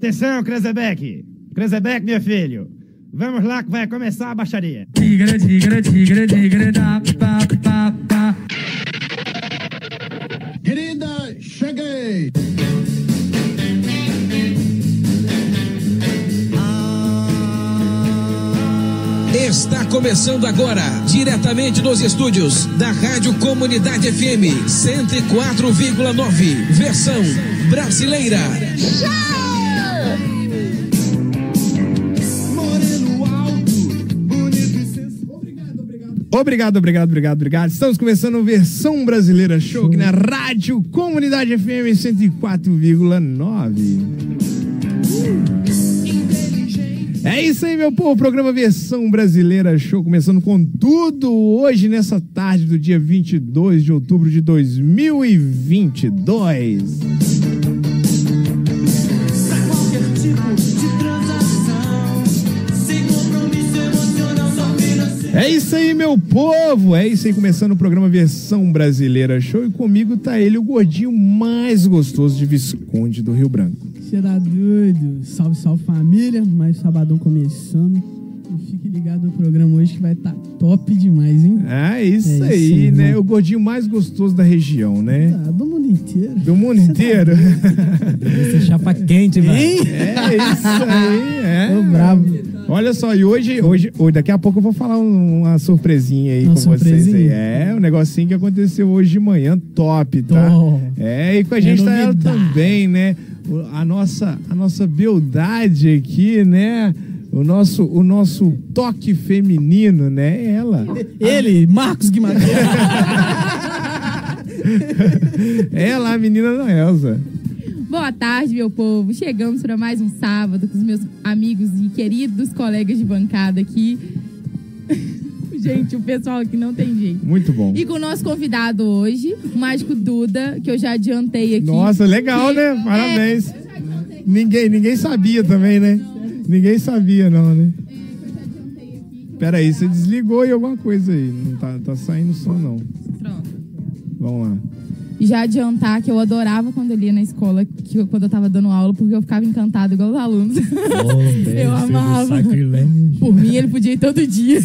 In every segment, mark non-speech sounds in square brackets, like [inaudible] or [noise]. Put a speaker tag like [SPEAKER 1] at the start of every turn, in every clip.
[SPEAKER 1] Atenção, Krezebeck! Krezebeck, meu filho! Vamos lá que vai começar a baixaria.
[SPEAKER 2] Tigre, tigre, tigre, tigre, da, pa, pa, pa.
[SPEAKER 3] Querida, cheguei!
[SPEAKER 4] Está começando agora, diretamente dos estúdios da Rádio Comunidade FM 104,9, versão brasileira.
[SPEAKER 3] Moreno alto, bonito e sensual. Obrigado, obrigado.
[SPEAKER 5] Obrigado, obrigado, obrigado, obrigado. Estamos começando a versão brasileira show aqui na Rádio Comunidade FM 104,9. É isso aí, meu povo. Programa Versão Brasileira Show começando com tudo hoje, nessa tarde do dia 22 de outubro de 2022.
[SPEAKER 6] Pra qualquer tipo de transação, sem compromisso emocional, só financeiro.
[SPEAKER 5] É isso aí, meu povo! É isso aí, começando o programa Versão Brasileira Show. E comigo tá ele, o gordinho mais gostoso de Visconde do Rio Branco.
[SPEAKER 7] Você tá doido? Salve, salve família. Mais sabadão começando. E fique ligado no programa hoje que vai estar top demais, hein?
[SPEAKER 5] É isso
[SPEAKER 7] É
[SPEAKER 5] aí,
[SPEAKER 7] isso aí,
[SPEAKER 5] né?
[SPEAKER 7] mano.
[SPEAKER 5] O gordinho mais gostoso da região, né?
[SPEAKER 7] Ah, do mundo inteiro.
[SPEAKER 5] Do mundo
[SPEAKER 7] tá
[SPEAKER 5] inteiro. [laughs]
[SPEAKER 2] Essa chapa quente, velho.
[SPEAKER 5] É isso aí, é.
[SPEAKER 7] Tô bravo.
[SPEAKER 5] Olha só, e hoje, hoje, hoje, daqui a pouco eu vou falar um- uma surpresinha aí
[SPEAKER 7] Uma
[SPEAKER 5] com vocês aí.
[SPEAKER 7] surpresinha?
[SPEAKER 5] É, um negocinho que aconteceu hoje de manhã, top, tá?
[SPEAKER 7] Top.
[SPEAKER 5] É, e com a gente tá ela
[SPEAKER 7] novidade.
[SPEAKER 5] também, né? O- A nossa, a nossa beldade aqui, né? O nosso, o nosso toque feminino, né? Ela.
[SPEAKER 7] Ele, Marcos Guimarães.
[SPEAKER 5] É, Ela, a menina da Elza.
[SPEAKER 8] Boa tarde, meu povo. Chegamos para mais um sábado com os meus amigos e queridos colegas de bancada aqui. [laughs] Gente, o pessoal aqui não tem jeito.
[SPEAKER 5] Muito bom.
[SPEAKER 8] E com o nosso convidado hoje, o mágico Duda, que eu já adiantei aqui.
[SPEAKER 5] Nossa, legal, né?
[SPEAKER 8] É,
[SPEAKER 5] Parabéns.
[SPEAKER 8] eu já adiantei aqui,
[SPEAKER 5] Ninguém, ninguém sabia também, né? Ninguém sabia, não, né?
[SPEAKER 8] é, que eu já adiantei aqui, que eu
[SPEAKER 5] Pera aí,
[SPEAKER 8] vou
[SPEAKER 5] você
[SPEAKER 8] falar.
[SPEAKER 5] desligou e alguma coisa aí. Não tá, tá saindo som, não.
[SPEAKER 8] Pronto.
[SPEAKER 5] Vamos lá.
[SPEAKER 8] E já adiantar que eu adorava quando ele ia na escola, que eu- quando eu tava dando aula, porque eu ficava encantada igual os alunos. [laughs] eu amava. Por mim, ele podia ir todo dia.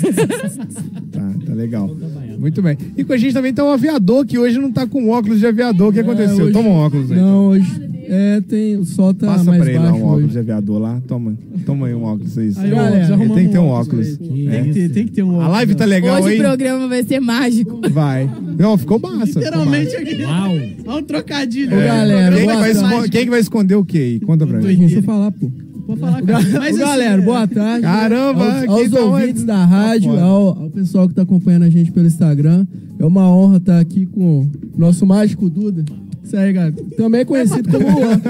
[SPEAKER 5] Tá, tá legal. Muito bem. E com a gente também tá um aviador que hoje não tá com óculos de aviador. O que aconteceu?
[SPEAKER 7] É, hoje-
[SPEAKER 5] Toma um óculos aí.
[SPEAKER 7] Não, hoje. É, tem. O sol tá
[SPEAKER 5] Passa
[SPEAKER 7] mais
[SPEAKER 5] pra ele lá
[SPEAKER 7] baixo
[SPEAKER 5] um óculos de
[SPEAKER 7] hoje.
[SPEAKER 5] aviador lá. Toma, toma aí um óculos aí.
[SPEAKER 7] Aí,
[SPEAKER 5] Ele
[SPEAKER 7] galera, arrumamos
[SPEAKER 5] tem que ter um
[SPEAKER 7] um
[SPEAKER 5] óculos.
[SPEAKER 7] óculos Tem que,
[SPEAKER 5] É.
[SPEAKER 7] ter, tem que ter um
[SPEAKER 5] A live tá legal
[SPEAKER 8] Hoje
[SPEAKER 5] aí?
[SPEAKER 8] o programa vai ser mágico.
[SPEAKER 5] Vai. Não, ficou massa. ficou
[SPEAKER 7] Literalmente aqui.
[SPEAKER 2] Uau.
[SPEAKER 7] Olha um trocadilho. né?
[SPEAKER 5] massa. É.
[SPEAKER 7] Ô, galera,
[SPEAKER 5] quem, que
[SPEAKER 7] boa
[SPEAKER 5] vai esco-
[SPEAKER 7] tarde.
[SPEAKER 5] quem que vai esconder o quê aí? Conta pra mim.
[SPEAKER 7] Começou a falar, pô. Vou falar, cara. Mas, assim, é, Ô, galera, galera, boa tarde.
[SPEAKER 5] Caramba,
[SPEAKER 7] aos,
[SPEAKER 5] quem
[SPEAKER 7] aos
[SPEAKER 5] tá
[SPEAKER 7] ouvintes
[SPEAKER 5] mais-
[SPEAKER 7] da rádio,
[SPEAKER 5] fora.
[SPEAKER 7] ao, ao pessoal que tá acompanhando a gente pelo Instagram. É uma honra estar aqui com o nosso mágico Duda. Isso aí, gato. Também conhecido como [laughs] Luan.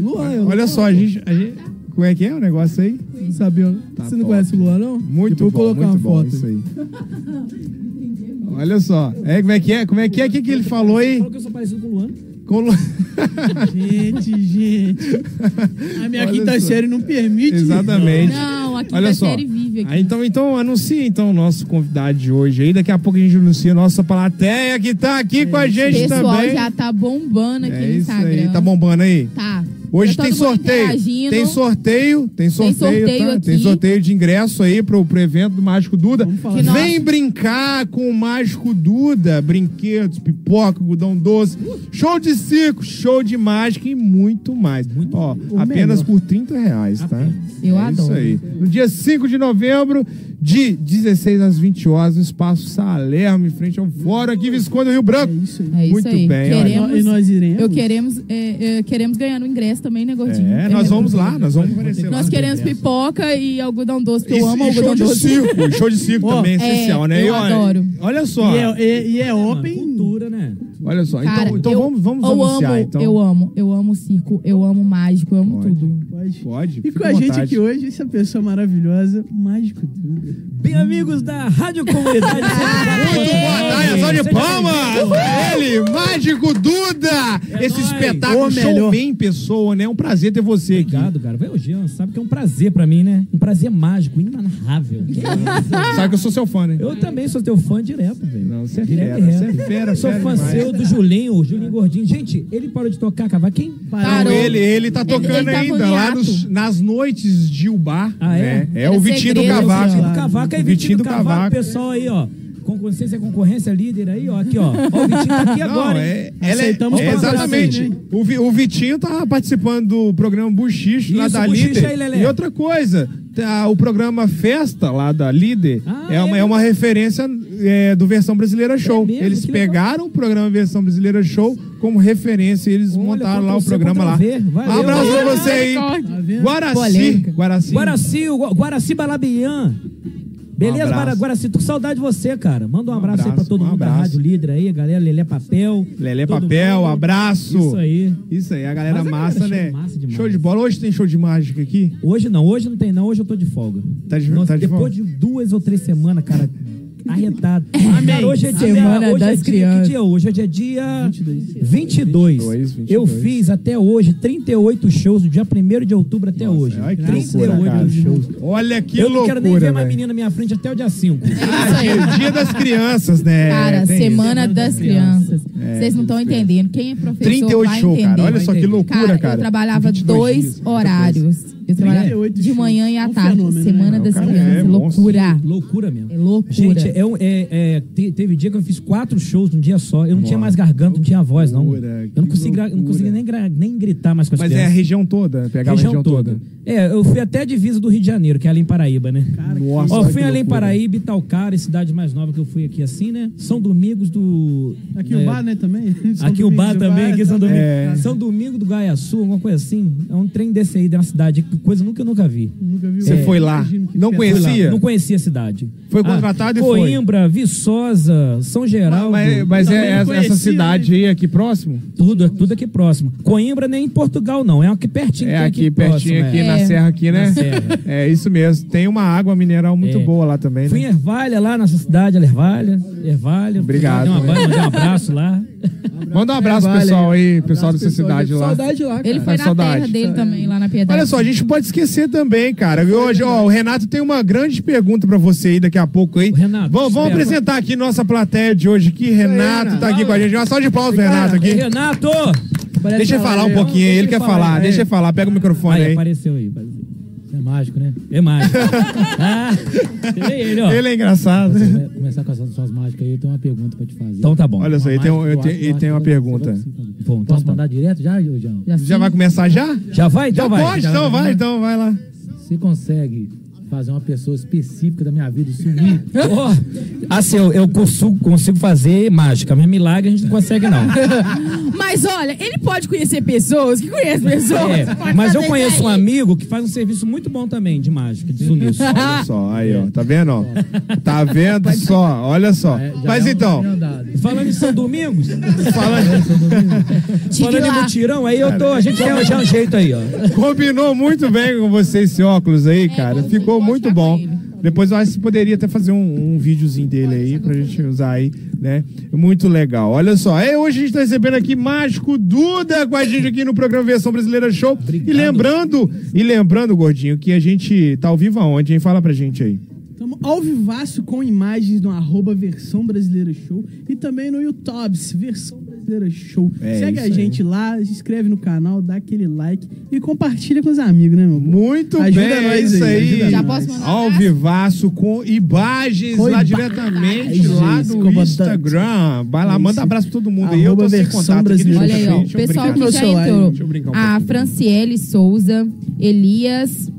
[SPEAKER 7] Luan, eu
[SPEAKER 5] Olha só, a gente, a gente. Como é que é o negócio aí?
[SPEAKER 7] não sabia. Você não
[SPEAKER 5] Tá top.
[SPEAKER 7] conhece o Luan, não?
[SPEAKER 5] Muito
[SPEAKER 8] Tipo,
[SPEAKER 7] Depois
[SPEAKER 5] bom,
[SPEAKER 7] eu vou colocar
[SPEAKER 5] muito
[SPEAKER 7] uma
[SPEAKER 5] bom
[SPEAKER 7] foto.
[SPEAKER 5] isso aí. Olha só. É, como é que é? Como é que é? O que, que ele falou aí?
[SPEAKER 2] que eu sou parecido com o Luan.
[SPEAKER 5] Com o
[SPEAKER 2] [laughs]
[SPEAKER 5] Lu-
[SPEAKER 7] Gente,
[SPEAKER 5] [laughs]
[SPEAKER 7] gente. A minha
[SPEAKER 5] Olha
[SPEAKER 7] quinta
[SPEAKER 5] só.
[SPEAKER 7] série não permite.
[SPEAKER 5] Exatamente.
[SPEAKER 8] Não, a
[SPEAKER 5] Olha
[SPEAKER 8] quinta
[SPEAKER 5] só.
[SPEAKER 8] série vive aqui.
[SPEAKER 5] Ah, então, então, anuncia então o nosso convidado de hoje aí. Daqui a pouco a gente anuncia a nossa plateia que tá aqui
[SPEAKER 2] É.
[SPEAKER 5] com a
[SPEAKER 8] O
[SPEAKER 5] gente
[SPEAKER 8] pessoal
[SPEAKER 5] também.
[SPEAKER 8] já tá bombando aqui
[SPEAKER 5] é
[SPEAKER 8] no
[SPEAKER 5] isso
[SPEAKER 8] Instagram.
[SPEAKER 5] aí, tá bombando aí.
[SPEAKER 8] Tá.
[SPEAKER 5] Hoje
[SPEAKER 8] Tá
[SPEAKER 5] tem
[SPEAKER 8] todo mundo
[SPEAKER 5] sorteio.
[SPEAKER 8] interagindo.
[SPEAKER 5] Tem sorteio, tem sorteio,
[SPEAKER 8] sorteio
[SPEAKER 5] tá?
[SPEAKER 8] aqui.
[SPEAKER 5] Tem sorteio de ingresso aí pro, pro evento do Mágico Duda.
[SPEAKER 7] falar
[SPEAKER 8] Que
[SPEAKER 5] Vem brincar com o Mágico Duda. Brinquedos, pipoca, algodão doce, show de circo, show de mágica e muito mais. Ó, apenas por 30 reais, tá?
[SPEAKER 8] Eu
[SPEAKER 5] é Isso
[SPEAKER 8] adoro.
[SPEAKER 5] aí. No dia 5 de novembro, de 16 às 20 horas, no Espaço Salerno, em frente ao Fórum aqui, em Visconde do Rio Branco.
[SPEAKER 7] É isso aí.
[SPEAKER 8] É isso
[SPEAKER 5] Muito
[SPEAKER 8] aí.
[SPEAKER 5] bem, olha.
[SPEAKER 7] E
[SPEAKER 8] queremos,
[SPEAKER 7] nós- E nós iremos.
[SPEAKER 8] Eu queremos, é, é, queremos ganhar no ingresso também, né, Gordinho?
[SPEAKER 5] É, nós vamos lá, nós vamos aparecer lá.
[SPEAKER 8] Nós queremos pipoca e algodão doce, que
[SPEAKER 5] E-
[SPEAKER 8] eu amo
[SPEAKER 5] e show
[SPEAKER 8] algodão
[SPEAKER 5] de
[SPEAKER 8] doce.
[SPEAKER 5] circo, show de circo
[SPEAKER 7] Ó,
[SPEAKER 5] também é
[SPEAKER 8] é,
[SPEAKER 5] essencial, né?
[SPEAKER 8] eu
[SPEAKER 5] E olha,
[SPEAKER 8] adoro.
[SPEAKER 5] Olha só,
[SPEAKER 7] E é, e- e é open.
[SPEAKER 2] Cultura, né?
[SPEAKER 5] olha só.
[SPEAKER 8] Cara,
[SPEAKER 5] então então
[SPEAKER 8] eu-
[SPEAKER 5] vamos, vamos
[SPEAKER 8] eu
[SPEAKER 5] anunciar,
[SPEAKER 8] amo,
[SPEAKER 5] então.
[SPEAKER 8] Eu amo, eu amo circo, eu amo mágico, eu amo
[SPEAKER 5] Pode.
[SPEAKER 8] tudo.
[SPEAKER 5] Pode,
[SPEAKER 7] E
[SPEAKER 5] fica
[SPEAKER 7] com
[SPEAKER 5] à
[SPEAKER 7] a gente
[SPEAKER 5] vontade.
[SPEAKER 7] aqui hoje, essa pessoa maravilhosa, Mágico Duda.
[SPEAKER 2] Bem, amigos da Rádio Comunidade.
[SPEAKER 5] [laughs] Muito é boa tarde, só de palmas! Ele, Mágico Duda!
[SPEAKER 2] É
[SPEAKER 5] Esse
[SPEAKER 2] nóis.
[SPEAKER 5] espetáculo
[SPEAKER 7] O melhor.
[SPEAKER 5] showman em pessoa, Boné, é um prazer ter você aqui.
[SPEAKER 4] Obrigado, cara. Vai, ô Jean, sabe que é um prazer pra mim, né? Um prazer
[SPEAKER 5] [laughs]
[SPEAKER 4] mágico, inenarrável.
[SPEAKER 5] Sabe que eu sou seu fã, né?
[SPEAKER 4] Eu também sou teu fã direto, velho.
[SPEAKER 5] Não, você é
[SPEAKER 4] Direto
[SPEAKER 5] fera,
[SPEAKER 4] e reto.
[SPEAKER 5] você é fera,
[SPEAKER 4] Sou
[SPEAKER 5] fera
[SPEAKER 4] fã
[SPEAKER 5] demais.
[SPEAKER 4] seu do Julinho, o Julinho Gordinho. Gente, ele parou de tocar cavaquinho?
[SPEAKER 8] Parou.
[SPEAKER 5] Ele, ele tá
[SPEAKER 8] Ele-
[SPEAKER 5] tocando
[SPEAKER 8] ele tá
[SPEAKER 5] ainda lá
[SPEAKER 8] agoniado.
[SPEAKER 5] nos- nas noites de Ubar.
[SPEAKER 4] Ah, é?
[SPEAKER 5] né? É,
[SPEAKER 8] É
[SPEAKER 5] o Vitinho do
[SPEAKER 8] segredo,
[SPEAKER 5] Cavaco. é
[SPEAKER 4] Vitinho do Cavaco, aí Vitinho do Cavaco, pessoal aí, ó. Concorrência é concorrência, líder aí,
[SPEAKER 5] [laughs]
[SPEAKER 4] ó. Aqui, ó. Ó, o Vitinho tá aqui
[SPEAKER 5] Não,
[SPEAKER 4] agora.
[SPEAKER 5] é-
[SPEAKER 4] hein?
[SPEAKER 5] ela é-
[SPEAKER 4] Aceitamos
[SPEAKER 5] é
[SPEAKER 4] pra mandar
[SPEAKER 5] exatamente.
[SPEAKER 4] assim,
[SPEAKER 5] O, Vi- o Vitinho tá participando do programa Buchicho lá
[SPEAKER 4] Isso,
[SPEAKER 5] da
[SPEAKER 4] Buchicho
[SPEAKER 5] Líder.
[SPEAKER 4] aí, Lelé.
[SPEAKER 5] e outra coisa, tá, o programa Festa lá da Líder
[SPEAKER 4] Ah,
[SPEAKER 5] é, uma,
[SPEAKER 4] é.
[SPEAKER 5] é uma referência é, do Versão Brasileira Show.
[SPEAKER 4] mesmo?
[SPEAKER 5] eles
[SPEAKER 4] Que
[SPEAKER 5] pegaram o programa Versão Brasileira Show como referência e eles
[SPEAKER 4] Olha, é
[SPEAKER 5] montaram lá o
[SPEAKER 4] Ctrl+C,
[SPEAKER 5] programa lá.
[SPEAKER 4] Ctrl+V. Valeu. Tá
[SPEAKER 5] Um abraço pra você aí.
[SPEAKER 8] Misericórdia.
[SPEAKER 5] Guaraci.
[SPEAKER 3] Polêmica.
[SPEAKER 5] Guaraci.
[SPEAKER 4] Guaraci, o Gua- Guaraci Balabian.
[SPEAKER 5] Um
[SPEAKER 4] Beleza,
[SPEAKER 5] abraço.
[SPEAKER 4] Bara- Guaraci? Tô com saudade de você, cara. Manda um, abraço, aí pra
[SPEAKER 5] abraço,
[SPEAKER 4] todo
[SPEAKER 5] um
[SPEAKER 4] mundo da
[SPEAKER 5] abraço.
[SPEAKER 4] Rádio Líder aí, galera. Lelé Papel.
[SPEAKER 5] Lelé
[SPEAKER 4] todo
[SPEAKER 5] Papel,
[SPEAKER 4] mundo. né?
[SPEAKER 5] abraço.
[SPEAKER 4] Isso aí.
[SPEAKER 5] Isso aí, a galera
[SPEAKER 4] Mas a galera
[SPEAKER 5] massa,
[SPEAKER 4] show
[SPEAKER 5] né?
[SPEAKER 4] massa demais.
[SPEAKER 5] show de bola. Hoje tem show de mágica aqui?
[SPEAKER 4] Hoje não, hoje não tem não, hoje eu tô de folga.
[SPEAKER 5] Tá de- tá de
[SPEAKER 4] depois
[SPEAKER 5] folga?
[SPEAKER 4] de duas ou três semanas, cara,
[SPEAKER 3] [laughs]
[SPEAKER 4] arretado. Cara, hoje é dia,
[SPEAKER 3] Semana
[SPEAKER 4] hoje é
[SPEAKER 3] das
[SPEAKER 4] dia,
[SPEAKER 3] crianças.
[SPEAKER 4] Que dia é hoje? Hoje é dia 22. 22.
[SPEAKER 5] 22.
[SPEAKER 4] Eu fiz até hoje 38 shows do dia 1 de outubro até hoje.
[SPEAKER 5] Ai, que loucura,
[SPEAKER 4] 38
[SPEAKER 5] cara.
[SPEAKER 4] shows.
[SPEAKER 5] Olha que
[SPEAKER 4] eu não
[SPEAKER 5] loucura,
[SPEAKER 4] quero nem ver mais
[SPEAKER 5] velho.
[SPEAKER 4] menina na minha frente até o
[SPEAKER 3] [laughs]
[SPEAKER 4] dia 5.
[SPEAKER 5] Ah, dia, dia das crianças, né?
[SPEAKER 8] Cara,
[SPEAKER 5] Tem
[SPEAKER 8] Semana das Crianças.
[SPEAKER 5] É,
[SPEAKER 8] Vocês não estão entendendo. Quem é
[SPEAKER 5] isso.
[SPEAKER 8] professor
[SPEAKER 5] 38
[SPEAKER 8] vai
[SPEAKER 5] show,
[SPEAKER 8] entender.
[SPEAKER 5] cara. Olha só que
[SPEAKER 4] entender.
[SPEAKER 5] loucura, cara.
[SPEAKER 8] eu trabalhava
[SPEAKER 5] 22
[SPEAKER 8] dois
[SPEAKER 5] dias, muita
[SPEAKER 8] horários. Eu trabalhava
[SPEAKER 3] 38
[SPEAKER 8] de manhã e à
[SPEAKER 3] shows. É um
[SPEAKER 8] tarde.
[SPEAKER 3] fenômeno, né?
[SPEAKER 8] Semana
[SPEAKER 5] Não,
[SPEAKER 8] das
[SPEAKER 5] o cara
[SPEAKER 8] Crianças.
[SPEAKER 5] é monstro.
[SPEAKER 8] loucura.
[SPEAKER 4] Loucura mesmo.
[SPEAKER 8] É loucura.
[SPEAKER 4] Gente, é um- é- é, te- teve dia que eu fiz quatro shows num dia só. Eu não tinha mais garganta, não tinha voz, não.
[SPEAKER 5] Loucura,
[SPEAKER 4] Eu não
[SPEAKER 5] que
[SPEAKER 4] conseguia, eu não
[SPEAKER 5] loucura.
[SPEAKER 4] conseguia nem, gra- nem gritar mais com as
[SPEAKER 5] Mas é a
[SPEAKER 4] crianças.
[SPEAKER 5] região toda, pegava a região toda.
[SPEAKER 4] É, eu fui até a divisa do Rio de Janeiro, que é ali em Paraíba, né?
[SPEAKER 5] Nossa,
[SPEAKER 4] Ó, eu
[SPEAKER 5] olha
[SPEAKER 4] fui
[SPEAKER 5] que
[SPEAKER 4] ali em
[SPEAKER 5] loucura.
[SPEAKER 4] Paraíba, Italcara, cidade mais nova que eu fui aqui assim, né? São Domingos do.
[SPEAKER 3] Aqui
[SPEAKER 4] é,
[SPEAKER 3] o bar, né, também? São
[SPEAKER 4] Aqui o bar
[SPEAKER 3] Domingos,
[SPEAKER 4] também, aqui em São Domingo.
[SPEAKER 5] É.
[SPEAKER 4] São Domingo do Gaiaçu, alguma coisa assim. É um trem desse aí, de uma cidade, que coisa nunca eu nunca vi.
[SPEAKER 3] Nunca vi.
[SPEAKER 5] Você
[SPEAKER 3] É.
[SPEAKER 5] foi lá,
[SPEAKER 3] Imagino que
[SPEAKER 5] não
[SPEAKER 3] festa.
[SPEAKER 4] Fui lá,
[SPEAKER 5] conhecia?
[SPEAKER 4] Não conhecia a cidade. Ah,
[SPEAKER 5] Foi contratado e foi.
[SPEAKER 4] Coimbra, Viçosa, São Geraldo.
[SPEAKER 5] Mas, mas é,
[SPEAKER 3] Também não
[SPEAKER 5] é-
[SPEAKER 3] conhecia,
[SPEAKER 5] essa cidade aí, aqui próximo?
[SPEAKER 4] Tudo, tudo aqui próximo. Coimbra nem em Portugal, não. É aqui pertinho.
[SPEAKER 5] É
[SPEAKER 4] que
[SPEAKER 5] aqui, pertinho,
[SPEAKER 4] próximo,
[SPEAKER 5] aqui
[SPEAKER 4] é.
[SPEAKER 5] na
[SPEAKER 8] É.
[SPEAKER 5] serra aqui, né?
[SPEAKER 4] Na serra.
[SPEAKER 5] É isso mesmo. Tem uma água mineral muito
[SPEAKER 4] É.
[SPEAKER 5] boa lá também,
[SPEAKER 4] Fui em
[SPEAKER 5] né?
[SPEAKER 4] Ervalha, lá nessa cidade, ela é Ervalha. Ervalha.
[SPEAKER 5] Obrigado.
[SPEAKER 4] Dei uma banha, mandei um abraço lá.
[SPEAKER 5] Manda um abraço,
[SPEAKER 3] Vale.
[SPEAKER 5] pessoal aí, pessoal dessa
[SPEAKER 3] Abraço,
[SPEAKER 5] cidade lá.
[SPEAKER 3] Saudade
[SPEAKER 4] é-
[SPEAKER 3] lá, cara.
[SPEAKER 8] Ele foi na terra
[SPEAKER 5] saudade.
[SPEAKER 8] dele também, lá na Piedade.
[SPEAKER 5] Olha só, a gente não pode esquecer também, cara. Hoje, ó, o Renato tem uma grande pergunta pra você aí daqui a pouco aí.
[SPEAKER 4] O Renato,
[SPEAKER 5] vamos, vamos
[SPEAKER 4] espera.
[SPEAKER 5] apresentar aqui nossa plateia de hoje aqui. Renato tá aqui com a gente. Uma salva de palmas, pro Renato aqui.
[SPEAKER 4] Renato! é
[SPEAKER 3] Parece
[SPEAKER 5] Deixa ele
[SPEAKER 3] que
[SPEAKER 5] falar um
[SPEAKER 3] ela-
[SPEAKER 5] pouquinho aí, ele quer falar. Deixa ele falar, pega o microfone
[SPEAKER 4] Aí,
[SPEAKER 5] aí.
[SPEAKER 4] apareceu aí. apareceu. É mágico, né?
[SPEAKER 5] [laughs]
[SPEAKER 4] É mágico. ah, é ele, ó.
[SPEAKER 5] Ele é engraçado.
[SPEAKER 9] Come- começar com essas suas mágicas aí, eu tenho uma pergunta pra te fazer.
[SPEAKER 4] Então tá bom.
[SPEAKER 5] Olha só, ele tem, um- eu tenho- ele tem uma pergunta.
[SPEAKER 4] Bom, então
[SPEAKER 9] Posso
[SPEAKER 4] tá bom.
[SPEAKER 9] mandar direto já, ô, João?
[SPEAKER 5] Já vai começar já?
[SPEAKER 4] Já vai? Então
[SPEAKER 5] Já
[SPEAKER 4] vai.
[SPEAKER 5] pode?
[SPEAKER 4] Já
[SPEAKER 5] Então vai, então vai lá.
[SPEAKER 9] Você consegue fazer uma pessoa específica da minha vida sumir?
[SPEAKER 4] [laughs] Ó, assim, eu, eu consigo, consigo fazer mágica, mas milagre a gente não consegue,
[SPEAKER 9] [laughs]
[SPEAKER 4] não.
[SPEAKER 8] Mas olha, ele pode conhecer pessoas que conhecem pessoas.
[SPEAKER 4] É,
[SPEAKER 8] Pode
[SPEAKER 4] mas eu
[SPEAKER 8] fazer
[SPEAKER 4] conheço
[SPEAKER 8] isso
[SPEAKER 4] um
[SPEAKER 8] aí.
[SPEAKER 4] amigo que faz um serviço muito bom também de mágica, de
[SPEAKER 9] [laughs]
[SPEAKER 4] zumbi.
[SPEAKER 5] Olha só, aí, ó. Tá vendo, ó? Tá vendo só, olha só.
[SPEAKER 9] É, já
[SPEAKER 5] Mas
[SPEAKER 9] é um
[SPEAKER 5] então,
[SPEAKER 9] caminho andado.
[SPEAKER 4] Falando em São Domingos,
[SPEAKER 8] Tique
[SPEAKER 4] falando em
[SPEAKER 8] lá.
[SPEAKER 4] mutirão, aí eu tô, a gente tem já um jeito aí, ó.
[SPEAKER 5] [laughs] Combinou muito bem com você esse óculos aí, cara.
[SPEAKER 8] vou-
[SPEAKER 5] Ficou
[SPEAKER 8] vou
[SPEAKER 5] muito
[SPEAKER 8] É, mostrar
[SPEAKER 5] bom.
[SPEAKER 8] pra ele.
[SPEAKER 5] Depois eu acho que poderia até fazer um, um videozinho dele aí pra gente usar aí, né? Muito legal. Olha só, é, hoje a gente tá recebendo aqui Mágico Duda com a gente aqui no programa Versão Brasileira Show. E lembrando, e lembrando, gordinho, que a gente tá ao vivo aonde, hein? Fala pra gente aí.
[SPEAKER 3] Tamo ao vivaço com imagens no arroba versão brasileira show e também no YouTube, versão brasileira show.
[SPEAKER 5] É
[SPEAKER 3] Segue a
[SPEAKER 5] isso aí.
[SPEAKER 3] gente lá, se inscreve no canal, dá aquele like e compartilha com os amigos, né, meu? povo?
[SPEAKER 5] Muito
[SPEAKER 3] Ajuda
[SPEAKER 5] bem,
[SPEAKER 3] nós
[SPEAKER 5] é isso
[SPEAKER 3] aí,
[SPEAKER 5] aí.
[SPEAKER 3] ajuda
[SPEAKER 8] Já nós. posso mandar um
[SPEAKER 5] Ao
[SPEAKER 8] abraço?
[SPEAKER 5] vivaço com imagens
[SPEAKER 3] Com
[SPEAKER 5] lá
[SPEAKER 3] imagens,
[SPEAKER 5] diretamente lá do
[SPEAKER 3] comandante.
[SPEAKER 5] Instagram. Vai lá,
[SPEAKER 3] É
[SPEAKER 5] manda
[SPEAKER 3] isso.
[SPEAKER 5] abraço pra todo mundo aí. Eu
[SPEAKER 3] Arroba
[SPEAKER 5] tô sem
[SPEAKER 3] versão
[SPEAKER 5] contato aqui,
[SPEAKER 3] brasileira.
[SPEAKER 8] Olha aí, ó. O
[SPEAKER 5] Deixa eu
[SPEAKER 8] pessoal
[SPEAKER 5] brincar.
[SPEAKER 8] que já
[SPEAKER 3] Deixa eu
[SPEAKER 8] entrou.
[SPEAKER 5] brincar um
[SPEAKER 8] a
[SPEAKER 5] pouquinho.
[SPEAKER 8] Franciele Souza, Elias.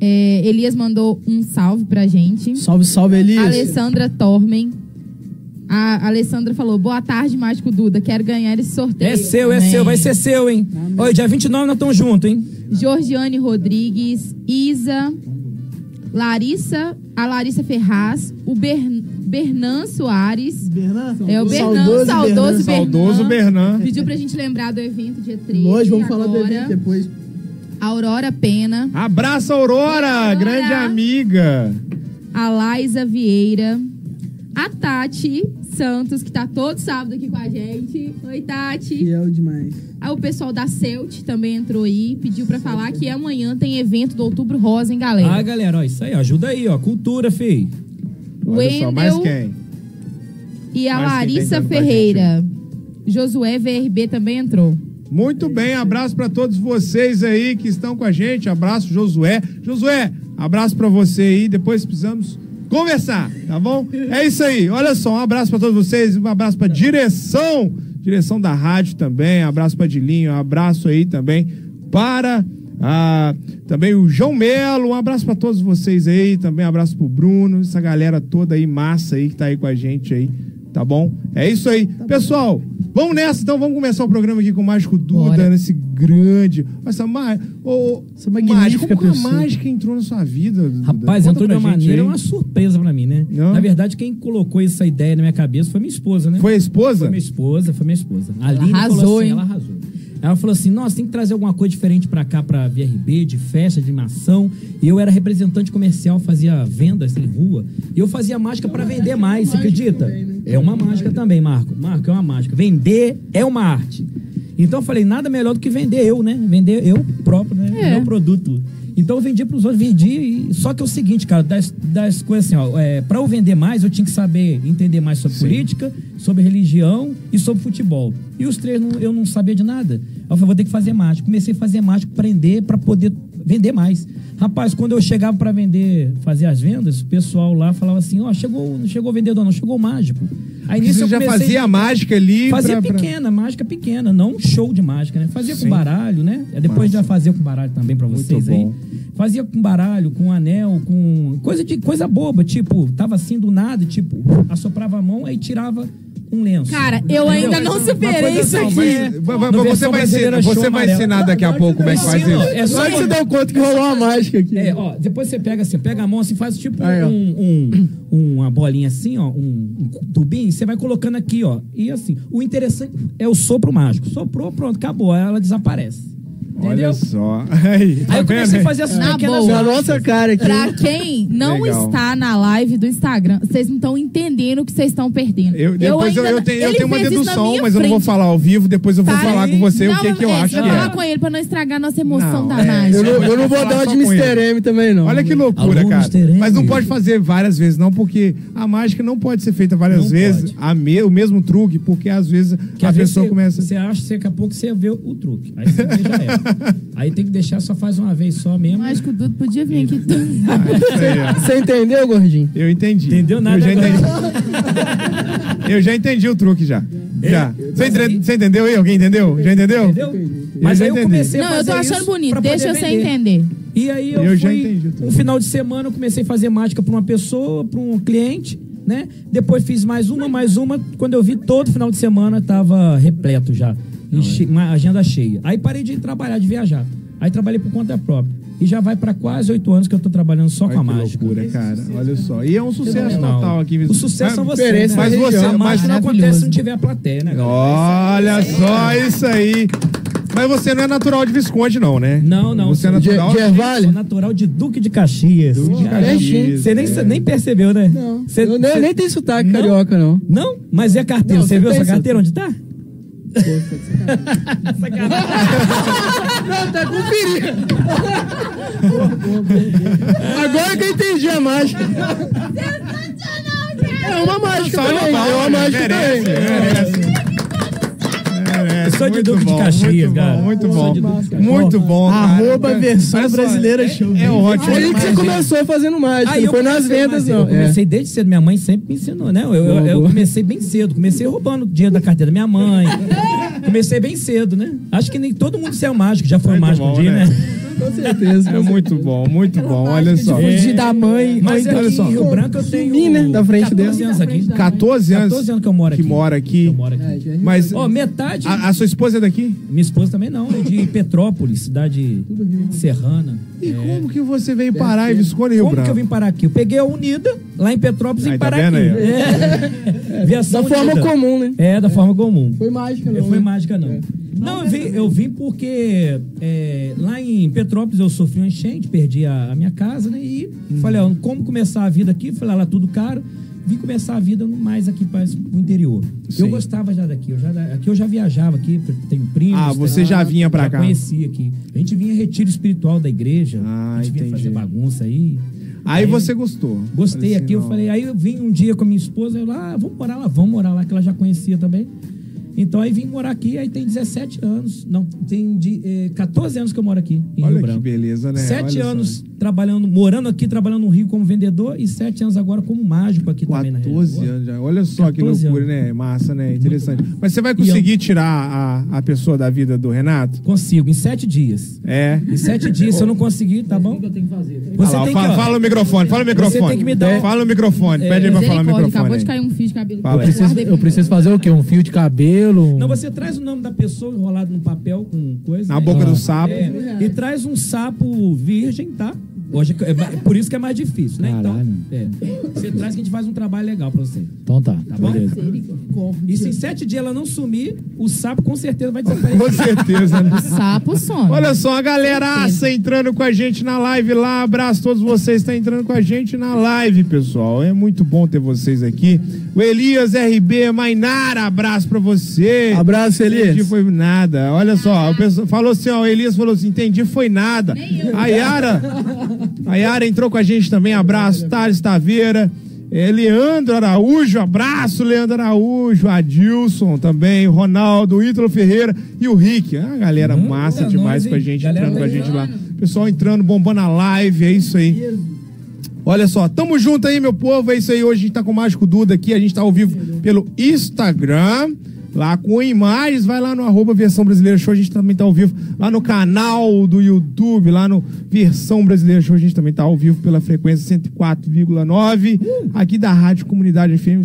[SPEAKER 8] é, Elias mandou um salve pra gente.
[SPEAKER 3] Salve, salve, Elias.
[SPEAKER 8] Alessandra Tormen. A Alessandra falou: boa tarde, Mágico Duda. Quero ganhar esse sorteio.
[SPEAKER 4] É seu, é
[SPEAKER 8] Amém.
[SPEAKER 4] seu, vai ser seu, hein? Ó, dia 29 nós estamos juntos, hein?
[SPEAKER 8] Georgiane Rodrigues, Isa, Larissa, a Larissa Ferraz, o Bern- Bernan Soares.
[SPEAKER 3] Bernan?
[SPEAKER 8] É o Bernan, saudoso,
[SPEAKER 3] Bernan.
[SPEAKER 5] Saudoso Bernan.
[SPEAKER 8] Pediu pra gente lembrar do evento dia 13.
[SPEAKER 3] Nós vamos falar do
[SPEAKER 8] agora.
[SPEAKER 3] evento depois.
[SPEAKER 8] Aurora Pena,
[SPEAKER 5] Abraço, Aurora,
[SPEAKER 8] Aurora.
[SPEAKER 5] grande amiga.
[SPEAKER 8] a Laisa Vieira, A Tati Santos, que tá todo sábado aqui com a gente. Oi, Tati.
[SPEAKER 10] Fiel demais.
[SPEAKER 8] Aí o pessoal da CELT também entrou aí, pediu pra falar que amanhã tem evento do Outubro Rosa, hein, galera?
[SPEAKER 4] Ah, galera, ó, isso aí, ó, ajuda aí, ó. Cultura, fi.
[SPEAKER 5] Olha só, mais quem?
[SPEAKER 8] E a
[SPEAKER 5] Ah, Mas quem tem
[SPEAKER 8] Larissa
[SPEAKER 5] que entrar com a
[SPEAKER 8] Ferreira. Josué VRB também entrou.
[SPEAKER 5] Muito bem, abraço pra todos vocês aí que estão com a gente. Abraço, Josué. Josué, abraço pra você aí. Depois precisamos conversar, tá bom? É isso aí. Olha só, um abraço pra todos vocês. Um abraço pra direção, direção da rádio também. Abraço pra Dilinho. Abraço aí também para ah, também o João Melo. Um abraço pra todos vocês aí. Também um abraço pro Bruno, essa galera toda aí massa aí que tá aí com a gente aí. Tá bom? É isso aí.
[SPEAKER 4] Tá
[SPEAKER 5] Pessoal, vamos nessa então, vamos começar o programa aqui com o Mágico Duda, nesse grande. Essa, ma... ô,
[SPEAKER 9] Essa
[SPEAKER 5] Mágico,
[SPEAKER 9] magnífica
[SPEAKER 5] como que a
[SPEAKER 9] pessoa.
[SPEAKER 5] mágica entrou na sua vida? Duda?
[SPEAKER 4] Rapaz,
[SPEAKER 5] Conta
[SPEAKER 4] entrou de
[SPEAKER 5] pra
[SPEAKER 4] uma
[SPEAKER 5] gente
[SPEAKER 4] maneira, é
[SPEAKER 5] aí.
[SPEAKER 4] uma surpresa pra mim, né? Na verdade, quem colocou essa ideia na minha cabeça foi minha esposa, né?
[SPEAKER 5] Foi a esposa?
[SPEAKER 4] Foi minha esposa, foi minha esposa. A Aline
[SPEAKER 9] arrasou,
[SPEAKER 4] falou assim,
[SPEAKER 9] hein?
[SPEAKER 4] ela arrasou. Ela falou assim, nossa, tem que trazer alguma coisa diferente pra cá, pra VRB, de festa, de animação. E eu era representante comercial, fazia vendas em rua. E eu fazia mágica pra vender mais, você acredita?
[SPEAKER 5] né?
[SPEAKER 4] É uma mágica também, Marco. Marco, é uma mágica. Vender é uma arte. Então eu falei, nada melhor do que vender eu, né? Vender eu próprio, né?
[SPEAKER 9] É.
[SPEAKER 4] Meu produto. Então eu vendia pros outros, vendi. e- Só que é o seguinte, cara, das, das coisas assim, ó, é, pra eu vender mais, eu tinha que saber entender mais sobre política, sobre religião e sobre futebol. E os três não- eu não sabia de nada. Aí Eu falei, vou ter que fazer mágico. Comecei a fazer mágico, prender pra poder vender mais. Rapaz, quando eu chegava pra vender, fazer as vendas, o pessoal lá falava assim: ó, chegou, não chegou o vendedor, não, chegou o mágico. Aí
[SPEAKER 5] Porque
[SPEAKER 4] nisso
[SPEAKER 5] você
[SPEAKER 4] eu
[SPEAKER 5] já
[SPEAKER 4] comecei-
[SPEAKER 5] fazia a mágica ali
[SPEAKER 4] Fazia
[SPEAKER 5] pra- pra-
[SPEAKER 4] pequena, mágica pequena, não um show de mágica, né? Fazia
[SPEAKER 5] Sim.
[SPEAKER 4] com baralho, né? É, Depois já fazia com baralho também pra
[SPEAKER 5] Muito
[SPEAKER 4] vocês
[SPEAKER 5] bom.
[SPEAKER 4] aí. Fazia com baralho, com anel, com coisa de coisa boba, tipo, tava assim do nada, tipo, assoprava a mão aí tirava um lenço.
[SPEAKER 8] Cara, eu ainda não
[SPEAKER 4] Uma
[SPEAKER 8] superei
[SPEAKER 4] coisa
[SPEAKER 8] isso
[SPEAKER 4] só,
[SPEAKER 8] aqui.
[SPEAKER 4] mas-
[SPEAKER 5] Va-
[SPEAKER 4] No
[SPEAKER 5] va- va- Você
[SPEAKER 4] versão
[SPEAKER 5] vai,
[SPEAKER 4] brasileira,
[SPEAKER 5] ensinar,
[SPEAKER 4] show
[SPEAKER 5] você vai
[SPEAKER 4] amarelo.
[SPEAKER 5] ensinar daqui a pouco como é que faz
[SPEAKER 4] Ensina,
[SPEAKER 5] isso.
[SPEAKER 4] é só
[SPEAKER 5] Agora que você
[SPEAKER 4] uma-
[SPEAKER 5] deu conta que rolou a mágica aqui.
[SPEAKER 4] É, ó, depois você pega assim, pega a mão assim, faz tipo
[SPEAKER 5] Uhum. Aí, ó.
[SPEAKER 4] um, um- uma bolinha assim, ó, um, um tubinho, você vai colocando aqui, ó. E assim, o interessante é o sopro mágico. Soprou, pronto, acabou, aí ela desaparece. Entendeu?
[SPEAKER 5] Olha só. [laughs] Aí, tá
[SPEAKER 4] Aí eu comecei a
[SPEAKER 5] vendo?
[SPEAKER 4] fazer essas
[SPEAKER 8] Na
[SPEAKER 4] pequenas
[SPEAKER 3] é
[SPEAKER 8] boa.
[SPEAKER 4] mágicas.
[SPEAKER 8] Pra quem não
[SPEAKER 5] Legal.
[SPEAKER 8] está na live do Instagram, vocês não estão entendendo o que vocês estão perdendo.
[SPEAKER 5] Eu, depois eu,
[SPEAKER 8] ainda
[SPEAKER 5] eu
[SPEAKER 8] não-
[SPEAKER 5] tenho, eu
[SPEAKER 8] Ele
[SPEAKER 5] tenho uma
[SPEAKER 8] fez isso na
[SPEAKER 5] dedução,
[SPEAKER 8] minha
[SPEAKER 5] mas eu não vou
[SPEAKER 8] frente.
[SPEAKER 5] falar ao vivo, depois eu vou
[SPEAKER 4] Tá
[SPEAKER 8] Para.
[SPEAKER 5] falar com você o
[SPEAKER 8] Não,
[SPEAKER 5] que, que eu
[SPEAKER 8] é,
[SPEAKER 5] acho que
[SPEAKER 8] Você vai
[SPEAKER 5] é.
[SPEAKER 8] falar com ele pra não estragar nossa emoção
[SPEAKER 5] Não,
[SPEAKER 8] da
[SPEAKER 5] é.
[SPEAKER 8] mágica.
[SPEAKER 5] Eu não-
[SPEAKER 3] Eu não vou
[SPEAKER 5] Falar
[SPEAKER 3] dar
[SPEAKER 5] só
[SPEAKER 3] de
[SPEAKER 5] com
[SPEAKER 3] Mr.
[SPEAKER 5] ele.
[SPEAKER 3] M também, não.
[SPEAKER 5] Olha que loucura,
[SPEAKER 4] Alô,
[SPEAKER 5] cara.
[SPEAKER 4] Mr. M.
[SPEAKER 5] Mas não pode fazer várias vezes, não, porque a mágica não pode ser feita várias
[SPEAKER 4] Não
[SPEAKER 5] vezes
[SPEAKER 4] pode.
[SPEAKER 5] a me- o mesmo truque, porque às vezes
[SPEAKER 4] Que
[SPEAKER 5] a
[SPEAKER 4] às vezes
[SPEAKER 5] pessoa
[SPEAKER 4] você,
[SPEAKER 5] começa.
[SPEAKER 4] Você acha que daqui a pouco você vê o truque. Aí você vê, já era. Aí tem que deixar, só faz uma vez só mesmo.
[SPEAKER 8] Mas que o Dudu podia vir
[SPEAKER 5] [laughs]
[SPEAKER 8] aqui.
[SPEAKER 5] Ah, Isso aí, ó.
[SPEAKER 3] Você entendeu, gordinho?
[SPEAKER 5] Eu entendi.
[SPEAKER 4] Entendeu nada
[SPEAKER 5] Eu já
[SPEAKER 4] agora.
[SPEAKER 5] entendi. Eu já entendi o truque já. Já. Você, entre- você entendeu aí? Alguém entendeu? Já entendeu?
[SPEAKER 4] É? Entendeu? Mas
[SPEAKER 5] já
[SPEAKER 4] aí eu
[SPEAKER 5] entendi.
[SPEAKER 4] comecei a
[SPEAKER 8] Não, eu
[SPEAKER 4] fazer
[SPEAKER 8] tô achando
[SPEAKER 4] isso
[SPEAKER 8] bonito.
[SPEAKER 4] pra
[SPEAKER 8] Deixa
[SPEAKER 4] poder
[SPEAKER 8] você
[SPEAKER 4] vender.
[SPEAKER 8] entender.
[SPEAKER 4] E aí eu,
[SPEAKER 5] Eu já
[SPEAKER 4] fui,
[SPEAKER 5] entendi, eu tô-
[SPEAKER 4] um final de semana, eu comecei a fazer mágica pra uma pessoa, pra um cliente, né? Depois fiz mais uma, mais uma. Quando eu vi, todo final de semana tava repleto já. Enche- Uma agenda cheia. Aí parei de trabalhar, de viajar. Aí trabalhei por conta própria. E já vai pra quase oito anos que eu tô trabalhando só com a
[SPEAKER 5] Olha que
[SPEAKER 4] mágica.
[SPEAKER 5] loucura, cara. Olha só. E é um sucesso
[SPEAKER 4] Não.
[SPEAKER 5] total aqui. em Vis-
[SPEAKER 4] O sucesso são
[SPEAKER 5] Mas- é
[SPEAKER 4] vocês.
[SPEAKER 5] Mas
[SPEAKER 4] né?
[SPEAKER 5] você,
[SPEAKER 4] a
[SPEAKER 5] mas
[SPEAKER 4] mágica é não acontece se não tiver a plateia, né, galera?
[SPEAKER 5] Olha só isso aí. Mas você não é natural de Visconde, não, né?
[SPEAKER 4] Não, não.
[SPEAKER 5] Você é
[SPEAKER 4] sou-
[SPEAKER 5] natural.
[SPEAKER 3] Ge- Gervalho?
[SPEAKER 4] Sou natural de Duque de Caxias.
[SPEAKER 5] Duque de
[SPEAKER 4] Caramba.
[SPEAKER 5] Caxias,
[SPEAKER 4] Você nem,
[SPEAKER 5] é.
[SPEAKER 4] você nem percebeu, né?
[SPEAKER 3] Não.
[SPEAKER 4] Você-
[SPEAKER 3] eu nem,
[SPEAKER 4] você-
[SPEAKER 3] nem tenho sotaque
[SPEAKER 4] Não?
[SPEAKER 3] carioca, não.
[SPEAKER 4] Não, mas é a carteira.
[SPEAKER 3] Não,
[SPEAKER 4] você
[SPEAKER 3] você
[SPEAKER 4] viu essa
[SPEAKER 3] pensa-
[SPEAKER 4] carteira onde tá?
[SPEAKER 3] Não, tá conferindo. Agora que eu entendi a mágica. É uma mágica
[SPEAKER 5] Salva
[SPEAKER 3] também.
[SPEAKER 5] a palma,
[SPEAKER 3] É uma mágica
[SPEAKER 5] merece,
[SPEAKER 3] também.
[SPEAKER 5] merece. Merece.
[SPEAKER 4] Eu sou de
[SPEAKER 5] Muito
[SPEAKER 4] Duque de
[SPEAKER 5] bom,
[SPEAKER 4] Caxias,
[SPEAKER 5] muito
[SPEAKER 4] cara.
[SPEAKER 5] Bom, muito
[SPEAKER 4] Eu sou
[SPEAKER 5] bom.
[SPEAKER 4] de Duque de Caxias.
[SPEAKER 5] Muito bom. cara.
[SPEAKER 3] Arroba
[SPEAKER 5] né? Olha
[SPEAKER 3] versão
[SPEAKER 5] só,
[SPEAKER 3] brasileira
[SPEAKER 5] é-
[SPEAKER 3] show.
[SPEAKER 5] É ótimo.
[SPEAKER 3] Aí que você começou fazendo mágica.
[SPEAKER 4] Aí
[SPEAKER 3] não foi nas
[SPEAKER 4] comecei
[SPEAKER 3] vendas,
[SPEAKER 4] mais- Ah, Eu
[SPEAKER 3] não. É.
[SPEAKER 4] comecei desde cedo. Minha mãe sempre me ensinou, né? Eu, eu-
[SPEAKER 3] Boa,
[SPEAKER 4] eu
[SPEAKER 3] boa.
[SPEAKER 4] comecei bem cedo. Comecei roubando dinheiro da carteira da minha mãe. comecei bem cedo, né? Acho que nem todo mundo saiu mágico. Já foi
[SPEAKER 5] Muito
[SPEAKER 4] mágico um
[SPEAKER 5] bom,
[SPEAKER 4] dia,
[SPEAKER 5] né?
[SPEAKER 4] né?
[SPEAKER 3] Com certeza.
[SPEAKER 5] É muito bom, muito bom. Olha só. É
[SPEAKER 3] Fugir da Tipo, mãe.
[SPEAKER 4] Mas
[SPEAKER 3] Então,
[SPEAKER 4] é-
[SPEAKER 3] Olha
[SPEAKER 4] aqui
[SPEAKER 3] só.
[SPEAKER 4] em Rio Branco eu tenho
[SPEAKER 3] Sumir, né, da frente
[SPEAKER 4] 14
[SPEAKER 3] dela.
[SPEAKER 4] anos aqui.
[SPEAKER 5] 14 anos,
[SPEAKER 4] 14 anos que eu moro
[SPEAKER 5] que
[SPEAKER 4] aqui.
[SPEAKER 5] mora aqui.
[SPEAKER 4] Eu moro aqui.
[SPEAKER 5] Mas é
[SPEAKER 4] Ó, metade.
[SPEAKER 5] a, a sua esposa é daqui?
[SPEAKER 4] Minha esposa também não, é de Petrópolis, cidade serrana.
[SPEAKER 5] E
[SPEAKER 4] É.
[SPEAKER 5] como que você veio parar em Visconde Rio
[SPEAKER 4] Como que
[SPEAKER 5] Branco?
[SPEAKER 4] eu vim parar aqui? Eu peguei a Unida, lá em Petrópolis,
[SPEAKER 5] Aí,
[SPEAKER 4] e
[SPEAKER 5] tá
[SPEAKER 4] parar
[SPEAKER 5] vendo
[SPEAKER 4] aqui.
[SPEAKER 5] aí, ó?
[SPEAKER 4] [laughs] É.
[SPEAKER 3] Da
[SPEAKER 4] Versão
[SPEAKER 3] forma
[SPEAKER 4] Unida.
[SPEAKER 3] comum, né?
[SPEAKER 4] É, da forma comum.
[SPEAKER 3] Foi mágica,
[SPEAKER 4] Não
[SPEAKER 3] não.
[SPEAKER 4] foi
[SPEAKER 3] né?
[SPEAKER 4] mágica, não.
[SPEAKER 5] É.
[SPEAKER 4] Não, eu vim, eu vim porque é, lá em Petrópolis eu sofri um uma
[SPEAKER 5] Uhum.
[SPEAKER 4] enchente, perdi a, a minha casa, né? E falei, ó, como começar a vida aqui? Falei, ah, lá tudo caro. vim começar a vida mais aqui para o interior. Eu
[SPEAKER 5] Sim.
[SPEAKER 4] gostava já daqui, eu já, aqui eu já viajava aqui, tem primos.
[SPEAKER 5] Ah,
[SPEAKER 4] tem-
[SPEAKER 5] você já vinha pra cá.
[SPEAKER 4] conhecia aqui. A gente vinha em retiro espiritual da igreja,
[SPEAKER 5] Ah,
[SPEAKER 4] a gente vinha
[SPEAKER 5] entendi.
[SPEAKER 4] fazer bagunça aí.
[SPEAKER 5] Aí você gostou.
[SPEAKER 4] É. Gostei
[SPEAKER 5] Falei assim,
[SPEAKER 4] aqui, eu
[SPEAKER 5] não.
[SPEAKER 4] falei, aí eu vim um dia com a minha esposa, eu lá, ah, vamos morar lá, vamos morar lá, que ela já conhecia também. Então aí vim morar aqui, aí tem 17 anos, não, tem de, eh, 14 anos que eu moro aqui em
[SPEAKER 5] Olha
[SPEAKER 4] Rio
[SPEAKER 5] que
[SPEAKER 4] Branco.
[SPEAKER 5] beleza, né?
[SPEAKER 4] Sete
[SPEAKER 5] Olha só.
[SPEAKER 4] anos trabalhando, morando aqui, trabalhando no Rio como vendedor e sete anos agora como mágico aqui também na
[SPEAKER 5] 14
[SPEAKER 4] região.
[SPEAKER 5] anos já. Olha só que
[SPEAKER 4] 14
[SPEAKER 5] loucura,
[SPEAKER 4] anos.
[SPEAKER 5] né? Massa, né? Interessante. Mas você vai
[SPEAKER 4] E eu-
[SPEAKER 5] conseguir tirar a, a pessoa da vida do Renato?
[SPEAKER 4] Consigo, em sete dias.
[SPEAKER 5] É. [laughs]
[SPEAKER 4] Em sete dias, se eu não conseguir, tá
[SPEAKER 9] O
[SPEAKER 4] bom?
[SPEAKER 9] que eu tenho que fazer?
[SPEAKER 4] Você
[SPEAKER 5] Olha lá,
[SPEAKER 4] tem
[SPEAKER 5] fala,
[SPEAKER 4] que, ó,
[SPEAKER 5] fala o microfone, fala o microfone.
[SPEAKER 4] tem que me dar- um É.
[SPEAKER 5] Fala o microfone, pede ele pra falar o
[SPEAKER 8] Misericórdia,
[SPEAKER 5] microfone.
[SPEAKER 8] acabou de
[SPEAKER 5] aí.
[SPEAKER 8] cair um fio de cabelo.
[SPEAKER 5] Fala aí.
[SPEAKER 9] Eu preciso, eu preciso fazer o quê? Um fio de cabelo?
[SPEAKER 4] Não, você traz o nome da pessoa enrolado no papel com coisa.
[SPEAKER 5] Na
[SPEAKER 4] né?
[SPEAKER 5] boca
[SPEAKER 9] Ah.
[SPEAKER 5] do sapo.
[SPEAKER 4] É, e traz um sapo virgem, tá? Hoje é, é por isso que é mais difícil, né?
[SPEAKER 9] Caralho.
[SPEAKER 4] Então, é, você traz que a gente faz um trabalho legal pra você.
[SPEAKER 9] Então tá,
[SPEAKER 4] bom?
[SPEAKER 9] beleza.
[SPEAKER 4] E se em sete dias ela não sumir, o sapo com certeza vai desaparecer.
[SPEAKER 5] Com certeza, né?
[SPEAKER 8] O sapo some.
[SPEAKER 5] Olha só, a galeraça entrando com a gente na live lá. Abraço a todos vocês que estão entrando com a gente na live, pessoal. É muito bom ter vocês aqui. O Elias RB, Mainara, abraço pra você.
[SPEAKER 3] Abraço, Elias.
[SPEAKER 5] Entendi, foi nada. Olha só, o pessoal falou assim, ó, o Elias falou assim, entendi, foi nada. A Yara, a Yara entrou com a gente também, abraço, Thales Taveira. É, Leandro Araújo, abraço, Leandro Araújo, Adilson também, Ronaldo, Ítalo Ferreira e o Rick. Ah, galera massa
[SPEAKER 4] Manda
[SPEAKER 5] demais
[SPEAKER 4] nós,
[SPEAKER 5] com a
[SPEAKER 4] Hum. hein?
[SPEAKER 5] gente,
[SPEAKER 4] Galera
[SPEAKER 5] entrando com a
[SPEAKER 4] bombando.
[SPEAKER 5] gente lá. Pessoal entrando, bombando a live, é isso aí. Olha só, tamo junto aí, meu povo. É isso aí. Hoje a gente tá com o Mágico Duda aqui. A gente tá ao vivo pelo Instagram. Lá com imagens, vai lá no arroba Versão Brasileira Show, a gente também tá ao vivo. Lá no canal do YouTube, lá no Versão Brasileira Show, a gente também tá ao vivo pela frequência 104,9. Aqui da Rádio Comunidade FM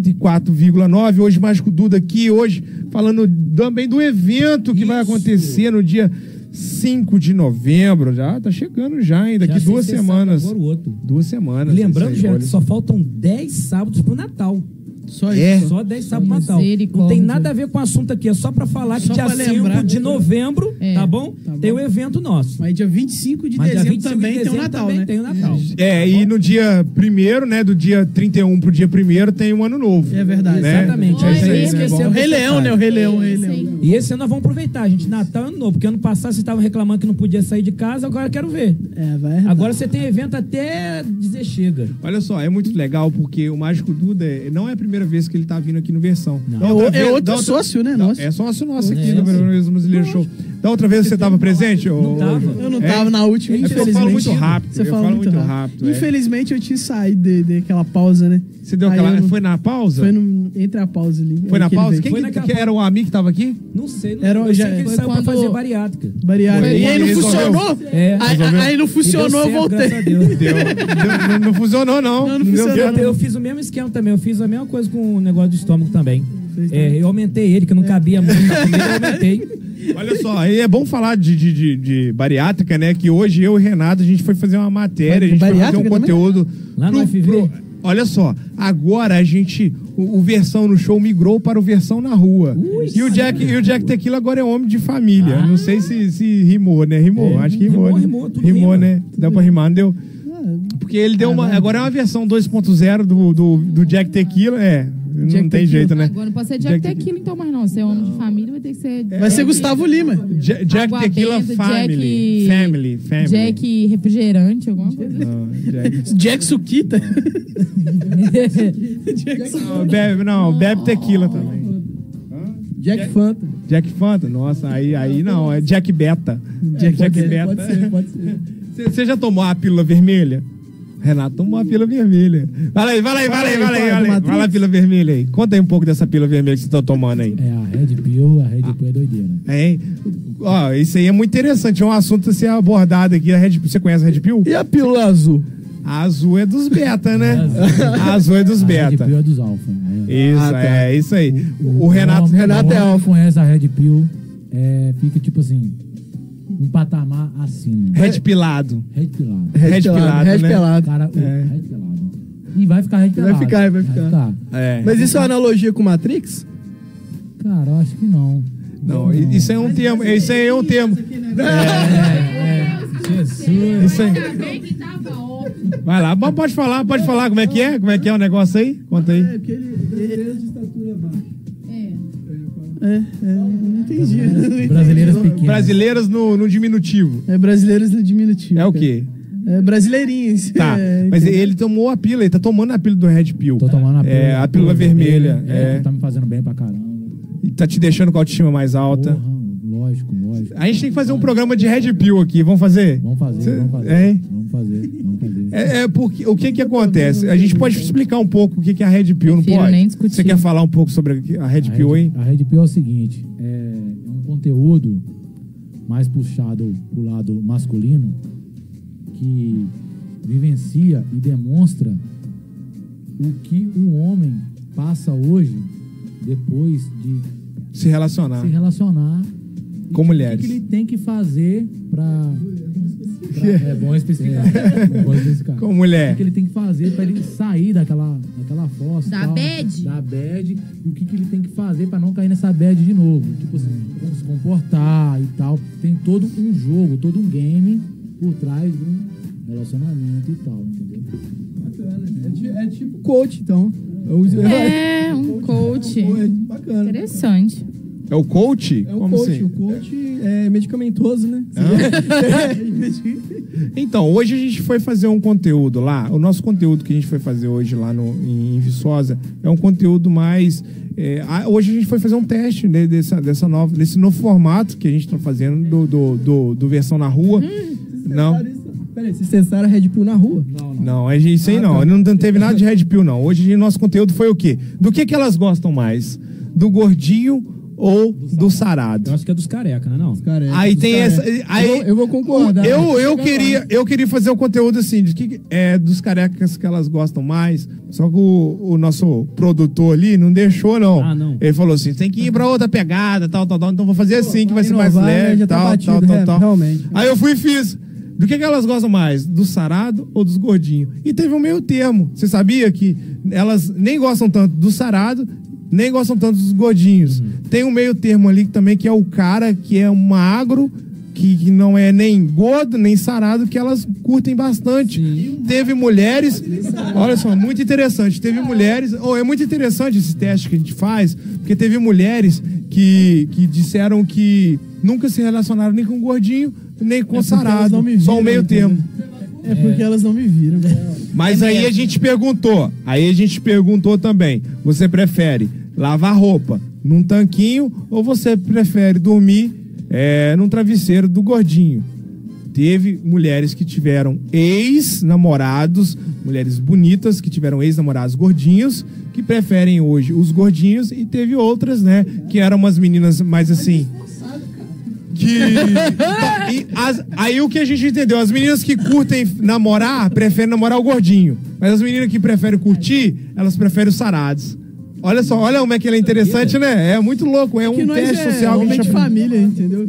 [SPEAKER 5] 104,9. Hoje Mágico Duda aqui, hoje falando também do evento que vai
[SPEAKER 4] Isso.
[SPEAKER 5] acontecer no dia 5 de novembro. Já tá chegando já, hein? Daqui
[SPEAKER 4] Já sem
[SPEAKER 5] duas
[SPEAKER 4] ser sábado,
[SPEAKER 5] semanas.
[SPEAKER 4] Agora o outro.
[SPEAKER 5] Duas semanas.
[SPEAKER 4] Lembrando,
[SPEAKER 5] isso aí,
[SPEAKER 4] gente,
[SPEAKER 5] olha.
[SPEAKER 4] só faltam 10 sábados pro Natal.
[SPEAKER 9] Só
[SPEAKER 5] É.
[SPEAKER 4] Só 10 sábados pro Natal.
[SPEAKER 8] Misericórdia.
[SPEAKER 4] Não tem nada a ver com o assunto aqui, é só pra falar que
[SPEAKER 9] Só
[SPEAKER 4] dia
[SPEAKER 9] pra lembrar.
[SPEAKER 4] 5 de novembro,
[SPEAKER 8] É.
[SPEAKER 4] tá bom? Tem o evento nosso.
[SPEAKER 9] Mas dia 25 de
[SPEAKER 4] Mas dia
[SPEAKER 9] dezembro
[SPEAKER 4] 25
[SPEAKER 9] também
[SPEAKER 4] de
[SPEAKER 9] tem o
[SPEAKER 4] dezembro
[SPEAKER 9] Natal,
[SPEAKER 4] também
[SPEAKER 9] né?
[SPEAKER 4] tem o Natal.
[SPEAKER 5] É, e no dia primeiro, né? Do dia 31 pro dia primeiro tem um ano novo.
[SPEAKER 9] É verdade.
[SPEAKER 5] Né?
[SPEAKER 4] Exatamente.
[SPEAKER 8] Olha,
[SPEAKER 5] É isso aí,
[SPEAKER 8] mesmo.
[SPEAKER 5] né?
[SPEAKER 8] Esqueceu.
[SPEAKER 9] É o Rei Leão, né? O Rei Leão, o Rei
[SPEAKER 8] Isso
[SPEAKER 9] Leão.
[SPEAKER 8] aí.
[SPEAKER 4] E esse ano nós vamos aproveitar, gente. Natal é ano novo, porque ano passado vocês estavam reclamando que não podia sair de casa, agora eu quero ver.
[SPEAKER 9] É, vai.
[SPEAKER 4] Agora você tem evento até dizer chega.
[SPEAKER 5] Olha só, é muito legal porque o Mágico Duda é- não é a primeira vez que ele tá vindo aqui no Versão. Da
[SPEAKER 9] É,
[SPEAKER 5] outra
[SPEAKER 9] o- é
[SPEAKER 5] vez-
[SPEAKER 9] outro
[SPEAKER 5] da outra-
[SPEAKER 9] sócio, né?
[SPEAKER 5] da-
[SPEAKER 9] Nosso.
[SPEAKER 5] É sócio nosso aqui
[SPEAKER 4] É,
[SPEAKER 5] no
[SPEAKER 4] sim.
[SPEAKER 5] Versão Brasileiro Show. Da outra vez você tava presente? Não
[SPEAKER 4] tava.
[SPEAKER 9] Eu não tava na última,
[SPEAKER 5] é que eu falo
[SPEAKER 9] infelizmente.
[SPEAKER 5] muito rápido,
[SPEAKER 9] Você
[SPEAKER 5] eu
[SPEAKER 9] fala
[SPEAKER 5] falo
[SPEAKER 9] muito,
[SPEAKER 5] muito
[SPEAKER 9] rápido.
[SPEAKER 5] rápido, é.
[SPEAKER 9] Infelizmente, eu tinha saído de- daquela pausa, né?
[SPEAKER 5] Você deu
[SPEAKER 9] Aí eu
[SPEAKER 5] aquela.
[SPEAKER 9] não-
[SPEAKER 5] Foi na pausa?
[SPEAKER 9] Foi no- entre a pausa ali.
[SPEAKER 5] Foi
[SPEAKER 9] Aí
[SPEAKER 5] na
[SPEAKER 9] que ele
[SPEAKER 5] pausa?
[SPEAKER 9] veio.
[SPEAKER 5] Quem
[SPEAKER 4] Foi
[SPEAKER 5] que,
[SPEAKER 4] naquela
[SPEAKER 5] que
[SPEAKER 4] pausa.
[SPEAKER 5] era o amigo que tava
[SPEAKER 9] [laughs]
[SPEAKER 5] aqui?
[SPEAKER 4] Não sei, não
[SPEAKER 9] Era-
[SPEAKER 4] eu sei
[SPEAKER 9] já-
[SPEAKER 4] que ele
[SPEAKER 8] foi
[SPEAKER 4] saiu pra
[SPEAKER 8] quando-
[SPEAKER 4] fazer bariátrica.
[SPEAKER 9] Bariátrica.
[SPEAKER 5] Foi.
[SPEAKER 9] E aí não
[SPEAKER 5] Ele resolveu.
[SPEAKER 9] funcionou?
[SPEAKER 4] É.
[SPEAKER 9] Aí, aí- aí não
[SPEAKER 4] E deu
[SPEAKER 9] funcionou, eu
[SPEAKER 4] certo, graças a
[SPEAKER 9] voltei.
[SPEAKER 4] Deus. Então,
[SPEAKER 5] Deu, deu- não, não funcionou, não.
[SPEAKER 9] Não, não
[SPEAKER 5] deu
[SPEAKER 9] funcionou.
[SPEAKER 5] certo.
[SPEAKER 4] Eu, eu fiz o mesmo esquema também, eu fiz a mesma coisa com o negócio do estômago também. É, eu aumentei ele, que não cabia muito na comida, eu aumentei.
[SPEAKER 5] Olha só, e é bom falar de, de, de- de bariátrica, né? Que hoje eu e o Renato a gente foi fazer uma matéria, a gente foi fazer um
[SPEAKER 9] Bariátrica também?
[SPEAKER 5] conteúdo.
[SPEAKER 4] Lá no FV?
[SPEAKER 5] Olha só, agora a gente. O, o versão no show migrou para o versão na rua. e, o Jack, e o Jack Tequila agora é homem de família. Não sei se, se rimou, né? Rimou, acho que rimou.
[SPEAKER 4] rimou,
[SPEAKER 5] né?
[SPEAKER 4] rimou, tudo
[SPEAKER 5] rimou
[SPEAKER 4] rima.
[SPEAKER 5] né? Dá pra rimar, não deu? Porque ele deu uma. Agora é uma versão 2.0 do, do, do Jack Tequila. É, não tem jeito, né? É,
[SPEAKER 8] Agora não pode ser Jack
[SPEAKER 5] Jack
[SPEAKER 8] Tequila, então, mas não. Você é homem de família, vai ter que ser.
[SPEAKER 9] Vai ser Gustavo Lima.
[SPEAKER 5] Ja- Jack
[SPEAKER 8] Água
[SPEAKER 5] Tequila
[SPEAKER 8] benta,
[SPEAKER 5] Family.
[SPEAKER 8] Jack-
[SPEAKER 5] Family, family.
[SPEAKER 8] Jack refrigerante, alguma coisa.
[SPEAKER 5] Não, Jack-
[SPEAKER 9] Jack Suquita.
[SPEAKER 7] [laughs]
[SPEAKER 5] Não, bebe, não, bebe tequila também.
[SPEAKER 3] Jack Fanta.
[SPEAKER 5] Jack Fanta, nossa, aí, aí não, é Jack Beta. Jack, Jack
[SPEAKER 3] Pode ser,
[SPEAKER 5] Beta.
[SPEAKER 3] pode ser.
[SPEAKER 5] Você já tomou a pílula vermelha? Renato tomou a pílula vermelha. Vai aí, vai aí, vai aí, vai aí, vai lá, vai lá, pílula vermelha aí. Conta aí um pouco dessa pílula vermelha que você tá tomando aí.
[SPEAKER 9] [laughs] É, a Red Pill, a
[SPEAKER 4] Ah,
[SPEAKER 9] Red Pill é doideira.
[SPEAKER 5] Hein? Ó, isso aí é muito interessante, é um assunto a ser abordado aqui. A Red, você conhece a Red Pill?
[SPEAKER 3] E a pílula azul?
[SPEAKER 5] A azul é dos beta, né? A azul é
[SPEAKER 4] [laughs]
[SPEAKER 5] dos
[SPEAKER 9] A Red
[SPEAKER 5] beta.
[SPEAKER 9] Pill é dos Alfa.
[SPEAKER 4] né?
[SPEAKER 9] É.
[SPEAKER 5] Isso,
[SPEAKER 3] Ah, tá.
[SPEAKER 5] é, isso aí. O, o Renato,
[SPEAKER 9] O Renato é
[SPEAKER 5] o-
[SPEAKER 9] Alfa. conhece a Red Pill, é, fica tipo assim, um patamar
[SPEAKER 4] assim.
[SPEAKER 9] acima.
[SPEAKER 5] Red Pilado.
[SPEAKER 9] Red Pilado.
[SPEAKER 5] Red Pilado,
[SPEAKER 3] Red
[SPEAKER 5] né?
[SPEAKER 3] pelado.
[SPEAKER 9] Cara, o
[SPEAKER 5] É.
[SPEAKER 9] Red Pilado. E vai ficar Red Pilado.
[SPEAKER 3] Vai ficar, vai ficar.
[SPEAKER 5] É.
[SPEAKER 3] Mas isso é uma analogia com Matrix?
[SPEAKER 9] Cara, eu acho que não.
[SPEAKER 5] Não, i- isso aí é um termo. Isso aí é um termo.
[SPEAKER 9] Jesus.
[SPEAKER 5] É, Isso aí.
[SPEAKER 8] Ainda bem assim. que tava óbvio.
[SPEAKER 5] Vai lá, Bom, pode falar, pode falar como é que é, como é que é o negócio aí? Conta aí.
[SPEAKER 7] porque ele é de estatura baixa.
[SPEAKER 11] É, é, não entendi.
[SPEAKER 5] [laughs] Brasileiras pequenas. Brasileiras no, no diminutivo.
[SPEAKER 11] É brasileiras no diminutivo.
[SPEAKER 5] É o quê?
[SPEAKER 11] É brasileirinhas.
[SPEAKER 5] Tá,
[SPEAKER 11] É,
[SPEAKER 5] mas
[SPEAKER 11] entendeu?
[SPEAKER 5] ele tomou a pílula, ele tá tomando a pílula do Red Pill. Tô tomando
[SPEAKER 4] a pílula.
[SPEAKER 5] É, a pílula vermelha. é.
[SPEAKER 4] Tá me fazendo bem pra caramba.
[SPEAKER 5] E Tá te deixando com a autoestima mais alta.
[SPEAKER 4] Lógico, lógico.
[SPEAKER 5] A gente tem que fazer um programa de Red Pill aqui, vamos fazer?
[SPEAKER 4] Vamos fazer,
[SPEAKER 5] Cê-
[SPEAKER 4] vamos fazer.
[SPEAKER 5] Hein?
[SPEAKER 4] Vamos fazer, vamos fazer.
[SPEAKER 5] É, é porque o que que acontece? A gente pode explicar um pouco o que que é a Red Pill, não
[SPEAKER 4] Prefiro
[SPEAKER 5] pode?
[SPEAKER 4] nem discutir.
[SPEAKER 5] Você quer falar um pouco sobre a Red
[SPEAKER 4] A
[SPEAKER 5] Pill,
[SPEAKER 4] Red-
[SPEAKER 5] hein?
[SPEAKER 4] A Red Pill é o seguinte, é, é um conteúdo mais puxado pro lado masculino que vivencia e demonstra o que o homem passa hoje depois de
[SPEAKER 5] Se relacionar.
[SPEAKER 4] se relacionar e
[SPEAKER 5] Com
[SPEAKER 4] de-
[SPEAKER 5] mulheres.
[SPEAKER 4] O que que ele tem que fazer pra... pra- é bom especificar. É bom
[SPEAKER 5] [laughs]
[SPEAKER 4] especificar.
[SPEAKER 5] Com mulher.
[SPEAKER 4] O
[SPEAKER 7] É.
[SPEAKER 4] que que ele tem que fazer pra ele sair daquela, daquela fossa.
[SPEAKER 8] Da
[SPEAKER 4] tal, né?
[SPEAKER 8] bad.
[SPEAKER 4] Da bad. E o que, que ele tem que fazer pra não cair nessa bad de novo. Tipo assim, como se comportar e tal. Tem todo um jogo, todo um game por trás de um relacionamento e tal, entendeu?
[SPEAKER 7] É, ti- é tipo
[SPEAKER 4] Coach, então.
[SPEAKER 8] É, um coach.
[SPEAKER 7] É bacana.
[SPEAKER 8] Interessante.
[SPEAKER 5] É o coach?
[SPEAKER 7] É o
[SPEAKER 5] Como
[SPEAKER 7] coach.
[SPEAKER 5] assim?
[SPEAKER 7] O coach é medicamentoso, né? [laughs] É
[SPEAKER 5] Então, hoje a gente foi fazer um conteúdo lá. O nosso conteúdo que a gente foi fazer hoje lá no, em, em Viçosa é um conteúdo mais. é, a- hoje a gente foi fazer um teste né, dessa, dessa nova, desse novo formato que a gente está fazendo do, do, do- do versão na rua.
[SPEAKER 7] Uhum.
[SPEAKER 5] não,
[SPEAKER 7] Peraí, vocês testaram a Red Pill na rua?
[SPEAKER 5] não, é isso aí
[SPEAKER 7] Ah,
[SPEAKER 5] não.
[SPEAKER 7] tá.
[SPEAKER 5] Não teve nada de Red Pill, não. Hoje o nosso conteúdo foi o quê? Do que, que elas gostam mais? Do gordinho ou do sarado?
[SPEAKER 12] Eu acho que é dos careca, né? Não.
[SPEAKER 7] é
[SPEAKER 5] Aí tem essa. Aí,
[SPEAKER 12] Eu vou- eu vou concordar.
[SPEAKER 5] Eu, eu,
[SPEAKER 12] Chega
[SPEAKER 5] queria,
[SPEAKER 12] lá.
[SPEAKER 5] eu queria fazer um conteúdo assim, de que, é, dos carecas que elas gostam mais. Só que o, o nosso produtor ali não deixou, não.
[SPEAKER 12] Ah, não.
[SPEAKER 5] Ele falou assim: tem que ir pra outra pegada, tal, tal, tal. Então vou fazer assim, que vai ser mais
[SPEAKER 7] inovar, né?
[SPEAKER 5] leve,
[SPEAKER 7] Já tá
[SPEAKER 5] tal,
[SPEAKER 7] batido,
[SPEAKER 5] tal,
[SPEAKER 7] é,
[SPEAKER 5] tal, tal.
[SPEAKER 7] realmente.
[SPEAKER 5] Aí eu fui e fiz. Do que, que elas gostam mais? Do sarado ou dos gordinhos? E teve um meio termo. Você sabia que elas nem gostam tanto do sarado, nem gostam tanto dos gordinhos. Tem um meio termo ali que também que é o cara que é um magro, que, que não é nem gordo, nem sarado, que elas curtem bastante. Teve mulheres. Olha só, muito interessante. Teve mulheres. Oh, é muito interessante esse teste que a gente faz, porque teve mulheres que, que disseram que nunca se relacionaram nem com gordinho, nem com
[SPEAKER 7] É porque elas
[SPEAKER 5] sarado.
[SPEAKER 7] não me viram,
[SPEAKER 5] só o meio
[SPEAKER 7] entendeu?
[SPEAKER 5] termo.
[SPEAKER 7] É porque elas não me viram. né?
[SPEAKER 5] Mas aí a gente perguntou, aí a gente perguntou também, você prefere lavar roupa num tanquinho ou você prefere dormir é, num travesseiro do gordinho? Teve mulheres que tiveram ex-namorados, mulheres bonitas que tiveram ex-namorados gordinhos, que preferem hoje os gordinhos, e teve outras, né, que eram umas meninas mais assim. Que. E as- aí o que a gente entendeu? As meninas que curtem namorar, preferem namorar o gordinho. Mas as meninas que preferem curtir, elas preferem os sarados. Olha só, olha como é que ele é interessante, né? É muito louco, é um
[SPEAKER 7] que nós
[SPEAKER 5] teste
[SPEAKER 7] é
[SPEAKER 5] social
[SPEAKER 7] homem
[SPEAKER 5] que a
[SPEAKER 7] de
[SPEAKER 5] gente
[SPEAKER 7] família, entendeu?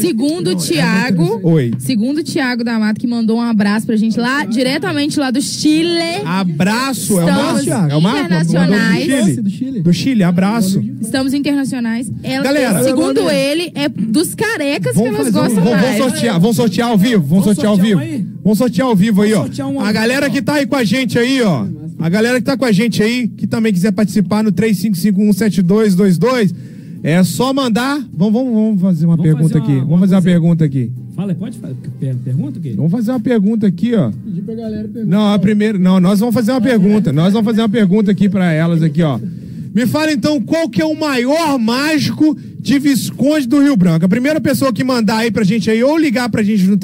[SPEAKER 8] Segundo
[SPEAKER 5] é
[SPEAKER 8] o Tiago.
[SPEAKER 5] Oi.
[SPEAKER 8] Segundo o Tiago da Mata, que mandou um abraço pra gente lá, diretamente lá do Chile.
[SPEAKER 5] Abraço, é o
[SPEAKER 8] Estamos
[SPEAKER 5] Márcio? É o Marco?
[SPEAKER 8] internacionais.
[SPEAKER 5] Mandou Do Chile? Do Chile, abraço.
[SPEAKER 8] Estamos internacionais. Ela,
[SPEAKER 5] Galera,
[SPEAKER 8] segundo
[SPEAKER 5] agora-
[SPEAKER 8] ele, é dos carecas que elas
[SPEAKER 5] fazer um-
[SPEAKER 8] gostam
[SPEAKER 5] vamos-
[SPEAKER 8] mais.
[SPEAKER 5] Vamos sortear, vamos sortear ao vivo, vamos, sortear, ao vivo. Vamos sortear ao vivo aí, ó. a galera que tá aí com a gente aí, ó. A galera que tá com a gente aí, que também quiser participar no 35517222, é só mandar. Vamos, vamos, vamos fazer uma pergunta
[SPEAKER 12] fazer uma-
[SPEAKER 5] aqui. vamos fazer uma pergunta aqui.
[SPEAKER 12] Fala, pode fazer. Per- Pergunta o quê?
[SPEAKER 5] Vamos fazer uma pergunta aqui, ó.
[SPEAKER 7] Pedir pra galera
[SPEAKER 5] Não, a primeira. Não, nós vamos fazer uma pergunta. Nós vamos fazer uma pergunta aqui pra elas aqui, ó. Me fala então qual que é o maior mágico de Visconde do Rio Branco. A primeira pessoa que mandar aí pra gente aí, ou ligar pra gente no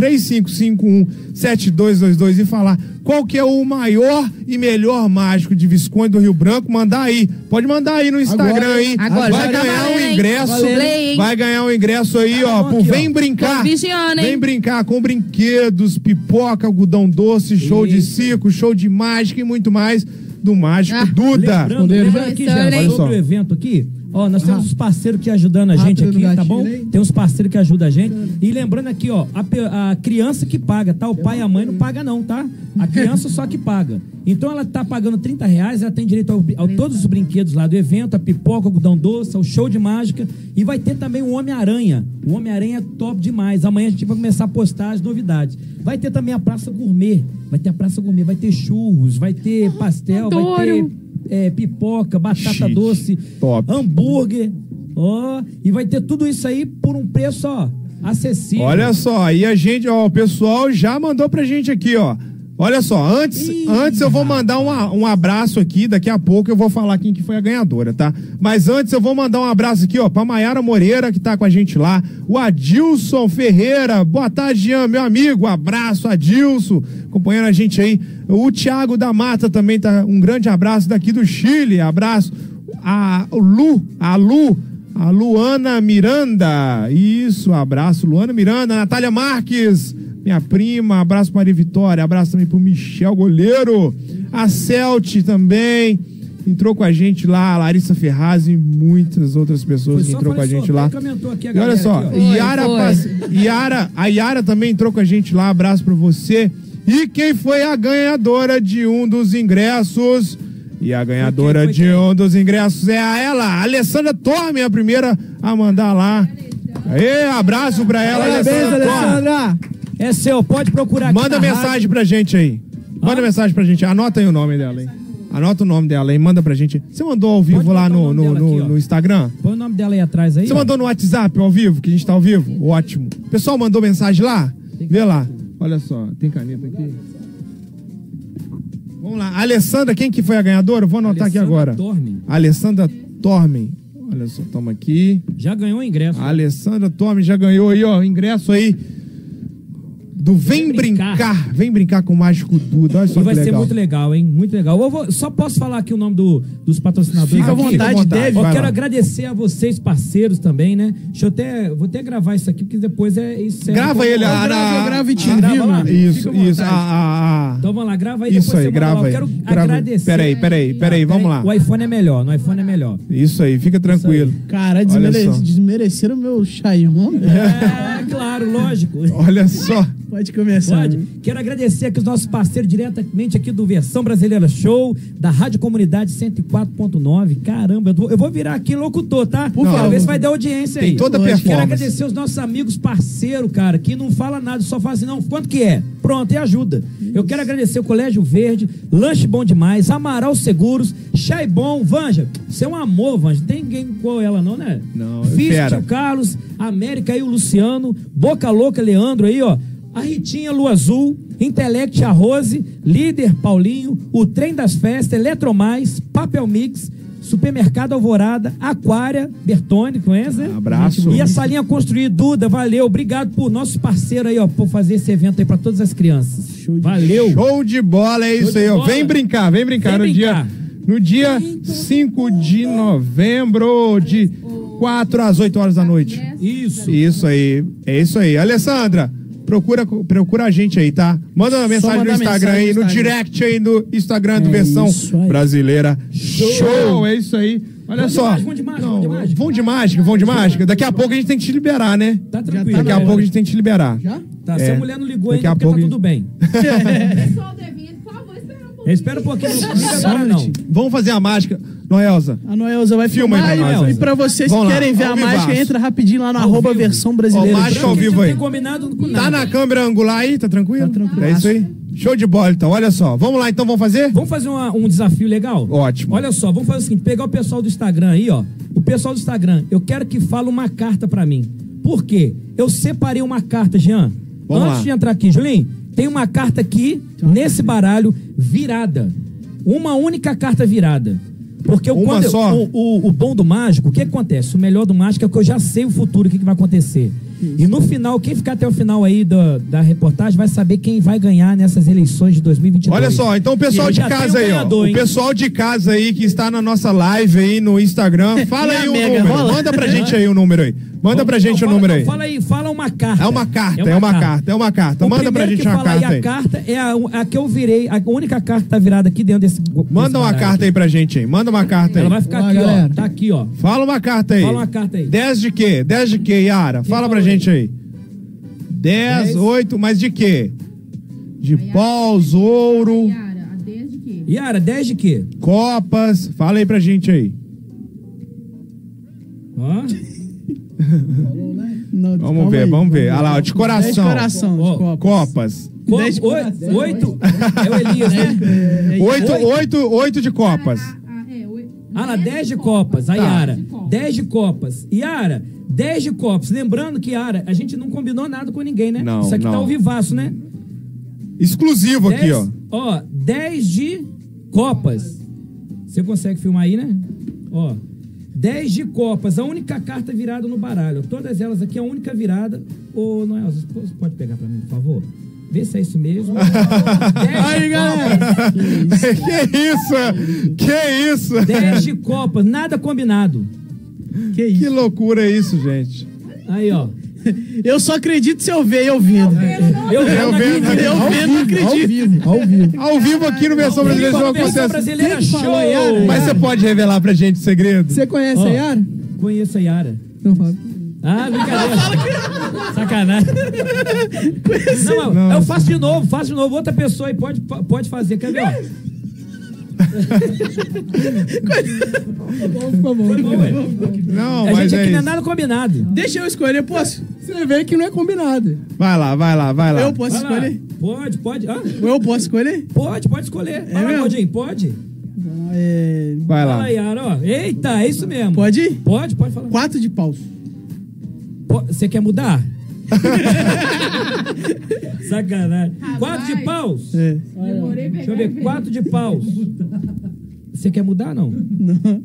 [SPEAKER 5] 35517222 e falar qual que é o maior e melhor mágico de Visconde do Rio Branco, mandar aí. Pode mandar aí no Instagram
[SPEAKER 8] Agora,
[SPEAKER 5] aí. vai
[SPEAKER 8] agora, já tá
[SPEAKER 5] ganhar
[SPEAKER 8] valendo,
[SPEAKER 5] um
[SPEAKER 8] hein?
[SPEAKER 5] ingresso.
[SPEAKER 8] Valendo, hein? Tá
[SPEAKER 5] Vai ganhar um ingresso aí, ó. Por vem brincar.
[SPEAKER 8] Tô vigiando, hein?
[SPEAKER 5] Vem brincar com brinquedos, pipoca, algodão doce, show de circo, show de mágica e muito mais do Mágico Duda.
[SPEAKER 12] Lembrando, lembrando aqui, já,
[SPEAKER 5] Olha só.
[SPEAKER 12] sobre o evento aqui,
[SPEAKER 4] Ó, nós temos os parceiros que ajudando a gente aqui, tá bom? Tem uns parceiros que ajudam a gente. E lembrando aqui, ó, a, pe- a criança que paga, tá? O pai e a mãe não paga não, tá? A criança só que paga. Então ela tá pagando 30 reais, ela tem direito ao, a todos os brinquedos lá do evento, a pipoca, o algodão doce, o show de mágica. E vai ter também o Homem-Aranha. O Homem-Aranha é top demais. Amanhã a gente vai começar a postar as novidades. Vai ter também a Praça Gourmet. Vai ter a Praça Gourmet, vai ter churros, vai ter pastel, vai ter
[SPEAKER 8] adoro!
[SPEAKER 4] é, pipoca, batata
[SPEAKER 5] Chique.
[SPEAKER 4] doce,
[SPEAKER 5] Top.
[SPEAKER 4] hambúrguer, ó, e vai ter tudo isso aí por um preço, ó, acessível.
[SPEAKER 5] Olha só, aí a gente, ó, o pessoal já mandou pra gente aqui, ó. Olha só, antes, antes eu vou mandar um, a- um abraço aqui, daqui a pouco eu vou falar quem que foi a ganhadora, tá? Mas antes eu vou mandar um abraço aqui, ó, pra Maiara Moreira, que tá com a gente lá, o Adilson Ferreira, boa tarde, Jean, meu amigo, abraço, Adilson, acompanhando a gente aí. O Thiago da Mata também tá, um grande abraço daqui do Chile, abraço. A Lu, a Lu, a Luana Miranda. Isso, um abraço, Luana Miranda. Natália Marques, minha prima. Abraço para Maria Vitória. Abraço também para o Michel Goleiro. A Celt também. Entrou com a gente lá, a Larissa Ferraz e muitas outras pessoas que entrou com a gente lá.
[SPEAKER 4] assim, Comentou aqui a
[SPEAKER 5] E olha
[SPEAKER 4] galera
[SPEAKER 5] só,
[SPEAKER 4] aqui, ó.
[SPEAKER 5] Yara, Pas- Yara- a Yara também entrou com a gente lá, abraço pra você. E quem foi a ganhadora de um dos ingressos? E a ganhadora de um dos ingressos é a ela, a Alessandra Torme, a primeira a mandar lá. Aê, abraço pra ela,
[SPEAKER 4] Parabéns,
[SPEAKER 5] Alessandra. Torme.
[SPEAKER 4] Alessandra. Tá É seu, pode procurar aqui
[SPEAKER 5] Manda
[SPEAKER 4] na
[SPEAKER 5] mensagem pra gente aí. Manda mensagem pra gente. Anota aí o nome dela aí. Anota o nome dela aí, manda pra gente. Você mandou ao vivo lá no, no, no- no Instagram?
[SPEAKER 4] Põe o nome dela aí atrás aí.
[SPEAKER 5] Você mandou no WhatsApp ao vivo, que a gente tá ao vivo? Ótimo. O pessoal mandou mensagem lá? Vê lá. Olha só, tem caneta aqui. Vamos lá. Alessandra, quem que foi a ganhadora? Eu Vou anotar aqui agora.
[SPEAKER 4] Tormen.
[SPEAKER 5] Alessandra Tormen. Olha só, toma aqui.
[SPEAKER 4] Já ganhou o ingresso.
[SPEAKER 5] A Alessandra Tormen já ganhou aí, ó, o ingresso aí do Vem, brincar. Vem Brincar com o Mágico Duda. Olha só
[SPEAKER 4] E vai
[SPEAKER 5] que legal.
[SPEAKER 4] ser muito legal, hein? Muito legal. Eu vou- só posso falar aqui o nome do- dos patrocinadores.
[SPEAKER 5] Fica à
[SPEAKER 4] aqui?
[SPEAKER 5] vontade, deve,
[SPEAKER 4] Eu
[SPEAKER 5] vai
[SPEAKER 4] quero
[SPEAKER 5] lá.
[SPEAKER 4] agradecer a vocês, parceiros também, né? Deixa eu até. Vou até gravar isso aqui, porque depois é isso. é-
[SPEAKER 5] Grava ele.
[SPEAKER 4] Eu
[SPEAKER 5] a-
[SPEAKER 4] gravo, eu gravo e te
[SPEAKER 5] a-
[SPEAKER 4] envio,
[SPEAKER 5] grava lá.
[SPEAKER 4] mano. Fica
[SPEAKER 5] Isso, Ah,
[SPEAKER 4] à
[SPEAKER 5] isso.
[SPEAKER 4] vontade.
[SPEAKER 5] a- a- a-
[SPEAKER 4] Então vamos lá, grava aí,
[SPEAKER 5] Isso aí,
[SPEAKER 4] depois você manda lá.
[SPEAKER 5] grava
[SPEAKER 4] Eu
[SPEAKER 5] aí.
[SPEAKER 4] quero
[SPEAKER 5] grava.
[SPEAKER 4] agradecer.
[SPEAKER 5] Peraí, peraí, peraí, vamos lá.
[SPEAKER 4] O iPhone é melhor, no iPhone é melhor.
[SPEAKER 5] Isso aí, fica tranquilo.
[SPEAKER 7] Cara, desmere...
[SPEAKER 5] Olha só.
[SPEAKER 7] desmereceram o meu Xiaomi.
[SPEAKER 4] É, claro, lógico.
[SPEAKER 5] Olha só.
[SPEAKER 7] Pode começar.
[SPEAKER 4] Pode. Quero agradecer aqui os nossos parceiros diretamente aqui do Versão Brasileira Show, da Rádio Comunidade 104.9. Caramba, eu vou, eu vou virar aqui locutor, tá? Por Quero
[SPEAKER 5] favor.
[SPEAKER 4] ver se vai dar audiência
[SPEAKER 5] Tem
[SPEAKER 4] aí.
[SPEAKER 5] toda a
[SPEAKER 4] Quero
[SPEAKER 5] performance.
[SPEAKER 4] agradecer os nossos amigos parceiros, cara, que não fala nada, só fala assim, não, quanto que é? Pronto, e ajuda. Eu quero agradecer o Colégio Verde, Lanche Bom Demais, Amaral Seguros, Chai Bom, Vanja, você é um amor, Vanja, não tem ninguém igual ela não, né?
[SPEAKER 5] Não,
[SPEAKER 4] Fist,
[SPEAKER 5] fera.
[SPEAKER 4] o Carlos, América e o Luciano, Boca Louca, Leandro aí, ó. A Ritinha Lua Azul, Intelect a Rose, Líder Paulinho, o Trem das Festas, Eletromais, Papel Mix, Supermercado Alvorada, Aquária, Bertone, conhece, né?
[SPEAKER 5] Ah, Abraço.
[SPEAKER 4] E a salinha construir, Duda, valeu. Obrigado por nosso parceiro aí, ó, por fazer esse evento aí pra todas as crianças. valeu.
[SPEAKER 5] Show de bola, é isso
[SPEAKER 4] de
[SPEAKER 5] aí, ó.
[SPEAKER 4] bola.
[SPEAKER 5] Vem brincar, vem brincar no
[SPEAKER 4] Vem brincar.
[SPEAKER 5] dia. No dia 5 de novembro, de 4 às 8 horas da noite.
[SPEAKER 4] Isso.
[SPEAKER 5] Isso aí, é isso aí. Alessandra, procura, procura a gente aí, tá? Manda uma mensagem no
[SPEAKER 7] mandar
[SPEAKER 5] Instagram
[SPEAKER 7] mensagem
[SPEAKER 5] aí,
[SPEAKER 7] no
[SPEAKER 5] no
[SPEAKER 7] Instagram.
[SPEAKER 5] direct aí do Instagram do
[SPEAKER 7] É
[SPEAKER 5] Versão
[SPEAKER 7] isso aí.
[SPEAKER 5] Brasileira. Show. é isso aí. Olha
[SPEAKER 4] Vão de
[SPEAKER 5] só.
[SPEAKER 4] mágica, vão de mágica,
[SPEAKER 5] Não,
[SPEAKER 4] vão de mágica.
[SPEAKER 5] Vão de mágica, vão de mágica. Daqui a pouco a gente tem que te liberar, né?
[SPEAKER 4] Tá tranquilo.
[SPEAKER 5] Daqui a
[SPEAKER 4] galera.
[SPEAKER 5] pouco a gente tem que te liberar.
[SPEAKER 7] Já?
[SPEAKER 4] Tá,
[SPEAKER 5] É.
[SPEAKER 4] se a mulher não ligou
[SPEAKER 5] Daqui
[SPEAKER 4] ainda,
[SPEAKER 5] a
[SPEAKER 4] porque
[SPEAKER 5] pouco
[SPEAKER 4] tá
[SPEAKER 5] a gente-
[SPEAKER 4] tudo bem. Espera
[SPEAKER 5] [laughs]
[SPEAKER 4] um pouquinho. Espera um pouquinho. não liga agora, Não.
[SPEAKER 5] Vamos fazer a mágica. Noelza,
[SPEAKER 7] A Noelza vai
[SPEAKER 5] Filma aí
[SPEAKER 7] filmar.
[SPEAKER 5] pra nós,
[SPEAKER 7] E
[SPEAKER 5] Elza.
[SPEAKER 7] pra vocês
[SPEAKER 5] Vamos
[SPEAKER 7] que
[SPEAKER 5] lá,
[SPEAKER 7] querem ver
[SPEAKER 5] ao
[SPEAKER 7] a mágica,
[SPEAKER 5] vivaço.
[SPEAKER 7] entra rapidinho lá no arroba versão brasileira.
[SPEAKER 5] Ó, mágica ao
[SPEAKER 4] A gente
[SPEAKER 5] vivo
[SPEAKER 4] não
[SPEAKER 5] aí.
[SPEAKER 4] tem combinado com
[SPEAKER 5] Tá
[SPEAKER 4] nada.
[SPEAKER 5] na câmera angular aí? Tá tranquilo? É isso aí? Show de bola, então. Olha só. Vamos lá, então, vamos fazer?
[SPEAKER 4] Vamos fazer uma- um desafio legal?
[SPEAKER 5] Ótimo.
[SPEAKER 4] Olha só, vamos fazer o seguinte: pegar o pessoal do Instagram aí, ó. O pessoal do Instagram, eu quero que fale uma carta pra mim. Por quê? Eu separei uma carta, Jean.
[SPEAKER 5] Vamos
[SPEAKER 4] Antes
[SPEAKER 5] lá.
[SPEAKER 4] de entrar aqui, Julinho, tem uma carta aqui, nesse baralho, virada. Uma única carta virada. Porque eu,
[SPEAKER 5] Uma
[SPEAKER 4] quando eu-
[SPEAKER 5] só?
[SPEAKER 4] o- o, o bom do mágico, o que acontece? O melhor do mágico é que eu já sei o futuro, o que, que vai acontecer. E no final, quem ficar até o final aí da, da reportagem vai saber quem vai ganhar nessas eleições de 2022.
[SPEAKER 5] Olha só, então o pessoal
[SPEAKER 4] Eu
[SPEAKER 5] de
[SPEAKER 4] já tenho
[SPEAKER 5] casa aí, ó.
[SPEAKER 4] ganhador,
[SPEAKER 5] O
[SPEAKER 4] hein?
[SPEAKER 5] pessoal de casa aí que está na nossa live aí no Instagram, fala
[SPEAKER 7] E a
[SPEAKER 4] [laughs]
[SPEAKER 5] aí o
[SPEAKER 7] Mega,
[SPEAKER 5] número.
[SPEAKER 7] rola?
[SPEAKER 5] Manda pra gente aí o número aí. Manda pra gente
[SPEAKER 4] Não,
[SPEAKER 5] o
[SPEAKER 4] fala-
[SPEAKER 5] número
[SPEAKER 4] não,
[SPEAKER 5] aí.
[SPEAKER 4] Fala aí, fala uma carta.
[SPEAKER 5] É uma carta, é uma carta, é uma carta.
[SPEAKER 4] O
[SPEAKER 5] Manda pra
[SPEAKER 4] primeiro
[SPEAKER 5] gente
[SPEAKER 4] que
[SPEAKER 5] uma
[SPEAKER 4] fala
[SPEAKER 5] carta
[SPEAKER 4] aí.
[SPEAKER 5] aí.
[SPEAKER 4] A carta é a, a que eu virei, a única carta que tá virada aqui dentro desse.
[SPEAKER 5] Manda uma carta aí pra gente, hein? Manda uma carta aí.
[SPEAKER 4] Ela vai ficar aqui, ó. Tá aqui, ó.
[SPEAKER 5] Fala uma carta aí.
[SPEAKER 4] Fala uma carta aí.
[SPEAKER 5] 10 de quê? 10 de quê, Yara? Fala pra gente aí. 10, 8, mas de quê? De paus, ouro.
[SPEAKER 4] Yara, 10 de quê?
[SPEAKER 5] Copas. Fala aí pra gente aí.
[SPEAKER 4] [laughs] Ó.
[SPEAKER 7] Não,
[SPEAKER 5] Vamos ver, vamos ver. Olha lá, ó, de coração.
[SPEAKER 7] Dez coração, de copas.
[SPEAKER 5] Copas.
[SPEAKER 4] Co- oito, oito. É o Elias, né?
[SPEAKER 5] 8, 8, 8 de copas.
[SPEAKER 4] Ah lá, 10 de copas. A
[SPEAKER 5] Tá.
[SPEAKER 4] Yara, 10 de copas. Yara, 10 de copas. Lembrando que, Yara, a gente não combinou nada com ninguém, né?
[SPEAKER 5] Não,
[SPEAKER 4] Isso aqui
[SPEAKER 5] não.
[SPEAKER 4] tá ao vivaço, né?
[SPEAKER 5] Exclusivo aqui,
[SPEAKER 4] Dez-
[SPEAKER 5] ó.
[SPEAKER 4] Ó, 10 de copas. Você consegue filmar aí, né? Ó, 10 de copas. A única carta virada no baralho. Todas elas aqui, a única virada. Ô, Noel, você po- pode pegar pra mim, por favor? Vê se é
[SPEAKER 5] [laughs]
[SPEAKER 4] isso mesmo. Aí, galera!
[SPEAKER 5] [laughs] Que isso? Que isso?
[SPEAKER 4] 10 de copas, nada combinado.
[SPEAKER 7] Que isso?
[SPEAKER 5] Que loucura é isso, gente?
[SPEAKER 4] Aí, ó.
[SPEAKER 7] Eu só acredito se eu ver eu vendo.
[SPEAKER 4] Eu vendo,
[SPEAKER 7] eu vendo, eu vendo, não acredito.
[SPEAKER 5] Ao vivo. Ao vivo aqui no Versão Brasileira Show
[SPEAKER 4] Versão
[SPEAKER 5] acontece.
[SPEAKER 4] Brasileira
[SPEAKER 5] Tem que
[SPEAKER 4] Show.
[SPEAKER 5] falar, Yara. Mas você pode revelar pra gente o segredo?
[SPEAKER 3] Você conhece
[SPEAKER 4] Ó,
[SPEAKER 3] a Yara?
[SPEAKER 4] Conheço a Yara.
[SPEAKER 3] Não fala.
[SPEAKER 4] Ah, brincadeira. Sacanagem. Não, eu faço de novo, faço de novo. Outra pessoa aí pode, pode fazer. Quer ver, ó?
[SPEAKER 7] tá
[SPEAKER 3] Ficou bom.
[SPEAKER 4] Foi bom, velho.
[SPEAKER 5] Não,
[SPEAKER 4] a
[SPEAKER 5] mas
[SPEAKER 4] gente
[SPEAKER 5] é
[SPEAKER 4] aqui não é
[SPEAKER 5] isso.
[SPEAKER 4] nada combinado.
[SPEAKER 7] Deixa eu escolher, posso?
[SPEAKER 3] Você vê que não é combinado.
[SPEAKER 5] Vai lá, vai lá, vai lá.
[SPEAKER 7] Eu posso
[SPEAKER 4] Vai lá.
[SPEAKER 7] escolher?
[SPEAKER 4] Pode, pode. Ah,
[SPEAKER 7] Eu posso escolher?
[SPEAKER 4] pode, pode escolher.
[SPEAKER 7] É
[SPEAKER 4] Vai lá,
[SPEAKER 7] mesmo?
[SPEAKER 4] Gordinho, pode?
[SPEAKER 7] É...
[SPEAKER 5] Vai
[SPEAKER 4] Fala
[SPEAKER 5] lá.
[SPEAKER 4] aí, Yara, ó. Eita, é isso mesmo.
[SPEAKER 7] Pode ir?
[SPEAKER 4] Pode, pode falar.
[SPEAKER 7] Quatro de paus.
[SPEAKER 4] Po- Você quer mudar? Sacanagem. Quatro de paus.
[SPEAKER 7] É.
[SPEAKER 8] Demorei pra
[SPEAKER 4] Deixa eu ver, quatro de paus. Você quer mudar, não?
[SPEAKER 7] Não,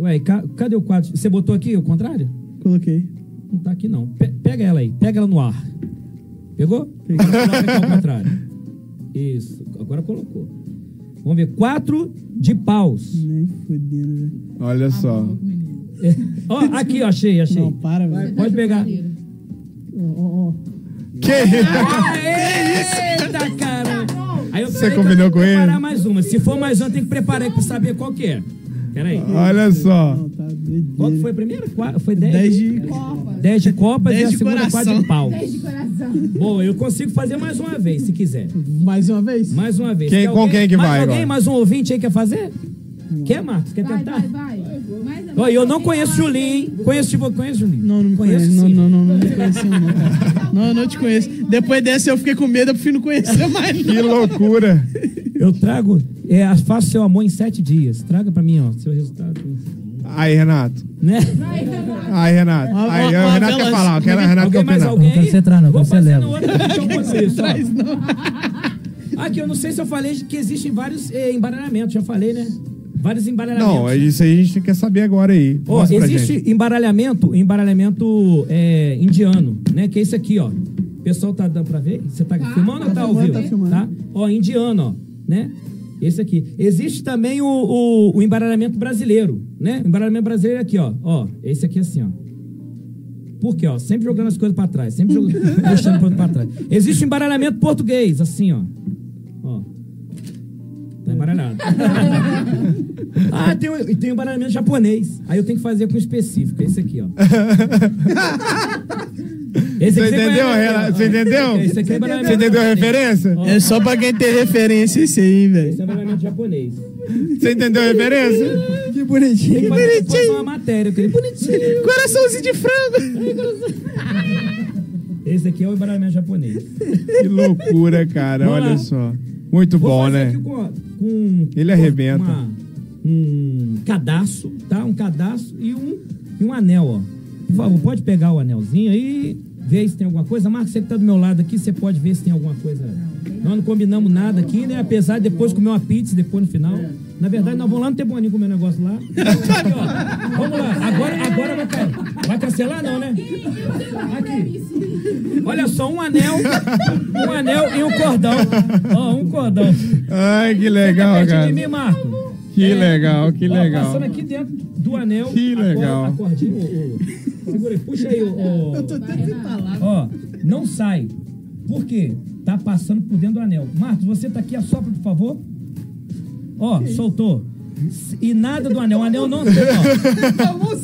[SPEAKER 4] Ué, ca- cadê o quatro? Você botou aqui o contrário?
[SPEAKER 7] coloquei.
[SPEAKER 4] Não tá aqui, não. Pe- pega ela aí, pega ela no ar. Pegou? Pegou. ao contrário. Isso, agora colocou. Vamos ver, quatro de paus.
[SPEAKER 7] Nem fudendo, né? velho.
[SPEAKER 4] Tá
[SPEAKER 5] Olha só.
[SPEAKER 4] Ó, aqui, ó, achei, achei.
[SPEAKER 7] Não, para, velho.
[SPEAKER 4] Pode pegar.
[SPEAKER 7] Ó, ó, ó.
[SPEAKER 5] Que isso?
[SPEAKER 4] Eita, cara! Aí eu
[SPEAKER 5] Você
[SPEAKER 4] falei que eu
[SPEAKER 5] combinou
[SPEAKER 4] tenho que
[SPEAKER 5] com ele?
[SPEAKER 4] preparar mais uma. Se for mais uma, tem que preparar aí pra saber qual que é. Pera aí.
[SPEAKER 5] Olha só.
[SPEAKER 7] Não, tá doideira.
[SPEAKER 4] Qual que foi a primeira? Qua- Foi 10?
[SPEAKER 7] Dez de...
[SPEAKER 4] Dez de copas
[SPEAKER 7] Dez
[SPEAKER 4] e a
[SPEAKER 7] de
[SPEAKER 4] segunda
[SPEAKER 7] coração.
[SPEAKER 4] 4 de pau.
[SPEAKER 8] Dez de coração.
[SPEAKER 4] Bom, eu consigo fazer mais uma vez, se quiser.
[SPEAKER 7] Mais uma vez?
[SPEAKER 4] Mais uma vez.
[SPEAKER 5] Quem-
[SPEAKER 4] Quer
[SPEAKER 5] com
[SPEAKER 4] alguém-
[SPEAKER 5] quem que
[SPEAKER 4] mais
[SPEAKER 5] vai
[SPEAKER 4] alguém,
[SPEAKER 5] agora?
[SPEAKER 4] mais um ouvinte aí quer fazer? Quer, Marcos? Quer
[SPEAKER 8] Vai,
[SPEAKER 4] tentar?
[SPEAKER 8] vai, vai. Mais ou
[SPEAKER 4] Ó,
[SPEAKER 8] menos
[SPEAKER 4] eu não
[SPEAKER 8] alguém
[SPEAKER 4] conheço o
[SPEAKER 8] fala
[SPEAKER 4] Julinho, hein? Conheço, tipo, conheço o Julinho.
[SPEAKER 7] Não, não me
[SPEAKER 4] Conheço
[SPEAKER 7] conheço. não,
[SPEAKER 4] sim.
[SPEAKER 7] não, não, não me conheço, não, cara. Não, eu não te conheço. Depois dessa eu fiquei com medo, eu prefiro não conhecer mais. não.
[SPEAKER 5] Que loucura.
[SPEAKER 4] Eu trago, é, faço seu amor em sete dias. Traga pra mim, ó, seu resultado.
[SPEAKER 5] Aí, Renato.
[SPEAKER 4] Né?
[SPEAKER 5] Aí, Renato.
[SPEAKER 7] Uma-
[SPEAKER 5] Aí,
[SPEAKER 7] uma-
[SPEAKER 5] o
[SPEAKER 7] uma
[SPEAKER 5] Renato
[SPEAKER 7] bela-
[SPEAKER 5] quer falar. Quer, Renato quer
[SPEAKER 4] Alguém mais
[SPEAKER 5] opinar.
[SPEAKER 4] alguém?
[SPEAKER 9] Não quero
[SPEAKER 4] aí?
[SPEAKER 9] você entrar, não,
[SPEAKER 4] Vou
[SPEAKER 9] você
[SPEAKER 4] fazer
[SPEAKER 9] leva.
[SPEAKER 4] na outra, então, enquanto isso, ó.
[SPEAKER 7] Mas não.
[SPEAKER 4] Aqui, eu não sei se eu falei que existem vários eh, embaralhamentos, já falei, né? Vários embaralhamentos.
[SPEAKER 5] Não, é isso aí a gente quer saber agora aí.
[SPEAKER 4] Ó,
[SPEAKER 5] Mostra pra gente.
[SPEAKER 4] existe embaralhamento, embaralhamento é, indiano, né? Que é esse aqui, ó. O pessoal tá dando pra ver? Você tá, filmando ou tá ao
[SPEAKER 7] filmando,
[SPEAKER 4] vivo?
[SPEAKER 7] tá filmando.
[SPEAKER 4] Tá? Ó, indiano, ó, né? Esse aqui. Existe também o, o, o embaralhamento brasileiro, né? O embaralhamento brasileiro é aqui, ó. Ó, esse aqui assim, ó. Por quê, ó? Sempre jogando as coisas pra trás, sempre jogando, [laughs] puxando pra, pra trás. Existe o embaralhamento português, assim, ó. Ó. Tá embaralhado. [laughs] Ah, tem, o- tem o embaralhamento japonês. Aí eu tenho que fazer com específico.
[SPEAKER 5] [laughs]
[SPEAKER 4] Esse aqui, ó. Esse
[SPEAKER 5] Você
[SPEAKER 4] aqui
[SPEAKER 5] entendeu,
[SPEAKER 4] conhece,
[SPEAKER 5] Renato?
[SPEAKER 4] ó.
[SPEAKER 5] Você entendeu?
[SPEAKER 4] Esse aqui é embaralhamento.
[SPEAKER 5] Você entendeu a referência?
[SPEAKER 7] É só pra quem tem referência isso aí,
[SPEAKER 4] Esse é
[SPEAKER 7] velho.
[SPEAKER 4] embaralhamento japonês.
[SPEAKER 5] Você entendeu a referência?
[SPEAKER 3] Que bonitinho.
[SPEAKER 4] Tem que fazer depois uma matéria. aquele Bonitinho.
[SPEAKER 7] Coraçãozinho de frango.
[SPEAKER 4] Esse aqui é o embaralhamento japonês.
[SPEAKER 5] Que loucura, cara.
[SPEAKER 4] Vamos lá.
[SPEAKER 5] Olha só. Muito
[SPEAKER 4] Vou
[SPEAKER 5] bom,
[SPEAKER 4] fazer
[SPEAKER 5] né?
[SPEAKER 4] aqui com, com-
[SPEAKER 5] Ele
[SPEAKER 4] com
[SPEAKER 5] arrebenta.
[SPEAKER 4] uma- um cadastro, tá? Um cadastro e um, e um anel, ó. Por favor, pode pegar o anelzinho aí, ver se tem alguma coisa. Marcos, você que tá do meu lado aqui, você pode ver se tem alguma coisa. Nós não combinamos nada aqui, né? Apesar de depois comer uma pizza depois no final. Na verdade, nós vamos lá no Teboninho comer um negócio lá. Aqui, ó. Vamos lá. Agora, agora vai, ca- vai cancelar, não, né? Aqui. Olha só, um anel, um anel e um cordão. Ó, um cordão.
[SPEAKER 5] Ai, que
[SPEAKER 4] Tá
[SPEAKER 5] legal,
[SPEAKER 4] perdido
[SPEAKER 5] cara.
[SPEAKER 4] em tá mim, É Marco.
[SPEAKER 5] Que Que
[SPEAKER 4] É.
[SPEAKER 5] legal, que
[SPEAKER 4] Ó,
[SPEAKER 5] legal.
[SPEAKER 4] Passando aqui dentro do anel.
[SPEAKER 5] Que
[SPEAKER 4] a corda-
[SPEAKER 5] legal.
[SPEAKER 4] A cordinha, ô, ô. Segura aí, puxa aí, ô. ô.
[SPEAKER 7] Eu tô até sem palavras.
[SPEAKER 4] Ó, não sai. Por quê? Tá passando por dentro do anel. Marcos, você tá aqui, assopra, por favor. Ó, soltou. E nada do anel. O anel não tem,
[SPEAKER 7] Tá
[SPEAKER 4] ó.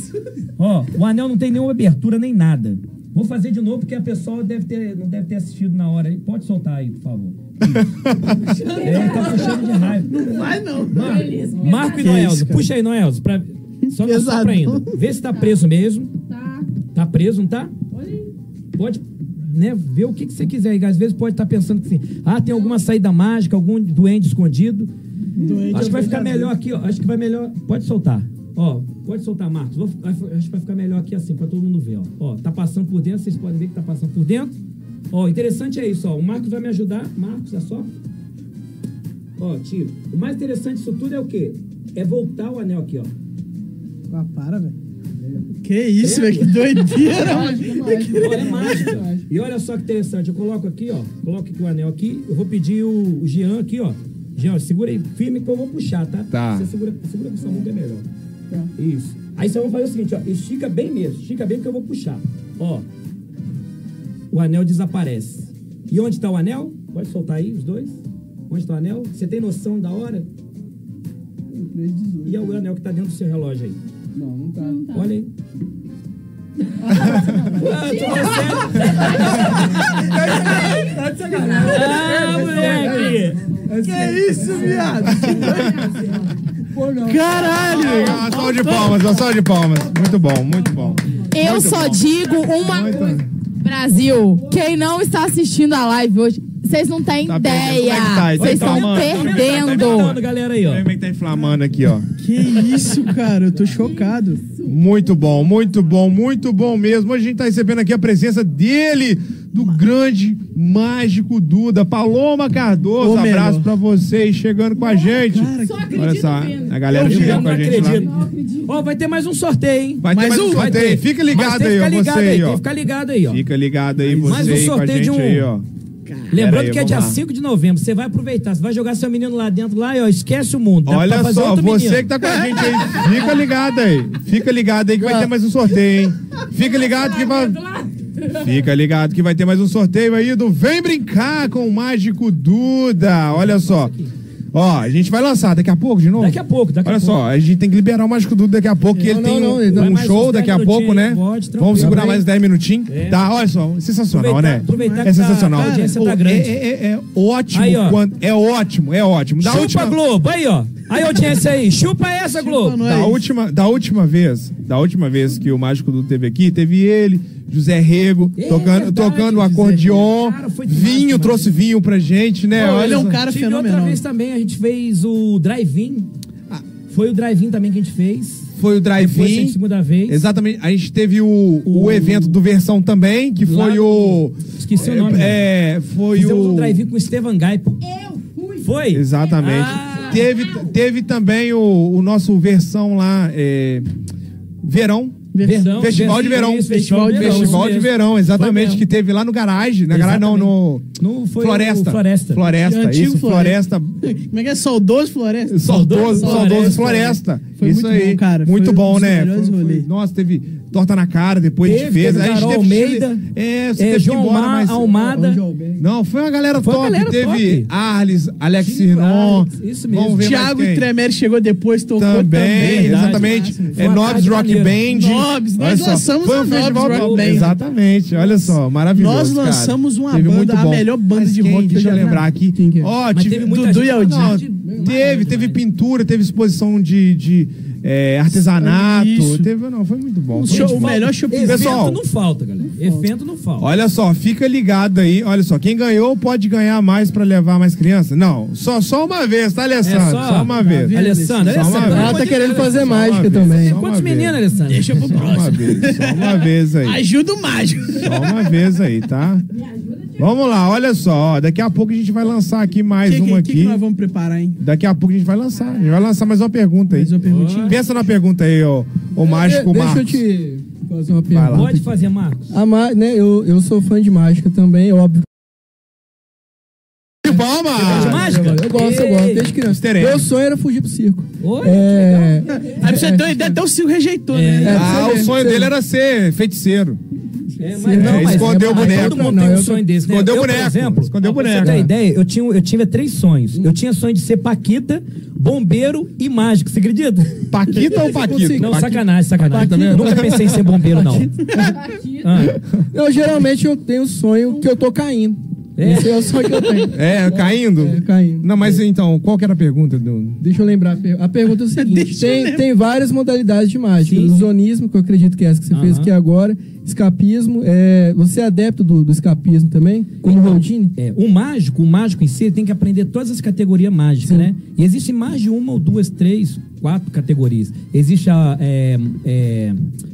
[SPEAKER 4] ó, o anel não tem nenhuma abertura nem nada. Vou fazer de novo porque a pessoa deve ter, não deve ter assistido na hora. aí. Pode soltar aí, por favor.
[SPEAKER 7] [laughs]
[SPEAKER 4] Isso. Ele tá puxando de raiva.
[SPEAKER 7] Não vai, não.
[SPEAKER 4] Marco, Marco e Noelzo. Puxa aí, Noelzo. Pra... Só não assopra ainda. Vê se tá preso mesmo.
[SPEAKER 8] Tá.
[SPEAKER 4] Tá preso, não tá? Pode né, ver o que, que você quiser. aí. Às vezes pode estar pensando que assim, ah, tem alguma saída mágica, algum duende escondido.
[SPEAKER 7] Doente
[SPEAKER 4] acho que Então vai ficar
[SPEAKER 7] verdadeiro.
[SPEAKER 4] melhor aqui, ó. Acho que vai melhor. Pode soltar. Ó, pode soltar, Marcos. Vou- acho que vai ficar melhor aqui assim, pra todo mundo ver, ó. Ó, tá passando por dentro, vocês podem ver que tá passando por dentro. Ó, interessante é isso, ó. O Marcos vai me ajudar. Marcos, é só. Ó, tiro. O mais interessante disso tudo é o quê? É voltar o anel aqui, ó.
[SPEAKER 7] Ah, para, velho. Que isso, velho, que doideira, mano.
[SPEAKER 4] Olha, é mágica. E olha só que interessante, eu coloco aqui, ó. Coloco aqui o anel aqui. Eu vou pedir o, o Jean aqui, ó. Jean, segura aí firme que eu vou puxar, tá?
[SPEAKER 5] Tá.
[SPEAKER 4] Você segura, segura com sua mão que é melhor. Isso. Aí você vai fazer o seguinte, ó. Estica bem mesmo. Estica bem que eu vou puxar. Ó. O anel desaparece. E onde tá o anel? Pode soltar aí os dois. Onde tá o anel? Você tem noção da hora? E é o anel que tá dentro do seu relógio aí.
[SPEAKER 10] Não, não tá.
[SPEAKER 4] Olha aí.
[SPEAKER 10] Tá de sacanagem.
[SPEAKER 4] Ah, moleque!
[SPEAKER 10] Que isso, viado? Pô, não.
[SPEAKER 5] Caralho! Uma salva de palmas, uma salva de palmas. Muito bom, muito bom.
[SPEAKER 8] Eu só digo uma coisa. Brasil, quem não está assistindo a live hoje, vocês não têm
[SPEAKER 7] Tá é
[SPEAKER 8] ideia.
[SPEAKER 7] Então
[SPEAKER 8] Vocês estão perdendo.
[SPEAKER 4] Tá galera aí, ó.
[SPEAKER 5] Como é que tá inflamando aqui, ó?
[SPEAKER 7] Que isso, cara, eu tô chocado.
[SPEAKER 5] Muito bom, muito bom, muito bom mesmo. Hoje a gente tá recebendo aqui a presença dele, do grande mágico Duda, Paloma Cardoso.
[SPEAKER 7] Ô, meu.
[SPEAKER 5] abraço pra vocês chegando com a gente.
[SPEAKER 7] Só
[SPEAKER 5] Olha só, a galera
[SPEAKER 4] Eu
[SPEAKER 5] chegando
[SPEAKER 4] não
[SPEAKER 5] com a gente
[SPEAKER 4] acredito.
[SPEAKER 5] lá.
[SPEAKER 4] Ó, vai ter mais um sorteio, hein?
[SPEAKER 5] Vai ter mais um sorteio.
[SPEAKER 4] ter.
[SPEAKER 5] Fica ligado
[SPEAKER 4] Mas tem
[SPEAKER 5] aí,
[SPEAKER 4] que
[SPEAKER 5] ó,
[SPEAKER 4] ficar ligado
[SPEAKER 5] você aí,
[SPEAKER 4] aí,
[SPEAKER 5] ó.
[SPEAKER 4] Tem que ficar ligado aí, ó.
[SPEAKER 5] Fica ligado aí, você
[SPEAKER 4] Mais um
[SPEAKER 5] aí com a
[SPEAKER 4] sorteio de
[SPEAKER 5] gente
[SPEAKER 4] um-
[SPEAKER 5] aí, ó.
[SPEAKER 4] Lembrando
[SPEAKER 5] Pera aí,
[SPEAKER 4] que é
[SPEAKER 5] vamos
[SPEAKER 4] dia
[SPEAKER 5] lá.
[SPEAKER 4] 5 de novembro. Você vai aproveitar. Você vai jogar seu menino lá dentro, lá e ó, esquece o mundo. Dá pra
[SPEAKER 5] Olha
[SPEAKER 4] fazer
[SPEAKER 5] só,
[SPEAKER 4] outro
[SPEAKER 5] você
[SPEAKER 4] menino.
[SPEAKER 5] que tá com a gente aí,
[SPEAKER 4] [laughs]
[SPEAKER 5] fica ligado aí. Fica ligado aí que vai ter mais um sorteio, hein? Fica ligado que vai. Fica ligado que vai ter mais um sorteio aí do Vem Brincar com o Mágico Duda. Olha só. Ó, a gente vai lançar daqui a pouco de novo? Daqui
[SPEAKER 4] a pouco, daqui
[SPEAKER 5] a pouco. Olha só, a gente tem que liberar o Mágico Duda daqui a pouco, que
[SPEAKER 4] Não,
[SPEAKER 5] ele
[SPEAKER 4] não,
[SPEAKER 5] tem
[SPEAKER 4] não,
[SPEAKER 5] um,
[SPEAKER 4] ele dá
[SPEAKER 5] um
[SPEAKER 4] mais
[SPEAKER 5] show
[SPEAKER 4] uns
[SPEAKER 5] daqui a
[SPEAKER 4] 10
[SPEAKER 5] pouco, né?
[SPEAKER 4] minutinhos, pode, tranquilo.
[SPEAKER 5] Vamos segurar
[SPEAKER 4] Também.
[SPEAKER 5] mais 10 minutinhos.
[SPEAKER 4] É.
[SPEAKER 5] Tá, olha só, sensacional,
[SPEAKER 4] Aproveitar-
[SPEAKER 5] né?
[SPEAKER 4] aproveitar que
[SPEAKER 5] É
[SPEAKER 4] tá-
[SPEAKER 5] sensacional.
[SPEAKER 4] a audiência tá
[SPEAKER 5] É-
[SPEAKER 4] grande.
[SPEAKER 5] É, é- é ótimo
[SPEAKER 4] Aí, ó.
[SPEAKER 5] quando. É ótimo, é ótimo. Da
[SPEAKER 4] Chupa,
[SPEAKER 5] última...
[SPEAKER 4] um Globo. Aí, ó. Aí, audiência aí. Chupa essa, Globo.
[SPEAKER 5] Da última, da última vez, da última vez que o Mágico Dudu teve aqui, teve ele, José Rego,
[SPEAKER 4] É
[SPEAKER 5] tocando, tocando o acordeon, vinho, trouxe vinho pra gente, né?
[SPEAKER 4] Pô,
[SPEAKER 5] Olha
[SPEAKER 4] só.
[SPEAKER 5] só.
[SPEAKER 4] Tive outra vez também, a gente fez o drive-in. Foi o drive-in também que a gente fez.
[SPEAKER 5] Foi o
[SPEAKER 4] Foi a
[SPEAKER 5] drive-in.
[SPEAKER 4] segunda vez.
[SPEAKER 5] Exatamente. A gente teve o, o evento do Versão também, que
[SPEAKER 4] Lá
[SPEAKER 5] foi
[SPEAKER 4] no-
[SPEAKER 5] o.
[SPEAKER 4] Esqueci o nome.
[SPEAKER 5] É, foi
[SPEAKER 4] Fizemos
[SPEAKER 5] o.
[SPEAKER 4] um drive-in com o Estevan Gaipo. Eu fui. Foi?
[SPEAKER 5] Exatamente.
[SPEAKER 4] Ah.
[SPEAKER 5] Teve, teve também o, o nosso versão lá, é, Verão.
[SPEAKER 4] Verão,
[SPEAKER 5] Festival de
[SPEAKER 4] verão,
[SPEAKER 5] Verão.
[SPEAKER 4] isso, festival de verão,
[SPEAKER 5] Festival
[SPEAKER 4] isso
[SPEAKER 5] de
[SPEAKER 4] mesmo.
[SPEAKER 5] verão,
[SPEAKER 4] Foi
[SPEAKER 5] exatamente.
[SPEAKER 4] mesmo.
[SPEAKER 5] Que teve lá no garagem. Na garagem, não, no.
[SPEAKER 4] No foi
[SPEAKER 5] Floresta.
[SPEAKER 4] o Floresta.
[SPEAKER 5] Floresta,
[SPEAKER 7] Antigo
[SPEAKER 5] isso, Floresta.
[SPEAKER 7] Como é que é? Saudoso Floresta?
[SPEAKER 5] Saudoso, saudoso Floresta.
[SPEAKER 7] Foi
[SPEAKER 5] isso
[SPEAKER 7] muito
[SPEAKER 5] aí.
[SPEAKER 7] bom, cara.
[SPEAKER 5] Muito
[SPEAKER 7] Foi um
[SPEAKER 5] bom,
[SPEAKER 7] dos
[SPEAKER 5] né?
[SPEAKER 7] melhores
[SPEAKER 5] Foi- foi-
[SPEAKER 7] rolês.
[SPEAKER 5] nossa, teve torta na cara, depois a gente
[SPEAKER 4] Teve,
[SPEAKER 5] fez.
[SPEAKER 4] teve
[SPEAKER 5] aí a gente
[SPEAKER 4] Carol
[SPEAKER 5] teve-
[SPEAKER 4] Almeida,
[SPEAKER 5] É,
[SPEAKER 4] é,
[SPEAKER 5] você teve
[SPEAKER 4] João
[SPEAKER 5] que ir embora,
[SPEAKER 4] Ma-
[SPEAKER 5] mas.
[SPEAKER 4] Almada.
[SPEAKER 5] Não, foi uma galera
[SPEAKER 4] Foi uma
[SPEAKER 5] top.
[SPEAKER 4] galera
[SPEAKER 5] teve
[SPEAKER 4] top.
[SPEAKER 5] Arles, Alex Sirnon.
[SPEAKER 4] isso
[SPEAKER 5] mesmo. Vamos ver mais
[SPEAKER 7] Thiago
[SPEAKER 5] quem.
[SPEAKER 7] Tremere chegou depois, tocou
[SPEAKER 5] Também,
[SPEAKER 7] também.
[SPEAKER 5] exatamente.
[SPEAKER 7] Foi
[SPEAKER 5] É
[SPEAKER 7] uma
[SPEAKER 5] Nobs
[SPEAKER 7] tarde
[SPEAKER 5] Rock
[SPEAKER 7] maneira.
[SPEAKER 5] Band.
[SPEAKER 7] Nobs, nós
[SPEAKER 5] Olha só,
[SPEAKER 7] lançamos
[SPEAKER 5] foi
[SPEAKER 7] a
[SPEAKER 5] um
[SPEAKER 7] Nobs
[SPEAKER 5] festival
[SPEAKER 7] Rock
[SPEAKER 5] bom.
[SPEAKER 7] Band.
[SPEAKER 5] Exatamente, olha só, maravilhoso.
[SPEAKER 7] Nós
[SPEAKER 5] cara.
[SPEAKER 7] lançamos uma
[SPEAKER 5] Teve
[SPEAKER 7] banda,
[SPEAKER 5] muito
[SPEAKER 7] a
[SPEAKER 5] bom.
[SPEAKER 7] melhor banda
[SPEAKER 5] Mas
[SPEAKER 7] de
[SPEAKER 5] quem?
[SPEAKER 7] rock que
[SPEAKER 5] Deixa
[SPEAKER 7] já
[SPEAKER 5] eu lembrar aqui. Ó,
[SPEAKER 4] Mas
[SPEAKER 5] tive
[SPEAKER 4] teve muita
[SPEAKER 5] Dudu
[SPEAKER 4] gente
[SPEAKER 5] e Aldir.
[SPEAKER 4] na
[SPEAKER 5] Teve, teve pintura, teve exposição de, de é, artesanato.
[SPEAKER 7] Isso.
[SPEAKER 5] Teve, não, foi muito bom.
[SPEAKER 7] Um
[SPEAKER 5] Foi
[SPEAKER 7] show,
[SPEAKER 5] muito
[SPEAKER 7] o
[SPEAKER 5] bom.
[SPEAKER 7] melhor show
[SPEAKER 4] Evento
[SPEAKER 5] Pessoal,
[SPEAKER 4] não falta, galera. Evento não falta.
[SPEAKER 5] Olha só, fica ligado aí. Olha só, quem ganhou pode ganhar mais pra levar mais criança? Não, só, só uma vez, tá, Alessandro?
[SPEAKER 4] É
[SPEAKER 5] só,
[SPEAKER 4] só-
[SPEAKER 5] uma vez.
[SPEAKER 4] Alessandro,
[SPEAKER 5] só
[SPEAKER 4] Alessandro,
[SPEAKER 5] uma
[SPEAKER 4] ela
[SPEAKER 5] vez.
[SPEAKER 4] tá querendo fazer
[SPEAKER 5] Só
[SPEAKER 4] mágica
[SPEAKER 5] uma vez,
[SPEAKER 4] também.
[SPEAKER 5] só
[SPEAKER 4] Tem quantos
[SPEAKER 5] uma vez.
[SPEAKER 4] meninos, Alessandro? Deixa eu pro
[SPEAKER 5] Só uma vez, só uma vez aí.
[SPEAKER 7] Ajuda o mágico.
[SPEAKER 5] Só uma vez aí, tá? Vamos lá, olha só. ó, Daqui a pouco a gente vai lançar aqui mais
[SPEAKER 7] que,
[SPEAKER 5] uma
[SPEAKER 7] que, que
[SPEAKER 5] aqui.
[SPEAKER 7] nós vamos preparar, hein?
[SPEAKER 5] Daqui a pouco a gente vai lançar. A gente vai lançar mais uma pergunta aí. Mais uma perguntinha. Pensa na pergunta aí, ô, ô mágico
[SPEAKER 3] Deixa
[SPEAKER 5] Marcos.
[SPEAKER 3] eu te fazer uma
[SPEAKER 5] Vai lá.
[SPEAKER 3] pergunta.
[SPEAKER 4] Pode fazer,
[SPEAKER 3] Ah,
[SPEAKER 4] Marcos.
[SPEAKER 3] A ma- né, eu, eu sou fã de mágica também, óbvio.
[SPEAKER 5] de palma!
[SPEAKER 3] Eu gosto, eu gosto, desde criança.
[SPEAKER 5] Easter egg.
[SPEAKER 3] Meu sonho era fugir pro circo.
[SPEAKER 4] Oi,
[SPEAKER 3] é...
[SPEAKER 7] Aí pra você ter uma ideia, até o Silvio rejeitou, né?
[SPEAKER 5] Ah, o sonho dele era ser feiticeiro.
[SPEAKER 4] É,
[SPEAKER 5] É,
[SPEAKER 4] mas não, mas,
[SPEAKER 5] escondeu o
[SPEAKER 4] mas
[SPEAKER 5] boneco.
[SPEAKER 4] Todo mundo
[SPEAKER 5] Não,
[SPEAKER 4] tem um
[SPEAKER 5] eu tô-
[SPEAKER 4] sonho desse, né?
[SPEAKER 5] escondeu o
[SPEAKER 4] eu,
[SPEAKER 5] boneco,
[SPEAKER 4] Por exemplo,
[SPEAKER 5] escondeu o
[SPEAKER 4] pra
[SPEAKER 5] boneco.
[SPEAKER 4] Você ter
[SPEAKER 5] É.
[SPEAKER 4] ideia, eu tinha, um- eu tinha três sonhos. Eu tinha sonho de ser Paquita, bombeiro e mágico. Você acredita?
[SPEAKER 5] Paquita é ou Paquito?
[SPEAKER 4] Não,
[SPEAKER 5] Paquito.
[SPEAKER 4] sacanagem, sacanagem.
[SPEAKER 3] Paquita mesmo?
[SPEAKER 4] Nunca pensei em ser bombeiro, não.
[SPEAKER 3] Eu geralmente eu tenho um sonho que eu tô caindo.
[SPEAKER 4] É.
[SPEAKER 3] Esse é o sonho que eu tenho.
[SPEAKER 5] É, caindo? É,
[SPEAKER 3] caindo.
[SPEAKER 5] Não, mas então, qual que era a pergunta? Do...
[SPEAKER 3] Deixa eu lembrar. a per- A pergunta é o seguinte:
[SPEAKER 5] Deixa eu
[SPEAKER 3] tem,
[SPEAKER 5] lembrar.
[SPEAKER 3] tem várias modalidades de mágica. Ilusionismo, que eu acredito que é essa que você fez
[SPEAKER 4] Aham.
[SPEAKER 3] aqui agora. Escapismo. é, Você é adepto do, do escapismo também? Como o Rodine?
[SPEAKER 4] É, o mágico, o mágico em si, ele tem que aprender todas as categorias mágicas, né? E existe mais de uma ou duas, três, quatro categorias. Existe a é, é,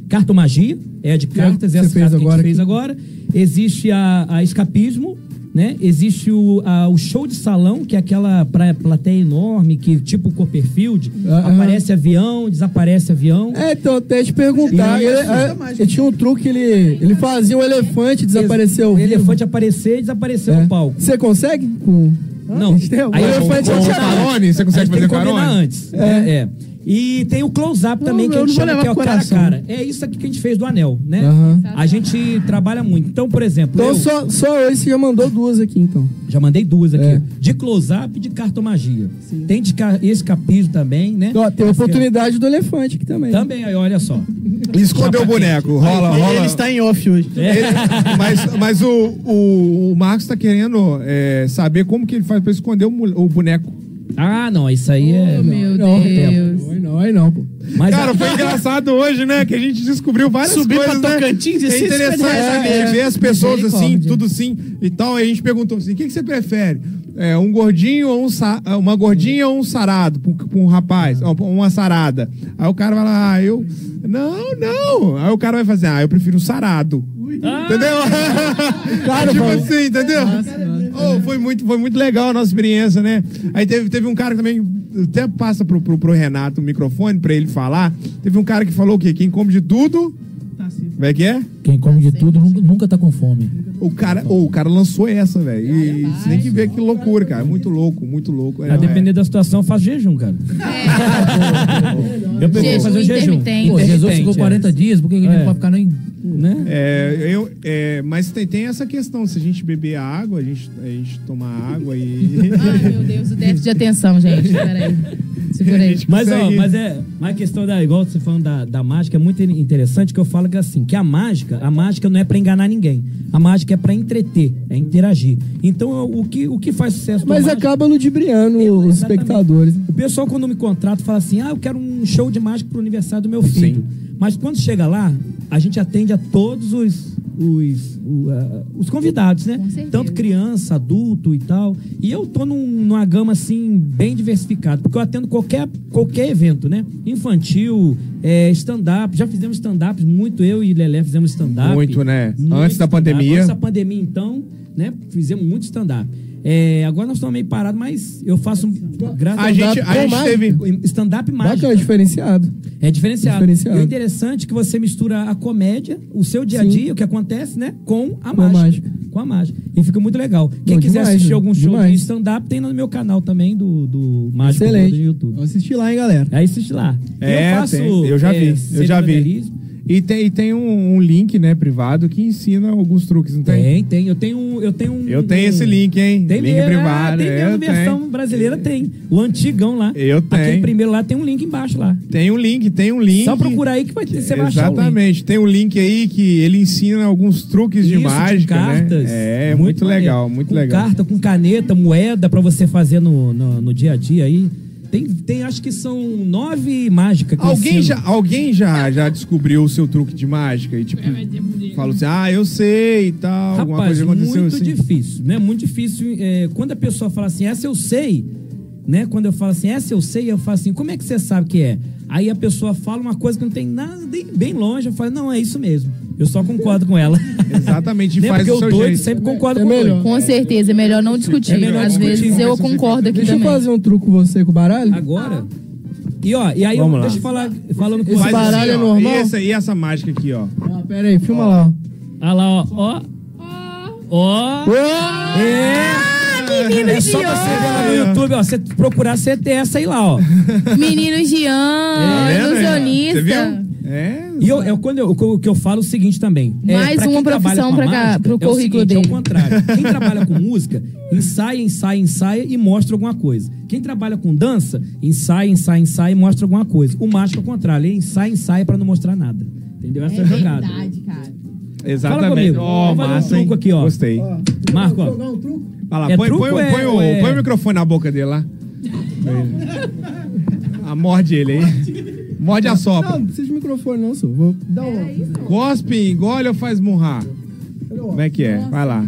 [SPEAKER 4] cartomagia, é a de cartas,
[SPEAKER 3] você
[SPEAKER 4] essa
[SPEAKER 3] fez
[SPEAKER 4] carta que a
[SPEAKER 3] agora
[SPEAKER 4] gente fez
[SPEAKER 3] aqui.
[SPEAKER 4] agora. Existe a, a escapismo, né? Existe o, a- o show de salão, que é aquela pra- plateia enorme, que tipo Copperfield,
[SPEAKER 3] Aham.
[SPEAKER 4] aparece avião, desaparece avião.
[SPEAKER 3] É, então, até te perguntar.
[SPEAKER 4] E-
[SPEAKER 3] Ele, é, ele tinha um truque, ele, ele fazia um elefante desaparecer ao
[SPEAKER 4] O
[SPEAKER 3] vivo.
[SPEAKER 4] elefante aparecer e desaparecer
[SPEAKER 3] É. um
[SPEAKER 4] no um palco.
[SPEAKER 3] Você consegue?
[SPEAKER 9] Hum.
[SPEAKER 3] Com...
[SPEAKER 4] Não.
[SPEAKER 3] Aí eu falei,
[SPEAKER 4] com-
[SPEAKER 3] tchau,
[SPEAKER 4] com-
[SPEAKER 3] tchau.
[SPEAKER 5] Carone, você né? consegue
[SPEAKER 4] A gente tem
[SPEAKER 5] fazer
[SPEAKER 4] que combinar
[SPEAKER 5] carone?
[SPEAKER 4] antes. É. é. E tem o close-up também,
[SPEAKER 3] Não,
[SPEAKER 4] que a
[SPEAKER 3] eu
[SPEAKER 4] gente
[SPEAKER 3] não vou
[SPEAKER 4] chama que é
[SPEAKER 3] levar
[SPEAKER 4] o
[SPEAKER 3] pro
[SPEAKER 4] cara a
[SPEAKER 3] coração.
[SPEAKER 4] cara. É isso aqui que a gente fez do anel, né?
[SPEAKER 3] Aham.
[SPEAKER 4] A gente trabalha muito. Então, por exemplo,
[SPEAKER 3] Então
[SPEAKER 4] eu
[SPEAKER 3] só, só esse já mandou duas aqui, então.
[SPEAKER 4] já mandei duas aqui.
[SPEAKER 3] É.
[SPEAKER 4] De close-up e de cartomagia. Tem de ca- escapismo também, né?
[SPEAKER 3] Ó, tem a oportunidade do elefante aqui também.
[SPEAKER 4] Também, aí, olha só.
[SPEAKER 5] Escondeu o boneco. Rola, rola.
[SPEAKER 7] Ele está em off hoje.
[SPEAKER 5] Ele- mas mas o, o, o Marcos tá querendo é, saber como que ele faz pra esconder o, mole- o boneco.
[SPEAKER 4] Ah, não, isso aí é.
[SPEAKER 8] Oh, meu
[SPEAKER 3] Não,
[SPEAKER 8] Deus.
[SPEAKER 3] Aí não, aí não, pô.
[SPEAKER 4] Mas
[SPEAKER 5] Cara,
[SPEAKER 4] a-
[SPEAKER 5] foi engraçado hoje, né? Que a gente descobriu várias
[SPEAKER 7] Subir pra
[SPEAKER 5] coisas, né?
[SPEAKER 7] Tocantins e
[SPEAKER 5] É
[SPEAKER 7] se
[SPEAKER 5] interessante
[SPEAKER 7] despedaçar,
[SPEAKER 5] a gente
[SPEAKER 7] né?
[SPEAKER 5] ver as pessoas assim,
[SPEAKER 3] Misericórdia.
[SPEAKER 5] tudo assim e tal. E a gente perguntou assim, o que, que você prefere? É, um gordinho ou um sa- uma gordinha ou um sarado pra um- pra um rapaz? Ou pra Uma sarada. Aí o cara vai lá, ah, eu... Não, não. Aí o cara vai fazer, ah, eu prefiro um sarado.
[SPEAKER 4] Ah,
[SPEAKER 5] Entendeu?
[SPEAKER 3] Cara,
[SPEAKER 5] tipo
[SPEAKER 3] mano.
[SPEAKER 5] assim, entendeu? Oh, foi, muito, foi muito legal a nossa experiência, né? Aí teve, teve um cara que também, até passa pro, pro, pro Renato o microfone pra ele falar. Teve um cara que falou o quê? Quem come de tudo... Como é que é?
[SPEAKER 9] Quem come de tudo nunca, nunca tá com fome.
[SPEAKER 5] O cara, ô, o cara lançou essa, velho. E você tem que ver que loucura, cara. Muito louco, muito louco. É,
[SPEAKER 4] A depender da situação, eu faço jejum, cara.
[SPEAKER 8] É.
[SPEAKER 5] é,
[SPEAKER 4] Eu prefiro
[SPEAKER 8] Jejum
[SPEAKER 4] fazer o jejum.
[SPEAKER 8] intermitente.
[SPEAKER 9] Pô, Jesus
[SPEAKER 4] Intermitente,
[SPEAKER 9] ficou
[SPEAKER 4] é.
[SPEAKER 9] 40 dias, por que a gente
[SPEAKER 4] É.
[SPEAKER 9] não pode ficar nem.
[SPEAKER 4] Né?
[SPEAKER 5] É, eu, é, mas tem, tem essa questão, se a gente beber água, a gente, a gente tomar água e...
[SPEAKER 8] Ai, meu Deus, o déficit de atenção, gente. Peraí. Segura aí.
[SPEAKER 4] Mas, ó,
[SPEAKER 5] consegue-
[SPEAKER 4] mas é. Mas a questão da. Igual você falando da, da mágica, é muito in- interessante que eu falo que assim, que a mágica, a mágica não é pra enganar ninguém. A mágica é pra entreter, é interagir. Então, eu- o que, o que faz sucesso do
[SPEAKER 3] Mas
[SPEAKER 7] é
[SPEAKER 4] mágico-
[SPEAKER 3] acaba ludibriando os
[SPEAKER 4] Exatamente.
[SPEAKER 3] espectadores.
[SPEAKER 4] O pessoal, quando me contrata, fala assim: ah, eu quero um show de mágica pro aniversário do meu filho. Mas quando chega lá, a gente atende a todos os. Os, o, ah, os convidados, né?
[SPEAKER 8] Com certeza.
[SPEAKER 4] Tanto criança, adulto e tal. E eu tô num- numa gama, assim, bem diversificada, porque eu atendo qualquer, qualquer evento, né? Infantil, é, stand-up. Já fizemos stand-up, muito eu e Lelé fizemos stand-up.
[SPEAKER 5] Muito, né? Antes da
[SPEAKER 4] stand-up.
[SPEAKER 5] pandemia.
[SPEAKER 4] Antes da pandemia, então, né? Fizemos muito stand-up. É, agora nós estamos meio parados, mas eu faço um. Graças
[SPEAKER 5] A gente, a gente teve...
[SPEAKER 4] Stand-up mágico.
[SPEAKER 3] Bacana, diferenciado.
[SPEAKER 4] É diferenciado.
[SPEAKER 3] Diferenciado.
[SPEAKER 4] E o interessante é que você mistura a comédia, o seu dia a dia, o que acontece, né? Com a
[SPEAKER 3] Com a
[SPEAKER 4] mágica.
[SPEAKER 3] mágica.
[SPEAKER 4] Com a mágica. E fica muito legal. Quem
[SPEAKER 3] Bom,
[SPEAKER 4] quiser
[SPEAKER 3] demais,
[SPEAKER 4] assistir
[SPEAKER 3] né?
[SPEAKER 4] algum show
[SPEAKER 3] Demais.
[SPEAKER 4] de stand-up, tem no meu canal também do, do Mágico Gordo
[SPEAKER 3] Excelente.
[SPEAKER 4] no YouTube.
[SPEAKER 3] Assistir lá, hein, galera.
[SPEAKER 4] Aí assiste lá.
[SPEAKER 5] É,
[SPEAKER 4] eu faço.
[SPEAKER 5] tem. Eu já
[SPEAKER 4] é,
[SPEAKER 5] vi, eu já vi.
[SPEAKER 4] cerimonialismo.
[SPEAKER 5] E tem, e tem um, um link, né, privado que ensina alguns truques, não tem?
[SPEAKER 4] Tem, tem. Eu tenho um. Eu tenho, um-
[SPEAKER 5] Eu tenho esse link, hein?
[SPEAKER 4] Tem
[SPEAKER 5] link
[SPEAKER 4] mesmo,
[SPEAKER 5] privado.
[SPEAKER 4] Ah, tem
[SPEAKER 5] eu
[SPEAKER 4] mesmo, versão
[SPEAKER 5] tenho.
[SPEAKER 4] brasileira tem. O antigão lá.
[SPEAKER 5] Eu tenho.
[SPEAKER 4] Aquele primeiro lá tem um link embaixo lá.
[SPEAKER 5] Tem um link, tem um link.
[SPEAKER 4] Só procurar aí que vai ter, você vai achar o link.
[SPEAKER 5] Exatamente. Tem um link aí que ele ensina alguns truques de
[SPEAKER 4] Isso,
[SPEAKER 5] mágica,
[SPEAKER 4] cartas.
[SPEAKER 5] né? É, muito,
[SPEAKER 4] maneiro.
[SPEAKER 5] legal, muito
[SPEAKER 4] com
[SPEAKER 5] legal.
[SPEAKER 4] Carta com caneta, moeda pra você fazer no, no, no dia a dia aí. Tem, tem, acho que são nove mágicas que eu
[SPEAKER 5] Alguém
[SPEAKER 4] ensino.
[SPEAKER 5] já, alguém já, já descobriu o seu truque de mágica e tipo falou assim: "Ah, eu sei" e tal, alguma
[SPEAKER 4] Rapaz,
[SPEAKER 5] coisa aconteceu
[SPEAKER 4] muito
[SPEAKER 5] assim.
[SPEAKER 4] difícil, né? Muito difícil. é, quando a pessoa fala assim, essa eu sei, né? Quando eu falo assim, essa eu sei, eu falo assim, como é que você sabe que é? Aí a pessoa fala uma coisa que não tem nada e bem longe. Eu falo, não, é isso mesmo. Eu só concordo com
[SPEAKER 5] [laughs]
[SPEAKER 4] ela.
[SPEAKER 5] Exatamente, e
[SPEAKER 4] [laughs] né?
[SPEAKER 5] faz
[SPEAKER 4] Porque
[SPEAKER 5] o
[SPEAKER 4] o
[SPEAKER 5] seu
[SPEAKER 4] doido
[SPEAKER 5] jeito.
[SPEAKER 4] sempre concorda
[SPEAKER 3] É
[SPEAKER 4] com o doido.
[SPEAKER 3] melhor.
[SPEAKER 8] Com certeza, é melhor não discutir.
[SPEAKER 4] É melhor
[SPEAKER 8] Às
[SPEAKER 4] discutir,
[SPEAKER 8] vezes
[SPEAKER 4] mas
[SPEAKER 8] eu
[SPEAKER 4] você
[SPEAKER 8] concordo aqui
[SPEAKER 3] Deixa eu
[SPEAKER 8] também.
[SPEAKER 3] fazer um truque com você com o baralho?
[SPEAKER 4] Agora. E ó, e aí eu,
[SPEAKER 5] Vamos lá.
[SPEAKER 4] deixa eu falar, falando com
[SPEAKER 3] Esse
[SPEAKER 4] vocês.
[SPEAKER 3] baralho é
[SPEAKER 5] ó,
[SPEAKER 3] normal?
[SPEAKER 5] E essa, e essa mágica aqui, ó.
[SPEAKER 3] Ah, pera aí, filma lá. ó.
[SPEAKER 4] Olha lá, ó. Ó. Ó. É.
[SPEAKER 8] Menino
[SPEAKER 4] É só
[SPEAKER 8] Jean.
[SPEAKER 4] você ver lá no YouTube, ó. Você procurar CTS, sei lá, ó.
[SPEAKER 8] Menino
[SPEAKER 5] Tá
[SPEAKER 8] Jean,
[SPEAKER 4] É, né? Você
[SPEAKER 8] ilusionista. É
[SPEAKER 4] viu?
[SPEAKER 5] É,
[SPEAKER 4] E eu, eu- quando eu, o que eu falo é o seguinte também. é,
[SPEAKER 8] Mais
[SPEAKER 4] pra quem
[SPEAKER 8] uma
[SPEAKER 4] trabalha
[SPEAKER 8] profissão
[SPEAKER 4] com a
[SPEAKER 8] pra cá-
[SPEAKER 4] mágica,
[SPEAKER 8] pro
[SPEAKER 4] é o
[SPEAKER 8] currículo
[SPEAKER 4] seguinte,
[SPEAKER 8] dele.
[SPEAKER 4] É o contrário.
[SPEAKER 8] [laughs]
[SPEAKER 4] Quem trabalha com música, ensaia, ensaia, ensaia e mostra alguma coisa. Quem trabalha com dança, ensaia, ensaia, ensaia e mostra alguma coisa. O mágico é o contrário. Ele ensaia, ensaia pra não mostrar nada. Entendeu? Essa é a jogada.
[SPEAKER 8] cara.
[SPEAKER 4] Fala
[SPEAKER 5] Exatamente.
[SPEAKER 4] comigo.
[SPEAKER 5] Ó,
[SPEAKER 4] Vamos fazer um
[SPEAKER 5] massa, hein?
[SPEAKER 4] truco aqui, ó.
[SPEAKER 5] Gostei.
[SPEAKER 4] Marco, ó.
[SPEAKER 8] um
[SPEAKER 5] Olha lá,
[SPEAKER 4] É
[SPEAKER 5] põe,
[SPEAKER 4] truco
[SPEAKER 5] põe o-
[SPEAKER 4] ou é-
[SPEAKER 5] põe o,
[SPEAKER 4] ou é-
[SPEAKER 5] põe o microfone na boca dele
[SPEAKER 4] [laughs]
[SPEAKER 5] lá. Ah, morde ele aí. Morde
[SPEAKER 4] Tá
[SPEAKER 5] a sopra.
[SPEAKER 3] Não, não precisa de microfone, não, senhor. Vou dar
[SPEAKER 7] É,
[SPEAKER 3] um.
[SPEAKER 5] Cospe, engole ou faz murrar? Como é que é? Vai lá.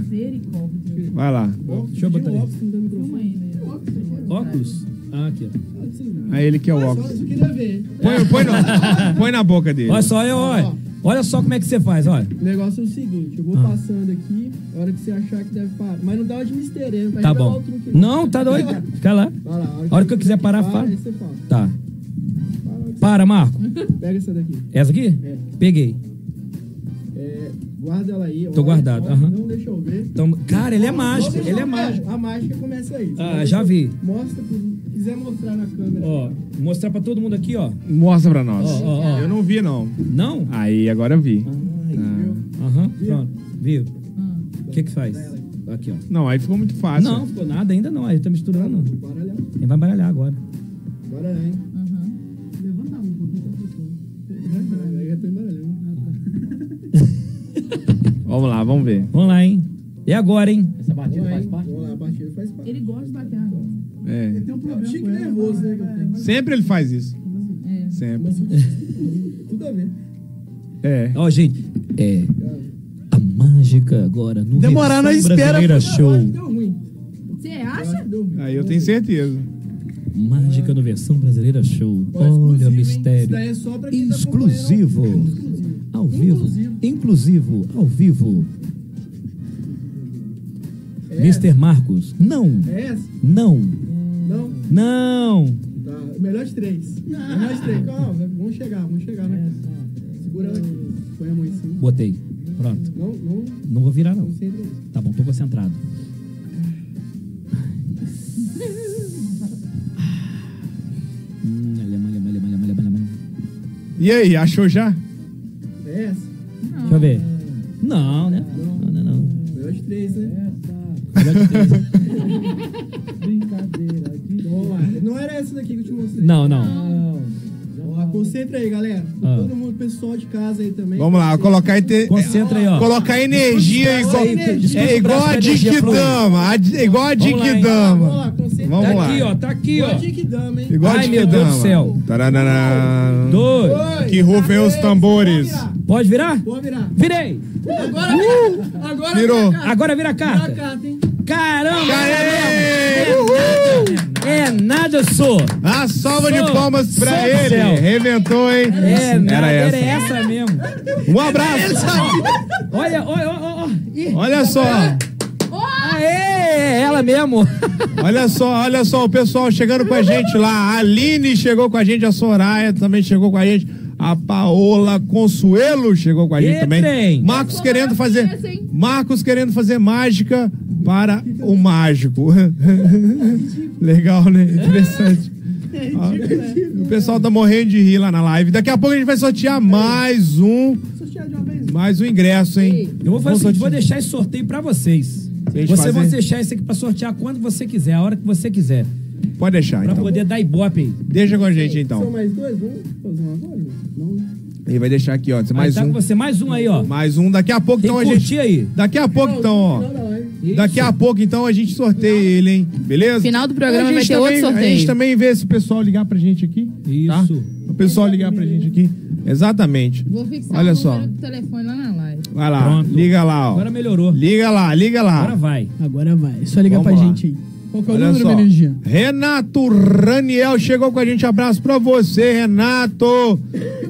[SPEAKER 5] Vai lá.
[SPEAKER 4] Deixa eu botar ali. Óculos? Ah, aqui, ó.
[SPEAKER 5] Aí ele que é o óculos.
[SPEAKER 10] Eu queria ver.
[SPEAKER 5] Põe, põe,
[SPEAKER 4] [laughs]
[SPEAKER 5] no- põe na boca dele.
[SPEAKER 4] Olha só, eu, olha. Olha só como é que você faz, olha.
[SPEAKER 3] O negócio é o seguinte, eu vou
[SPEAKER 4] Ah.
[SPEAKER 3] passando aqui, a hora que você achar que deve parar. Mas não dá uma de mistério, hein? Não vai
[SPEAKER 4] Tá
[SPEAKER 3] nem dar
[SPEAKER 4] bom.
[SPEAKER 3] o truque,
[SPEAKER 4] Não, tá doido. Fica lá.
[SPEAKER 3] Vai lá,
[SPEAKER 4] A hora que eu quiser parar, fala.
[SPEAKER 3] aí você fala.
[SPEAKER 4] Tá. Para, Marco.
[SPEAKER 3] Pega essa daqui.
[SPEAKER 4] Essa aqui?
[SPEAKER 3] É.
[SPEAKER 4] Peguei.
[SPEAKER 3] É, guarda ela aí.
[SPEAKER 4] Tô
[SPEAKER 3] olha,
[SPEAKER 4] guardado,
[SPEAKER 3] olha,
[SPEAKER 4] aham.
[SPEAKER 3] Não deixa eu ver.
[SPEAKER 4] Então, cara, ele é
[SPEAKER 3] Não,
[SPEAKER 4] mágico,
[SPEAKER 3] não deixa
[SPEAKER 4] ele
[SPEAKER 3] eu
[SPEAKER 4] é
[SPEAKER 3] ver.
[SPEAKER 4] mágico.
[SPEAKER 3] A mágica começa aí.
[SPEAKER 4] Ah,
[SPEAKER 3] Então,
[SPEAKER 4] já
[SPEAKER 3] deixa-
[SPEAKER 4] vi.
[SPEAKER 3] Mostra, pro- quiser mostrar na câmera.
[SPEAKER 4] Ó, mostrar pra todo mundo aqui, ó.
[SPEAKER 5] Mostra pra nós.
[SPEAKER 4] Ó, ó, ó.
[SPEAKER 5] Eu não vi, não.
[SPEAKER 4] Não?
[SPEAKER 5] Aí, agora eu vi.
[SPEAKER 4] Aham, pronto. Viu? O que que faz? Aqui, ó.
[SPEAKER 5] Não, aí ficou muito fácil.
[SPEAKER 4] Não, ficou nada ainda não. Aí tá misturando.
[SPEAKER 3] Baralhar.
[SPEAKER 4] Ele vai baralhar agora.
[SPEAKER 3] Bora, hein? Levanta a mão um pouquinho, tá pessoa. Eu já tô embaralhando.
[SPEAKER 5] Vamos lá, vamos ver.
[SPEAKER 4] Vamos lá, hein? É agora, hein?
[SPEAKER 9] Essa batida
[SPEAKER 3] Vamos
[SPEAKER 9] faz
[SPEAKER 3] lá,
[SPEAKER 9] parte.
[SPEAKER 3] Vamos lá, a partida faz parte.
[SPEAKER 8] Ele gosta de bater na mão.
[SPEAKER 5] É.
[SPEAKER 3] Tem um problema. Chique nervoso, né? que eu tenho.
[SPEAKER 5] Sempre ele faz isso. Sempre.
[SPEAKER 3] É. Tudo a ver.
[SPEAKER 5] É.
[SPEAKER 4] Ó, gente, é. A mágica agora no
[SPEAKER 7] Demorar,
[SPEAKER 4] Versão
[SPEAKER 7] nós espera-
[SPEAKER 4] Brasileira Show.
[SPEAKER 3] Deu ruim.
[SPEAKER 8] Você acha?
[SPEAKER 5] Aí eu tenho certeza.
[SPEAKER 4] Mágica no Versão Brasileira Show.
[SPEAKER 3] Ó, exclusivo,
[SPEAKER 4] Olha o
[SPEAKER 3] hein?
[SPEAKER 4] mistério.
[SPEAKER 3] Isso daí é só pra quem tá acompanhando.
[SPEAKER 4] Exclusivo. Ao vivo. Inclusivo. Ao vivo.
[SPEAKER 3] É.
[SPEAKER 4] Mr. Marcos. Não.
[SPEAKER 3] É essa?
[SPEAKER 4] Não.
[SPEAKER 3] Não?
[SPEAKER 4] Não.
[SPEAKER 3] Tá. Melhor de três. Melhor de três. Calma, vamos chegar, vamos chegar, né? Segura ela aqui. Põe a mão em cima.
[SPEAKER 4] Botei. Pronto.
[SPEAKER 3] Não, não.
[SPEAKER 4] Não vou virar, não.
[SPEAKER 3] Concentra.
[SPEAKER 4] Tá bom, tô concentrado. Hum, olha, olha, olha, olha, olha, olha, olha.
[SPEAKER 5] E aí, achou já?
[SPEAKER 3] É essa?
[SPEAKER 4] Deixa eu ver. Não, né? Não, não, não.
[SPEAKER 3] Melhor de três, né?
[SPEAKER 7] É, tá. né?
[SPEAKER 3] [laughs]
[SPEAKER 9] Brincadeira.
[SPEAKER 3] Boa. Não era essa daqui que eu te mostrei.
[SPEAKER 4] Não, não.
[SPEAKER 3] Ó, concentra aí, galera.
[SPEAKER 4] Ah.
[SPEAKER 3] Todo mundo, pessoal de casa aí também.
[SPEAKER 5] Vamos lá, colocar inte...
[SPEAKER 4] Concentra aí, ó.
[SPEAKER 5] Colocar energia
[SPEAKER 3] Discute o
[SPEAKER 5] igual.
[SPEAKER 3] braço aí, discute
[SPEAKER 5] É
[SPEAKER 4] o
[SPEAKER 5] igual
[SPEAKER 4] braço
[SPEAKER 5] a
[SPEAKER 4] pra
[SPEAKER 5] Dikidama.
[SPEAKER 4] energia
[SPEAKER 5] a di- Igual a
[SPEAKER 4] Vamos lá, hein?
[SPEAKER 3] Vamos
[SPEAKER 5] Dikidama.
[SPEAKER 3] lá, concentra.
[SPEAKER 5] Vamos
[SPEAKER 4] Tá
[SPEAKER 5] lá.
[SPEAKER 4] aqui, ó. Tá aqui, ó.
[SPEAKER 3] Bom dia que dama, hein?
[SPEAKER 5] Igual a
[SPEAKER 4] Ai, meu Deus do
[SPEAKER 5] Dikidama.
[SPEAKER 4] céu.
[SPEAKER 5] Taranana.
[SPEAKER 4] Dois.
[SPEAKER 5] Que rufem os tambores.
[SPEAKER 4] Pode virar?
[SPEAKER 3] Vou virar.
[SPEAKER 4] Virei.
[SPEAKER 3] Agora, agora
[SPEAKER 5] Virou.
[SPEAKER 3] vira a carta.
[SPEAKER 4] Agora vira a
[SPEAKER 3] Vira a
[SPEAKER 4] carta.
[SPEAKER 3] carta, hein?
[SPEAKER 4] Caramba!
[SPEAKER 5] Aê!
[SPEAKER 4] É nada, sou.
[SPEAKER 5] A salva de
[SPEAKER 4] Sou-
[SPEAKER 5] palmas
[SPEAKER 4] sou
[SPEAKER 5] pra
[SPEAKER 4] do
[SPEAKER 5] ele.
[SPEAKER 4] céu.
[SPEAKER 5] Reventou, hein?
[SPEAKER 4] É nada,
[SPEAKER 5] assim, Era
[SPEAKER 4] era
[SPEAKER 5] essa.
[SPEAKER 4] essa mesmo.
[SPEAKER 5] Um abraço.
[SPEAKER 4] Olha, olha, olha, olha. Ih,
[SPEAKER 5] Olha só.
[SPEAKER 4] Aê, é ela mesmo.
[SPEAKER 5] Olha só, olha só o pessoal chegando com a gente lá. A Aline chegou com a gente, a Soraya também chegou com a gente. A Paola Consuelo chegou com a gente
[SPEAKER 4] E
[SPEAKER 5] também.
[SPEAKER 4] trem.
[SPEAKER 5] Marcos
[SPEAKER 8] Soraya
[SPEAKER 5] querendo fazer
[SPEAKER 8] conhece, hein?
[SPEAKER 5] Marcos querendo fazer mágica para o mágico. [laughs] Legal, né? Interessante. Ó, O pessoal tá morrendo de rir lá na live. Daqui a pouco a gente vai sortear mais um,
[SPEAKER 3] Sortear de uma vez.
[SPEAKER 5] mais um ingresso, hein?
[SPEAKER 4] Eu vou fazer o seguinte, vou deixar esse sorteio pra vocês.
[SPEAKER 5] Tem que
[SPEAKER 4] Você vai
[SPEAKER 5] fazer.
[SPEAKER 4] deixar esse aqui pra sortear quando você quiser, a hora que você quiser.
[SPEAKER 5] Pode deixar,
[SPEAKER 4] Pra
[SPEAKER 5] então.
[SPEAKER 4] poder dar ibope aí.
[SPEAKER 5] Deixa com a gente,
[SPEAKER 3] São
[SPEAKER 5] então.
[SPEAKER 3] mais dois? Vamos fazer um agora? Não.
[SPEAKER 5] Ele vai deixar aqui, ó.
[SPEAKER 4] Mais
[SPEAKER 5] Mais
[SPEAKER 4] tá
[SPEAKER 5] um.
[SPEAKER 4] com você mais um aí, ó.
[SPEAKER 5] Mais um. Daqui a pouco,
[SPEAKER 4] Tem
[SPEAKER 5] então, a
[SPEAKER 4] que
[SPEAKER 5] gente...
[SPEAKER 4] curtir aí.
[SPEAKER 5] Daqui a pouco, então, ó.
[SPEAKER 3] Não, não, hein?
[SPEAKER 5] Daqui a pouco, então, a gente sorteia ele, hein? Beleza?
[SPEAKER 8] Final do
[SPEAKER 5] A
[SPEAKER 8] programa
[SPEAKER 5] gente
[SPEAKER 8] vai ter
[SPEAKER 5] também-
[SPEAKER 8] outro
[SPEAKER 5] A gente
[SPEAKER 8] sorteio.
[SPEAKER 5] também vê se o pessoal ligar pra gente aqui. tá?
[SPEAKER 4] Isso.
[SPEAKER 5] O pessoal ligar pra gente aqui. Exatamente.
[SPEAKER 8] Vou fixar
[SPEAKER 5] Olha
[SPEAKER 8] o
[SPEAKER 5] só.
[SPEAKER 8] número do telefone lá na live.
[SPEAKER 5] Vai lá,
[SPEAKER 4] Pronto.
[SPEAKER 5] liga lá, ó.
[SPEAKER 4] Agora melhorou.
[SPEAKER 5] Liga lá, liga
[SPEAKER 4] Agora
[SPEAKER 5] lá.
[SPEAKER 4] vai.
[SPEAKER 7] Agora vai. É só ligar
[SPEAKER 5] Vamos
[SPEAKER 7] pra
[SPEAKER 5] lá.
[SPEAKER 7] gente aí. Qual que é o
[SPEAKER 5] Olha
[SPEAKER 7] número,
[SPEAKER 5] só.
[SPEAKER 7] Meninjinha?
[SPEAKER 5] Renato Raniel chegou com a gente. Abraço pra você, Renato.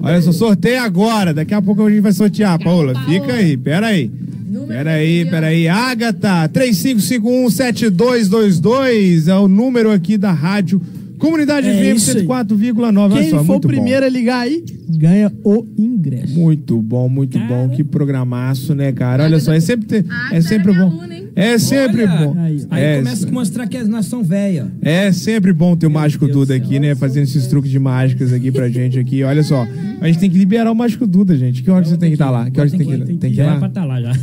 [SPEAKER 5] Olha só, sorteio agora. Daqui a pouco a gente vai sortear, Paula.
[SPEAKER 8] Paola.
[SPEAKER 5] Fica aí, pera aí.
[SPEAKER 8] Número
[SPEAKER 5] Pera aí,
[SPEAKER 8] aqui, ó.
[SPEAKER 5] pera aí. Agatha, 35517222 é o número aqui da rádio Comunidade
[SPEAKER 7] É
[SPEAKER 5] FM
[SPEAKER 7] isso aí.
[SPEAKER 5] 104,9. Olha
[SPEAKER 7] Quem
[SPEAKER 3] é
[SPEAKER 5] só,
[SPEAKER 7] for o
[SPEAKER 5] muito bom.
[SPEAKER 7] primeiro é- a ligar aí, ganha o ingresso.
[SPEAKER 5] Muito bom, muito bom. Que programaço, né, cara? Olha só, é sempre, te-
[SPEAKER 8] Ah,
[SPEAKER 5] é
[SPEAKER 8] tá
[SPEAKER 5] sempre
[SPEAKER 8] minha
[SPEAKER 5] bom.
[SPEAKER 8] aluna, hein?
[SPEAKER 5] É sempre bom.
[SPEAKER 4] Aí
[SPEAKER 5] é,
[SPEAKER 4] começa com umas traquenação velha.
[SPEAKER 5] É sempre bom ter o Mágico Duda aqui, né? Fazendo esses truques de mágicas aqui pra gente aqui. Olha só, a gente tem que liberar o Mágico Duda, gente. Que hora que você tem que estar lá? Que hora que você tem que, tem que ir
[SPEAKER 4] Já era
[SPEAKER 5] lá?
[SPEAKER 4] pra tá lá já.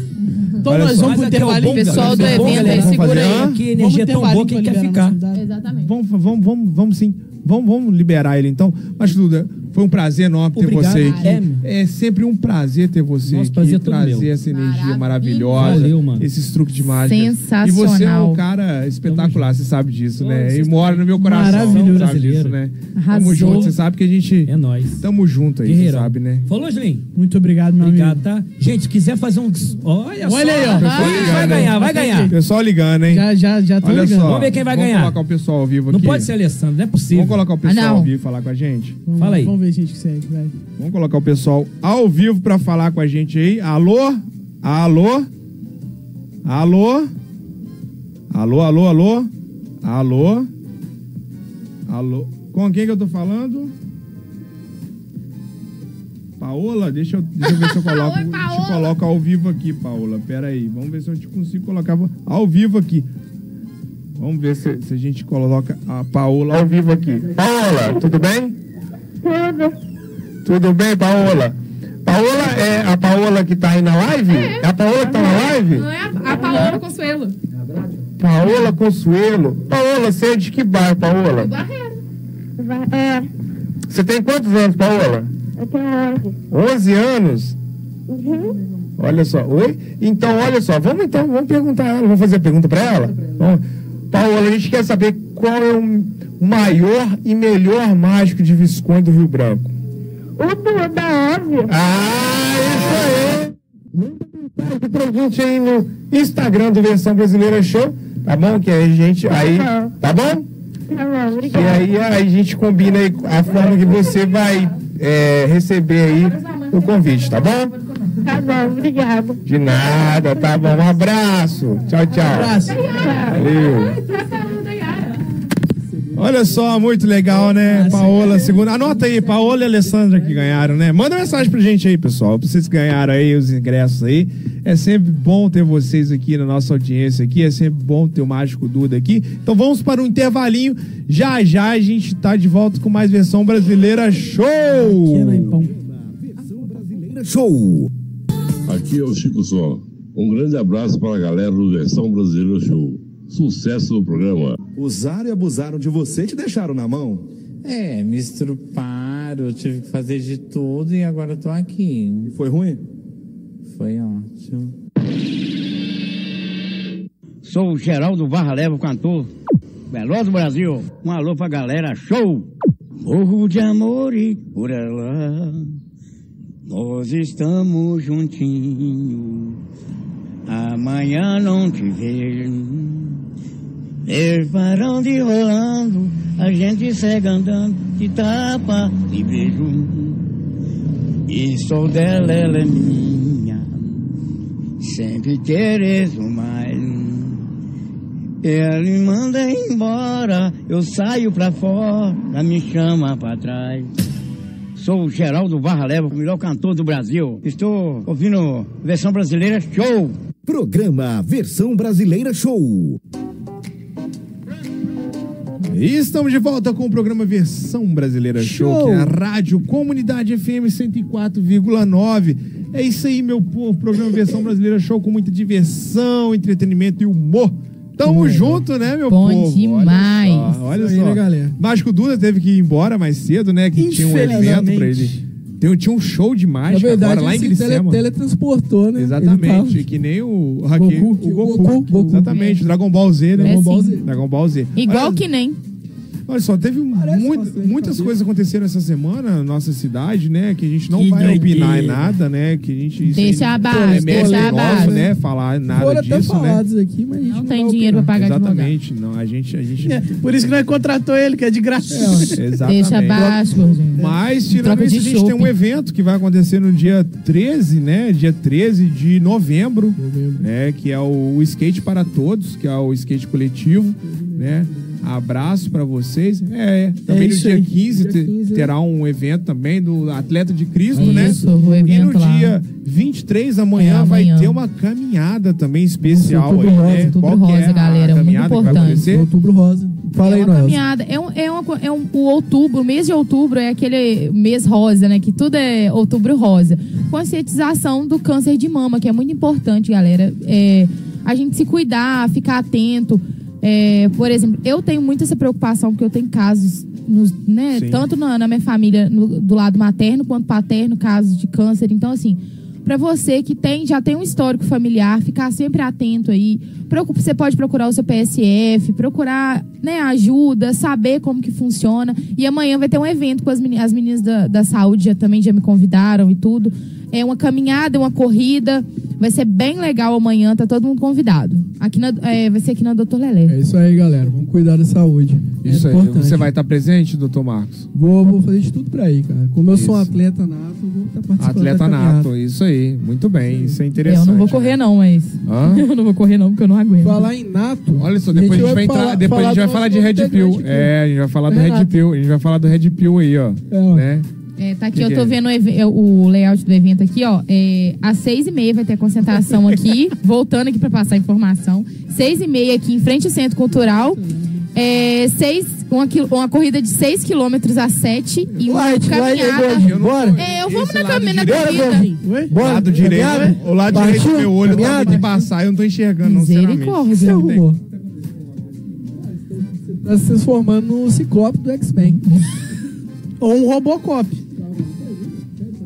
[SPEAKER 5] Então Olha nós só. vamos
[SPEAKER 7] é
[SPEAKER 5] pro intervalo,
[SPEAKER 4] O
[SPEAKER 5] pessoal do evento aí, segura
[SPEAKER 7] né?
[SPEAKER 5] aí.
[SPEAKER 4] Que energia
[SPEAKER 7] um
[SPEAKER 4] tão
[SPEAKER 3] tá
[SPEAKER 4] boa que quer ficar.
[SPEAKER 8] Exatamente.
[SPEAKER 5] Vamos, vamos, vamos, vamos sim. Vamos, vamos liberar ele então. Mas, Duda, foi um prazer enorme ter
[SPEAKER 4] Obrigado.
[SPEAKER 5] você aqui.
[SPEAKER 4] É,
[SPEAKER 5] É, sempre um prazer ter você
[SPEAKER 4] Nosso
[SPEAKER 5] aqui,
[SPEAKER 4] prazer é todo
[SPEAKER 5] trazer
[SPEAKER 4] meu.
[SPEAKER 5] essa energia maravilhosa,
[SPEAKER 4] Valeu, mano.
[SPEAKER 5] esses truques de mágica. E você é um
[SPEAKER 8] Sensacional.
[SPEAKER 5] cara espetacular, você sabe disso, né?
[SPEAKER 4] vocês
[SPEAKER 5] E mora no meu coração,
[SPEAKER 4] Maravilhoso.
[SPEAKER 5] sabe disso,
[SPEAKER 4] Brasileiro.
[SPEAKER 5] né? Tamo
[SPEAKER 4] Arrasou.
[SPEAKER 5] junto, você sabe que a gente
[SPEAKER 4] É nóis.
[SPEAKER 5] tamo junto aí, você
[SPEAKER 4] Guerreirão.
[SPEAKER 5] sabe, né?
[SPEAKER 4] Falou, Julinho.
[SPEAKER 7] Muito obrigado, meu
[SPEAKER 4] obrigado, amigo. tá? Gente, quiser fazer um. Olha, só.
[SPEAKER 7] Olha aí, ó.
[SPEAKER 4] Pessoal
[SPEAKER 7] Ah,
[SPEAKER 4] ligando, vai ganhar, vai ganhar.
[SPEAKER 5] né? Pessoal ligando, hein?
[SPEAKER 7] Já, já, já tô
[SPEAKER 5] Olha
[SPEAKER 7] ligando.
[SPEAKER 5] só.
[SPEAKER 4] Vamos ver quem vai ganhar.
[SPEAKER 5] Vamos colocar o pessoal ao vivo
[SPEAKER 4] Não
[SPEAKER 5] aqui.
[SPEAKER 4] pode ser Alessandro, não é
[SPEAKER 5] Vamos
[SPEAKER 4] possível.
[SPEAKER 5] colocar o
[SPEAKER 7] Ah,
[SPEAKER 5] pessoal
[SPEAKER 7] não.
[SPEAKER 5] ao vivo falar com a gente?
[SPEAKER 7] Vamos,
[SPEAKER 4] Fala aí.
[SPEAKER 7] Vamos ver, gente, que segue, vai.
[SPEAKER 5] Vamos colocar o pessoal ao vivo pra falar com a gente aí. Alô? Alô? Alô? Alô, alô, alô? Alô? Alô? Com quem que eu tô falando? Paola, deixa eu, deixa eu ver se
[SPEAKER 8] [laughs]
[SPEAKER 5] eu coloco,
[SPEAKER 8] Oi,
[SPEAKER 5] deixa eu
[SPEAKER 8] Paola.
[SPEAKER 5] coloco ao vivo aqui, Paola. Pera aí, vamos ver se eu te consigo colocar ao vivo aqui. Vamos ver se, se a gente coloca a Paola ao vivo aqui. Paola, tudo bem?
[SPEAKER 13] Tudo.
[SPEAKER 5] Tudo bem, Paola? Paola é a Paola que tá aí na live? É a Paola que tá na live?
[SPEAKER 8] Não é a, a Paola Consuelo.
[SPEAKER 5] Paola Consuelo. Paola, você é de que bairro, Paola?
[SPEAKER 13] É,
[SPEAKER 5] Você tem quantos anos, Paola?
[SPEAKER 13] eu tenho
[SPEAKER 5] 11
[SPEAKER 13] 11.
[SPEAKER 5] anos?
[SPEAKER 13] Uhum.
[SPEAKER 5] Olha só. Oi? Então, olha só. Vamos então, vamos perguntar a ela. Vamos fazer a pergunta pra ela? Vamos. Paola, a gente quer saber qual é o maior e melhor mágico de Visconde do Rio Branco.
[SPEAKER 13] O Duda, óbvio.
[SPEAKER 5] Ah, isso aí. Manda mensagem pra gente aí no Instagram do Versão Brasileira Show, tá bom? Que aí a gente aí, tá bom?
[SPEAKER 13] Tá bom,
[SPEAKER 5] E aí
[SPEAKER 13] obrigada.
[SPEAKER 5] a gente combina aí a forma que você vai é, receber aí o convite, tá bom?
[SPEAKER 13] Tá bom, obrigada.
[SPEAKER 5] De nada, tá bom? Um abraço. Tchau, tchau. Valeu. Olha só, muito legal, né? Paola, segunda. Anota aí, Paola e Alessandra que ganharam, né? Manda mensagem pra gente aí, pessoal. Pra vocês que ganharam aí os ingressos aí. É sempre bom ter vocês aqui na nossa audiência aqui. É sempre bom ter o Mágico Duda aqui. Então vamos para um intervalinho. Já já a gente tá de volta com mais versão brasileira show!
[SPEAKER 14] Show! Aqui é o Chico Som. Um grande abraço para a galera do Versão Brasileira Show. Sucesso no programa.
[SPEAKER 15] Usaram e abusaram de você e te deixaram na mão?
[SPEAKER 16] É, me estruparam, tive que fazer de tudo e agora eu tô aqui. E foi ruim? Foi ótimo.
[SPEAKER 17] Sou o Geraldo Barra Leva, o cantor. Melhor do Brasil. Um alô pra galera, show! Morro de amor e por ela. Nós estamos juntinhos. Amanhã não te vejo. Eles parando e rolando. A gente segue andando. De tapa e beijo. E sou dela, ela é minha. Sempre queres mais. Ele manda embora, eu saio pra fora, me chama pra trás. Sou o Geraldo Barra Leva, o melhor cantor do Brasil. Estou ouvindo versão brasileira show.
[SPEAKER 14] Programa Versão Brasileira Show.
[SPEAKER 5] E estamos de volta com o programa Versão Brasileira Show,
[SPEAKER 14] Show!
[SPEAKER 5] que é a Rádio Comunidade FM 104,9. É isso aí, meu povo. Programa Versão Brasileira Show com muita diversão, entretenimento e humor. Tamo junto, né, meu
[SPEAKER 8] É. Bom
[SPEAKER 5] povo?
[SPEAKER 8] demais.
[SPEAKER 5] Olha só. Olha
[SPEAKER 8] Isso aí,
[SPEAKER 5] só.
[SPEAKER 8] né, galera?
[SPEAKER 5] Mágico Duda teve que ir embora mais cedo, né? Que tinha um evento pra ele.
[SPEAKER 3] Infelizmente.
[SPEAKER 5] Tem- Tinha um show de
[SPEAKER 3] Na
[SPEAKER 5] mágica
[SPEAKER 3] É verdade,
[SPEAKER 5] agora lá em
[SPEAKER 3] ele se tele,
[SPEAKER 5] Glicema.
[SPEAKER 3] teletransportou, né?
[SPEAKER 5] Exatamente, que nem o Haki,
[SPEAKER 3] Goku,
[SPEAKER 5] o Goku, exatamente, Dragon Ball Z, né?
[SPEAKER 8] É Dragon Ball sim. Z.
[SPEAKER 5] Dragon Ball Z.
[SPEAKER 8] Igual
[SPEAKER 5] Olha-
[SPEAKER 8] que nem.
[SPEAKER 5] Olha só, teve um muito- muitas coisas aconteceram essa semana na nossa cidade, né? Que a gente não
[SPEAKER 3] Que
[SPEAKER 5] vai opinar em
[SPEAKER 3] doideira.
[SPEAKER 5] nada, né? Que a gente. isso
[SPEAKER 8] Deixa
[SPEAKER 5] aí
[SPEAKER 8] abaixo,
[SPEAKER 5] é mérito
[SPEAKER 8] deixa
[SPEAKER 5] nosso,
[SPEAKER 8] abaixo.
[SPEAKER 5] né? Falar nada
[SPEAKER 3] Foram até
[SPEAKER 5] disso, né?
[SPEAKER 3] falados aqui, mas a gente não,
[SPEAKER 8] tem
[SPEAKER 3] vai
[SPEAKER 8] dinheiro
[SPEAKER 3] opinar.
[SPEAKER 8] pra pagar
[SPEAKER 5] Exatamente, não. A gente. A
[SPEAKER 3] [laughs]
[SPEAKER 5] gente...
[SPEAKER 7] É, por isso que nós contratou ele, que é de graça.
[SPEAKER 5] [laughs] Exatamente.
[SPEAKER 8] Deixa abaixo, gordinho.
[SPEAKER 5] Mas,
[SPEAKER 8] Troca
[SPEAKER 5] tirando isso,
[SPEAKER 8] de
[SPEAKER 5] a gente
[SPEAKER 8] shopping.
[SPEAKER 5] tem um evento que vai acontecer no dia 13, né? Dia 13 de novembro, né? Que é o, o Skate para Todos, que é o skate coletivo, né? Abraço pra vocês. É, também no
[SPEAKER 7] isso
[SPEAKER 5] dia
[SPEAKER 7] aí.
[SPEAKER 5] 15
[SPEAKER 7] Dia
[SPEAKER 5] te-
[SPEAKER 7] 15,
[SPEAKER 5] terá um evento também do Atleta de Cristo, né?
[SPEAKER 7] Isso, o evento
[SPEAKER 5] e no
[SPEAKER 7] lá.
[SPEAKER 5] dia 23 amanhã,
[SPEAKER 7] É,
[SPEAKER 5] vai
[SPEAKER 7] amanhã.
[SPEAKER 5] ter uma caminhada também especial
[SPEAKER 3] Outubro
[SPEAKER 5] aí,
[SPEAKER 3] Rosa,
[SPEAKER 5] né?
[SPEAKER 3] Outubro
[SPEAKER 5] Qual que é
[SPEAKER 3] Rosa,
[SPEAKER 5] a
[SPEAKER 3] galera, é muito
[SPEAKER 5] caminhada que vai
[SPEAKER 3] importante.
[SPEAKER 5] acontecer?
[SPEAKER 3] Outubro Rosa. Fala aí,
[SPEAKER 8] Uma
[SPEAKER 3] Noel.
[SPEAKER 8] caminhada. É, um, é, uma, co- é um, o outubro, o mês de outubro é aquele mês rosa, né? Que tudo é outubro rosa. Conscientização do câncer de mama, que é muito importante, galera. É, a gente se cuidar, ficar atento. É, por exemplo, eu tenho muito essa preocupação, porque eu tenho casos, nos, né?
[SPEAKER 18] Sim.
[SPEAKER 8] Tanto na, na minha família, no- do lado materno quanto paterno, casos de câncer. Então, assim, Pra você que tem, já tem um histórico familiar, ficar sempre atento aí. Procu- Você pode procurar o seu PSF, procurar né, ajuda, saber como que funciona. E amanhã vai ter um evento com as, meni- as meninas da, da saúde, já, também já me convidaram e tudo. É uma caminhada, uma corrida. Vai ser bem legal amanhã, tá todo mundo convidado. Aqui na- é, vai ser aqui na Doutor Lelé.
[SPEAKER 3] É isso aí, galera. Vamos cuidar da saúde.
[SPEAKER 5] Isso
[SPEAKER 3] é
[SPEAKER 5] aí.
[SPEAKER 3] importante.
[SPEAKER 5] Você vai estar presente, doutor Marcos?
[SPEAKER 3] Vou, vou fazer de tudo pra ir, cara. Como eu sou um
[SPEAKER 5] Isso.
[SPEAKER 3] atleta nato, eu vou estar participando
[SPEAKER 5] Atleta
[SPEAKER 3] da caminhada.
[SPEAKER 5] nato, isso aí. Muito bem, isso é
[SPEAKER 8] É, eu
[SPEAKER 5] interessante.
[SPEAKER 8] não vou correr, não, mas.
[SPEAKER 5] Hã?
[SPEAKER 8] [laughs] Eu não vou correr, não, porque eu não aguento.
[SPEAKER 3] Falar em nato.
[SPEAKER 5] Olha só, depois a gente vai, entrar, depois a gente vai falar de Red Pill.
[SPEAKER 3] né?
[SPEAKER 5] É, a gente vai falar do Red
[SPEAKER 8] Renato.
[SPEAKER 5] Pill. A gente vai falar do Red Pill aí, ó. né?
[SPEAKER 8] É, tá aqui,
[SPEAKER 5] Que
[SPEAKER 8] eu
[SPEAKER 5] que
[SPEAKER 8] tô
[SPEAKER 5] é?
[SPEAKER 8] vendo o eve- é, o layout do evento aqui, ó. É, às seis e meia vai ter a concentração
[SPEAKER 5] [laughs]
[SPEAKER 8] aqui, voltando aqui pra passar a informação. Seis e meia aqui em frente ao Centro Cultural. É, seis, uma, quil- uma corrida de seis quilômetros a sete e uma
[SPEAKER 10] Light, light,
[SPEAKER 8] caminhada.
[SPEAKER 10] Gordinho, bora.
[SPEAKER 8] É, eu vamos na, cami- na
[SPEAKER 10] direito. Bora,
[SPEAKER 8] corrida.
[SPEAKER 10] Gordinho. Ué?
[SPEAKER 5] O lado direito, né? o lado direito do meu olho tá de passar, eu não tô enxergando, não,
[SPEAKER 3] Misericórdia. Você
[SPEAKER 5] sinceramente.
[SPEAKER 3] arrumou. Você tá se transformando num ciclope do X-Men.
[SPEAKER 7] Ou um Robocop.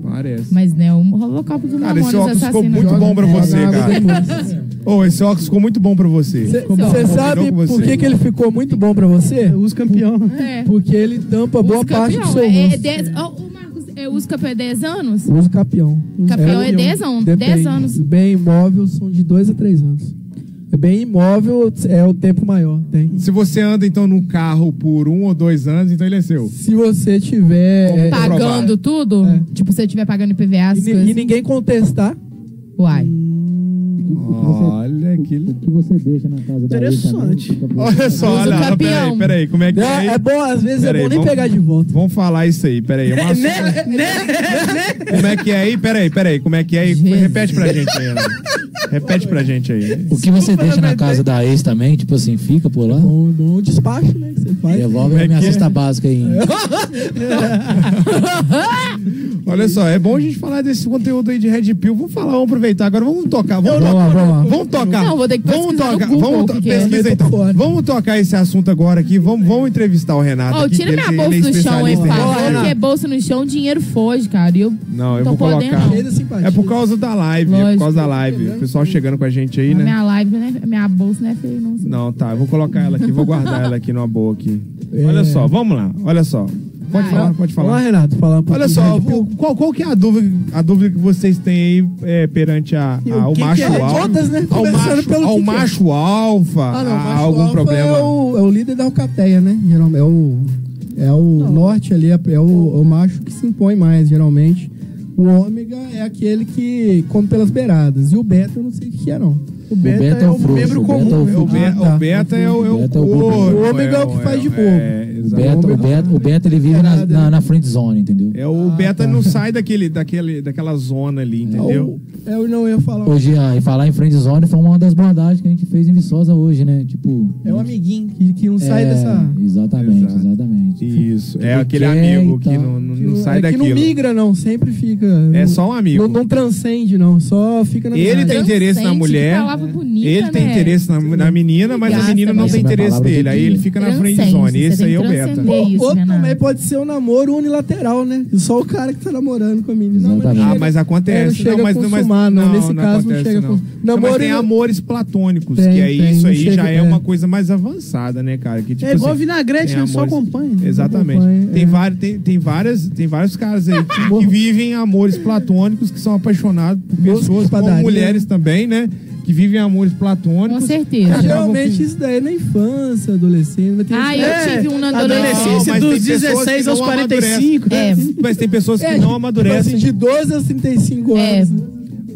[SPEAKER 5] Parece.
[SPEAKER 8] Mas, né, um Robocop do
[SPEAKER 5] Cara, esse óculos
[SPEAKER 8] Mamonas
[SPEAKER 5] ficou
[SPEAKER 8] assassino.
[SPEAKER 5] muito bom pra você,
[SPEAKER 3] Joga
[SPEAKER 5] cara. Ô, esse óculos ficou muito bom pra você. Ficou bom,
[SPEAKER 3] Você
[SPEAKER 5] combinou
[SPEAKER 3] sabe
[SPEAKER 5] com você.
[SPEAKER 3] por que, que ele ficou muito bom pra você? Os campeão.
[SPEAKER 8] É.
[SPEAKER 3] Porque ele tampa boa parte do
[SPEAKER 8] Campeão,
[SPEAKER 3] seu
[SPEAKER 8] é, é
[SPEAKER 3] rosto.
[SPEAKER 8] dez, ó, o Marcos, é, usa campeão é 10 anos?
[SPEAKER 3] Uso campeão.
[SPEAKER 8] Campeão é 10 anos,
[SPEAKER 3] Depende. É
[SPEAKER 8] 10 anos.
[SPEAKER 3] Bem imóvel são de 2 a 3 anos. É bem imóvel, é o tempo maior, tem.
[SPEAKER 5] Se você anda, então, num carro por um ou dois anos, então ele é seu.
[SPEAKER 3] Se você
[SPEAKER 5] É,
[SPEAKER 3] tiver. é,
[SPEAKER 8] Pagando tudo? Tipo, se eu estiver pagando IPVA,
[SPEAKER 3] E,
[SPEAKER 8] essas
[SPEAKER 3] ni-
[SPEAKER 8] coisas.
[SPEAKER 3] e ninguém contestar. né?
[SPEAKER 8] Uai.
[SPEAKER 5] Olha que.
[SPEAKER 9] O que você deixa na casa da
[SPEAKER 3] Interessante.
[SPEAKER 5] Olha só, olha lá. Peraí, peraí, como é que
[SPEAKER 3] É, é bom, às vezes é bom nem pegar de volta. Né?
[SPEAKER 5] Vamos falar isso aí, peraí.
[SPEAKER 3] [laughs]
[SPEAKER 5] é um assunto- Como é que é aí? Peraí, peraí, como é que é aí? Repete pra gente aí, Ana. Repete pra gente aí.
[SPEAKER 9] O que você deixa na casa da ex também, tipo assim, fica por lá?
[SPEAKER 3] Bom, bom despacho, né? Que você faz.
[SPEAKER 9] Devolve a minha cesta básica aí.
[SPEAKER 5] Olha só, é bom a gente falar desse conteúdo aí de Red Pill. Vamos falar, vamos aproveitar agora, vamos tocar. Vamos,
[SPEAKER 3] Vamos lá,
[SPEAKER 5] tocar.
[SPEAKER 3] vamos lá.
[SPEAKER 5] Vamos tocar.
[SPEAKER 3] Não, vou ter que
[SPEAKER 5] vamos
[SPEAKER 3] pesquisar no
[SPEAKER 5] tocar.
[SPEAKER 3] Google
[SPEAKER 5] vamos
[SPEAKER 3] o que que é.
[SPEAKER 5] pesquisa
[SPEAKER 3] Eu tô
[SPEAKER 5] então. Vamos tocar esse assunto agora aqui. Vamos, vamos entrevistar o Renato.
[SPEAKER 8] Ó,
[SPEAKER 5] aqui,
[SPEAKER 8] tira
[SPEAKER 5] que
[SPEAKER 8] minha
[SPEAKER 5] ele- ele
[SPEAKER 8] bolsa
[SPEAKER 5] é
[SPEAKER 8] do chão aí,
[SPEAKER 5] especialista em Red Pill.
[SPEAKER 3] é
[SPEAKER 8] Fábio. Porque bolsa no chão, dinheiro foge, cara. E eu
[SPEAKER 5] Não, eu
[SPEAKER 8] Tô
[SPEAKER 5] vou
[SPEAKER 8] podendo,
[SPEAKER 5] colocar.
[SPEAKER 8] não. Cheio da
[SPEAKER 5] É por causa da live, é por causa da live. O pessoal chegando com a gente aí,
[SPEAKER 8] a
[SPEAKER 5] né?
[SPEAKER 8] minha live, né? Minha bolsa não é feia, não.
[SPEAKER 5] Não, tá, eu vou colocar ela aqui, vou guardar ela aqui numa boa aqui. Olha só, vamos lá, olha só. Pode
[SPEAKER 3] É. Vai.
[SPEAKER 5] falar, Ah, pode falar.
[SPEAKER 3] Vai lá, Renato, falar um pouquinho
[SPEAKER 5] Olha só,
[SPEAKER 3] de Red
[SPEAKER 5] o- qual, qual que é a dúvida, a dúvida que vocês têm aí é, perante a,
[SPEAKER 3] E o
[SPEAKER 5] a-
[SPEAKER 3] que
[SPEAKER 5] o
[SPEAKER 3] que
[SPEAKER 5] macho
[SPEAKER 3] é?
[SPEAKER 5] alfa?
[SPEAKER 3] Todas, né?
[SPEAKER 5] Ao
[SPEAKER 3] Começando
[SPEAKER 5] macho,
[SPEAKER 3] pelo
[SPEAKER 5] ao
[SPEAKER 3] que que é.
[SPEAKER 5] macho alfa,
[SPEAKER 3] Ah, não,
[SPEAKER 5] a-
[SPEAKER 3] o macho
[SPEAKER 5] algum
[SPEAKER 3] alfa
[SPEAKER 5] problema?
[SPEAKER 3] É o, é o líder da Alcateia, né? Geralmente, é o, é o norte ali, é, é o, é o macho que se impõe mais, geralmente. O ômega é aquele que come pelas beiradas. E o beta eu não sei o que é, não.
[SPEAKER 7] O beta
[SPEAKER 5] beta é o frouxo,
[SPEAKER 7] membro
[SPEAKER 5] o beta
[SPEAKER 7] comum,
[SPEAKER 5] é o
[SPEAKER 7] né?
[SPEAKER 5] frouxo. O be- o beta é o- é o corno,
[SPEAKER 3] Ah, tá. O ômega é o que faz de bobo.
[SPEAKER 9] O Beto, o Beto, o Beto ele vive na, na, na friend zone, entendeu?
[SPEAKER 5] É o beta não sai daquele, daquele, daquela zona ali,
[SPEAKER 3] É
[SPEAKER 5] entendeu?
[SPEAKER 3] Eu não ia falar.
[SPEAKER 9] Ô, Jean, ah, e falar em friend zone foi uma das bordagens que a gente fez em Viçosa hoje, né? Tipo.
[SPEAKER 3] É o amiguinho que, que não sai
[SPEAKER 9] é,
[SPEAKER 3] dessa.
[SPEAKER 9] Exatamente, exatamente.
[SPEAKER 5] Isso, é
[SPEAKER 9] Ele
[SPEAKER 5] aquele
[SPEAKER 9] quer
[SPEAKER 5] amigo
[SPEAKER 9] e
[SPEAKER 5] que
[SPEAKER 9] tal.
[SPEAKER 5] não, não, não sai
[SPEAKER 3] é
[SPEAKER 5] daquilo.
[SPEAKER 3] Que não migra, não. Sempre fica.
[SPEAKER 5] É
[SPEAKER 3] não-
[SPEAKER 5] só um amigo.
[SPEAKER 3] Não, não transcende, não. Só fica na
[SPEAKER 5] Ele tem
[SPEAKER 8] Uhum.
[SPEAKER 3] beirada.
[SPEAKER 5] interesse na mulher. É. ele tem
[SPEAKER 3] né?
[SPEAKER 5] interesse na, na menina, mas a
[SPEAKER 3] Gasta
[SPEAKER 5] menina não
[SPEAKER 3] mesmo.
[SPEAKER 5] tem
[SPEAKER 3] Essa é a
[SPEAKER 5] interesse
[SPEAKER 3] palavra do
[SPEAKER 5] dele. Aí
[SPEAKER 3] dia.
[SPEAKER 5] ele fica na
[SPEAKER 3] Transcende,
[SPEAKER 5] friend zone.
[SPEAKER 3] você
[SPEAKER 5] Esse
[SPEAKER 3] tem
[SPEAKER 5] aí é o
[SPEAKER 3] que
[SPEAKER 5] beta.
[SPEAKER 3] transcender Ou- Outro
[SPEAKER 9] é
[SPEAKER 3] também pode ser um namoro unilateral, né? Só o cara que tá namorando com a menina. Não,
[SPEAKER 5] Ah, mas acontece.
[SPEAKER 3] É, não
[SPEAKER 5] Não,
[SPEAKER 3] chega
[SPEAKER 5] mas,
[SPEAKER 3] a
[SPEAKER 5] não, mas-
[SPEAKER 3] consumar, não. Nesse caso, não
[SPEAKER 5] acontece,
[SPEAKER 3] chega a
[SPEAKER 5] não.
[SPEAKER 3] consumar.
[SPEAKER 5] Não, mas
[SPEAKER 3] Namoro
[SPEAKER 5] tem
[SPEAKER 3] não-
[SPEAKER 5] amores platônicos,
[SPEAKER 3] Tem,
[SPEAKER 5] que aí
[SPEAKER 3] tem,
[SPEAKER 5] isso
[SPEAKER 3] não
[SPEAKER 5] aí
[SPEAKER 3] chega-
[SPEAKER 5] já é,
[SPEAKER 3] é.
[SPEAKER 5] uma coisa mais avançada, né, cara? Que, tipo
[SPEAKER 7] é igual
[SPEAKER 5] assim,
[SPEAKER 7] vinagrete,
[SPEAKER 5] tem
[SPEAKER 7] né? Só
[SPEAKER 5] amores-
[SPEAKER 7] acompanha.
[SPEAKER 5] Exatamente.
[SPEAKER 7] Acompanha,
[SPEAKER 5] tem,
[SPEAKER 7] é.
[SPEAKER 5] vários, tem, tem, várias, tem vários caras aí que, que vivem amores platônicos, que são apaixonados por pessoas, como
[SPEAKER 3] padaria.
[SPEAKER 5] mulheres também, né? Que vivem amores platônicos.
[SPEAKER 8] Com certeza.
[SPEAKER 5] Acabam
[SPEAKER 3] Geralmente
[SPEAKER 5] que-
[SPEAKER 3] isso daí é na infância, adolescência. Vai ter
[SPEAKER 8] Ah,
[SPEAKER 3] gente-
[SPEAKER 8] eu
[SPEAKER 3] É,
[SPEAKER 8] tive um na
[SPEAKER 5] Não,
[SPEAKER 8] adolescência.
[SPEAKER 5] mas tem pessoas que não amadurecem.
[SPEAKER 3] né?
[SPEAKER 5] Mas tem pessoas que
[SPEAKER 3] É,
[SPEAKER 5] não
[SPEAKER 3] tipo
[SPEAKER 5] amadurecem. É.
[SPEAKER 3] assim, de 12 aos 35 anos. né?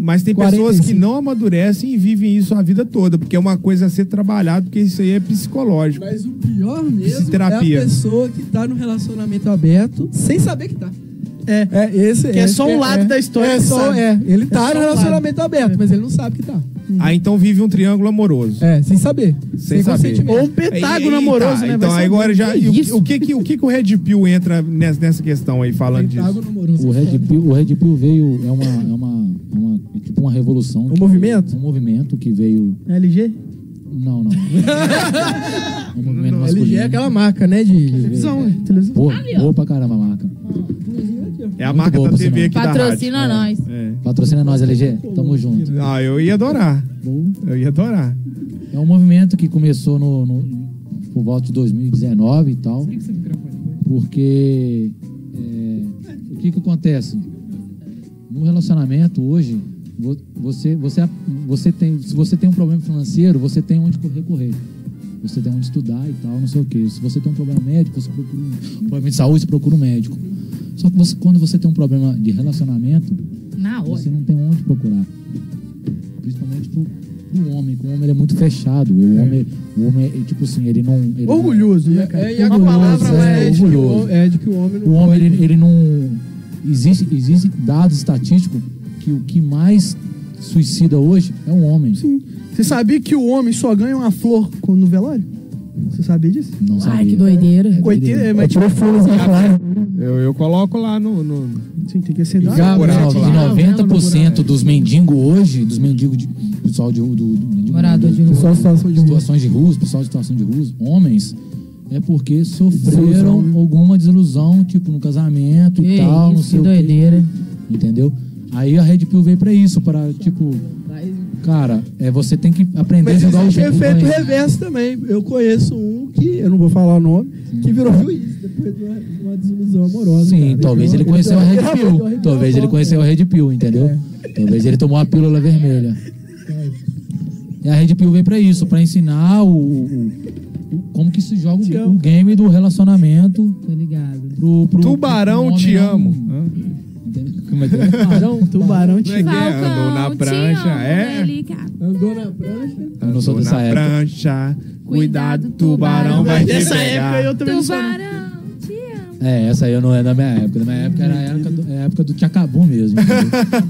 [SPEAKER 5] Mas tem pessoas que não amadurecem e vivem isso a vida toda, porque é uma coisa a ser trabalhada, porque isso aí é psicológico.
[SPEAKER 3] Mas o pior mesmo é a
[SPEAKER 5] Psicoterapia.
[SPEAKER 3] pessoa que tá no relacionamento aberto sem saber que tá. É, é esse
[SPEAKER 5] Que é só um lado da história
[SPEAKER 3] É
[SPEAKER 5] que
[SPEAKER 3] só,
[SPEAKER 5] sabe.
[SPEAKER 3] é. Ele
[SPEAKER 5] É
[SPEAKER 3] tá
[SPEAKER 5] só
[SPEAKER 3] no
[SPEAKER 5] um
[SPEAKER 3] relacionamento aberto, mas ele não sabe que tá.
[SPEAKER 5] Aí então vive um triângulo amoroso.
[SPEAKER 3] É, sem saber.
[SPEAKER 5] Sem,
[SPEAKER 3] Sem
[SPEAKER 5] saber.
[SPEAKER 3] consentimento. Ou
[SPEAKER 7] É
[SPEAKER 3] um pentágono
[SPEAKER 5] Aí- aí
[SPEAKER 3] amoroso, né?
[SPEAKER 5] Então
[SPEAKER 3] Vai
[SPEAKER 5] aí
[SPEAKER 3] saber.
[SPEAKER 5] agora já.
[SPEAKER 3] Que
[SPEAKER 5] e o-
[SPEAKER 3] isso?
[SPEAKER 5] o, que, que, o que, que o Red Pill entra nessa, nessa questão aí falando disso?
[SPEAKER 9] O Red Pill, o Red Pill veio, é uma, é uma, é uma- é tipo uma revolução. Um movimento? Um movimento que veio...
[SPEAKER 3] LG?
[SPEAKER 9] Não, não. um movimento
[SPEAKER 7] LG
[SPEAKER 9] masculino.
[SPEAKER 7] é aquela marca, né? De
[SPEAKER 9] televisão,
[SPEAKER 7] é. televisão.
[SPEAKER 9] Boa, boa pra caramba a marca.
[SPEAKER 5] É a marca da TV aqui da rádio. É.
[SPEAKER 9] né?
[SPEAKER 8] Patrocina nós.
[SPEAKER 9] Patrocina nós, LG. Tamo junto.
[SPEAKER 5] Ah, eu ia adorar. Eu ia adorar.
[SPEAKER 9] É um movimento que começou no, no- por volta de 2019 e tal. Porque é, o que, que acontece? No relacionamento hoje, vo- você, você, você tem, se você tem um problema financeiro, você tem onde recorrer. Você tem onde estudar e tal, não sei o quê. Se você tem um problema médico, você procura um problema de saúde, você procura um médico. Só que você, quando você tem um problema de relacionamento,
[SPEAKER 8] Na hora.
[SPEAKER 9] você não tem onde procurar. Principalmente pro, pro homem, que o homem ele é muito fechado. O homem, o homem é, tipo assim, ele não. ele não-
[SPEAKER 3] Orgulhoso, né, cara?
[SPEAKER 9] É, orgulhoso, é,
[SPEAKER 3] de que o
[SPEAKER 9] orgulhoso.
[SPEAKER 3] hom- é de que o homem não
[SPEAKER 9] O homem, ele, ele não. Existe, existe dados estatísticos que o que mais suicida hoje é um homem. Sim.
[SPEAKER 3] Você sabia que o homem só ganha uma flor com- no velório? Você sabia disso?
[SPEAKER 9] Não
[SPEAKER 3] sabia.
[SPEAKER 8] que doideira.
[SPEAKER 3] Coiteira, é, mas
[SPEAKER 5] Eu, eu coloco lá no. no...
[SPEAKER 3] Sim, tem que ser
[SPEAKER 9] Não,
[SPEAKER 7] Ah,
[SPEAKER 3] dado.
[SPEAKER 5] né?
[SPEAKER 9] não, de 90% dos mendigos hoje, dos mendigos de pessoal de, ru- do, do mendigo,
[SPEAKER 3] Morador
[SPEAKER 9] não,
[SPEAKER 3] de
[SPEAKER 9] do-
[SPEAKER 3] rua. Pessoal de
[SPEAKER 9] situações de ruas, pessoal de situação de ruas, homens, é porque sofreram
[SPEAKER 3] Desilusão, né?
[SPEAKER 9] alguma desilusão, tipo no casamento e
[SPEAKER 3] Que
[SPEAKER 9] tal, não
[SPEAKER 3] isso,
[SPEAKER 9] sei
[SPEAKER 3] que
[SPEAKER 9] o quê.
[SPEAKER 3] doideira.
[SPEAKER 9] Entendeu? Aí a Red Pill veio pra isso, para tipo, cara, é você tem que aprender
[SPEAKER 3] Mas é
[SPEAKER 9] a jogar o
[SPEAKER 3] existe
[SPEAKER 9] jogo.
[SPEAKER 3] efeito
[SPEAKER 9] né?
[SPEAKER 3] reverso também. Eu conheço um que, eu não vou falar o nome, que virou juiz depois de uma, de uma desilusão amorosa.
[SPEAKER 9] Sim, talvez ele conheceu a Red Pill. Talvez ele conheceu a Red Pill, entendeu?
[SPEAKER 3] É.
[SPEAKER 9] Talvez ele tomou a pílula vermelha. E a Red Pill veio pra isso, pra ensinar o, o- o- como que se joga o, o game do relacionamento. Tô ligado. Pro, pro- pro
[SPEAKER 5] Tubarão,
[SPEAKER 9] homem
[SPEAKER 5] te
[SPEAKER 9] não-
[SPEAKER 5] amo.
[SPEAKER 9] Como é que é? [laughs]
[SPEAKER 3] Tubarão, tubarão te
[SPEAKER 5] Como é que é? Andou na prancha, é?
[SPEAKER 3] Andou na prancha.
[SPEAKER 9] Eu não sou
[SPEAKER 5] Andou
[SPEAKER 9] dessa
[SPEAKER 5] na
[SPEAKER 9] época.
[SPEAKER 5] prancha, cuidado, tubarão vai te
[SPEAKER 3] Nessa
[SPEAKER 5] pegar.
[SPEAKER 3] época eu também não sou.
[SPEAKER 9] É, essa aí eu não é da minha época. Da minha época era a época do, é a época do Tchacabum mesmo.
[SPEAKER 5] [laughs]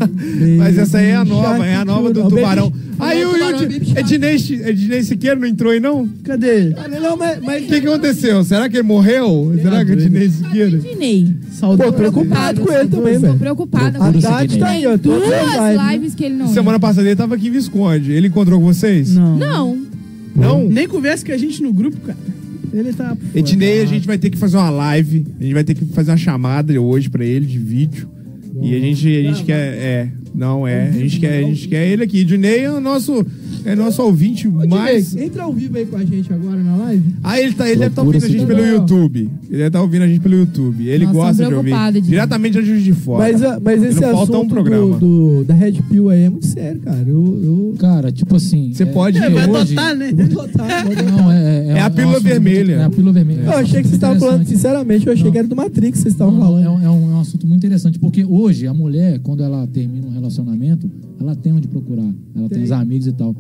[SPEAKER 5] Mas essa aí é a nova, é a nova do
[SPEAKER 9] Baby-
[SPEAKER 5] tubarão. Aí
[SPEAKER 9] Não,
[SPEAKER 5] o
[SPEAKER 9] tubarão,
[SPEAKER 5] Yudi- Ednei Chi- Ednei Siqueira não entrou aí, não?
[SPEAKER 3] Cadê?
[SPEAKER 5] Não, mas o que, que aconteceu? Será que ele morreu? Será que o Ednei Siqueira?
[SPEAKER 8] Ednei.
[SPEAKER 5] Pô, preocupado com ele também,
[SPEAKER 8] Tô
[SPEAKER 5] velho.
[SPEAKER 8] preocupada.
[SPEAKER 5] A Dade tá aí, ó, tô atrás,
[SPEAKER 8] Duas
[SPEAKER 5] né?
[SPEAKER 8] lives que ele não.
[SPEAKER 5] Semana passada ele tava aqui em Visconde. Ele encontrou com vocês?
[SPEAKER 8] Não.
[SPEAKER 5] Não?
[SPEAKER 3] Nem conversa com a gente no grupo, cara. Ele tá. por fora.
[SPEAKER 5] Ednei, a gente vai ter que fazer uma live. A gente vai ter que fazer uma chamada hoje pra ele de vídeo. E a gente, a gente quer. É. Não, é. A gente quer, a gente quer ele aqui. Ednei é o nosso, é nosso ouvinte mais.
[SPEAKER 3] Ednei, Entra ao vivo aí com a gente agora na live.
[SPEAKER 5] Ah, ele, tá, ele deve estar ouvindo a gente pelo YouTube. Ele deve estar ouvindo a gente pelo YouTube. Ele
[SPEAKER 3] Nós
[SPEAKER 5] gosta
[SPEAKER 3] estamos
[SPEAKER 5] de ouvir.
[SPEAKER 3] preocupados, tá Ednei.
[SPEAKER 5] Diretamente de Juiz de Fora.
[SPEAKER 3] Mas, ah, mas esse
[SPEAKER 5] não
[SPEAKER 3] assunto
[SPEAKER 5] falta um programa.
[SPEAKER 3] Do, do- da Red Pill aí é muito sério, cara. Eu,
[SPEAKER 9] Cara, tipo assim.
[SPEAKER 5] Você pode
[SPEAKER 3] É,
[SPEAKER 5] ver
[SPEAKER 3] vai
[SPEAKER 5] hoje.
[SPEAKER 3] adotar, né? Vou adotar, vou adotar.
[SPEAKER 9] Não, é,
[SPEAKER 5] É a pílula vermelha.
[SPEAKER 9] É a pílula vermelha.
[SPEAKER 3] Eu achei que vocês estavam falando, sinceramente, eu achei que era do Matrix que vocês estavam falando.
[SPEAKER 9] É um, é um- é um assunto muito interessante, porque hoje a mulher, quando ela termina um relacionamento, ela tem onde procurar. Ela tem,
[SPEAKER 3] Tem.
[SPEAKER 9] os amigos e tal.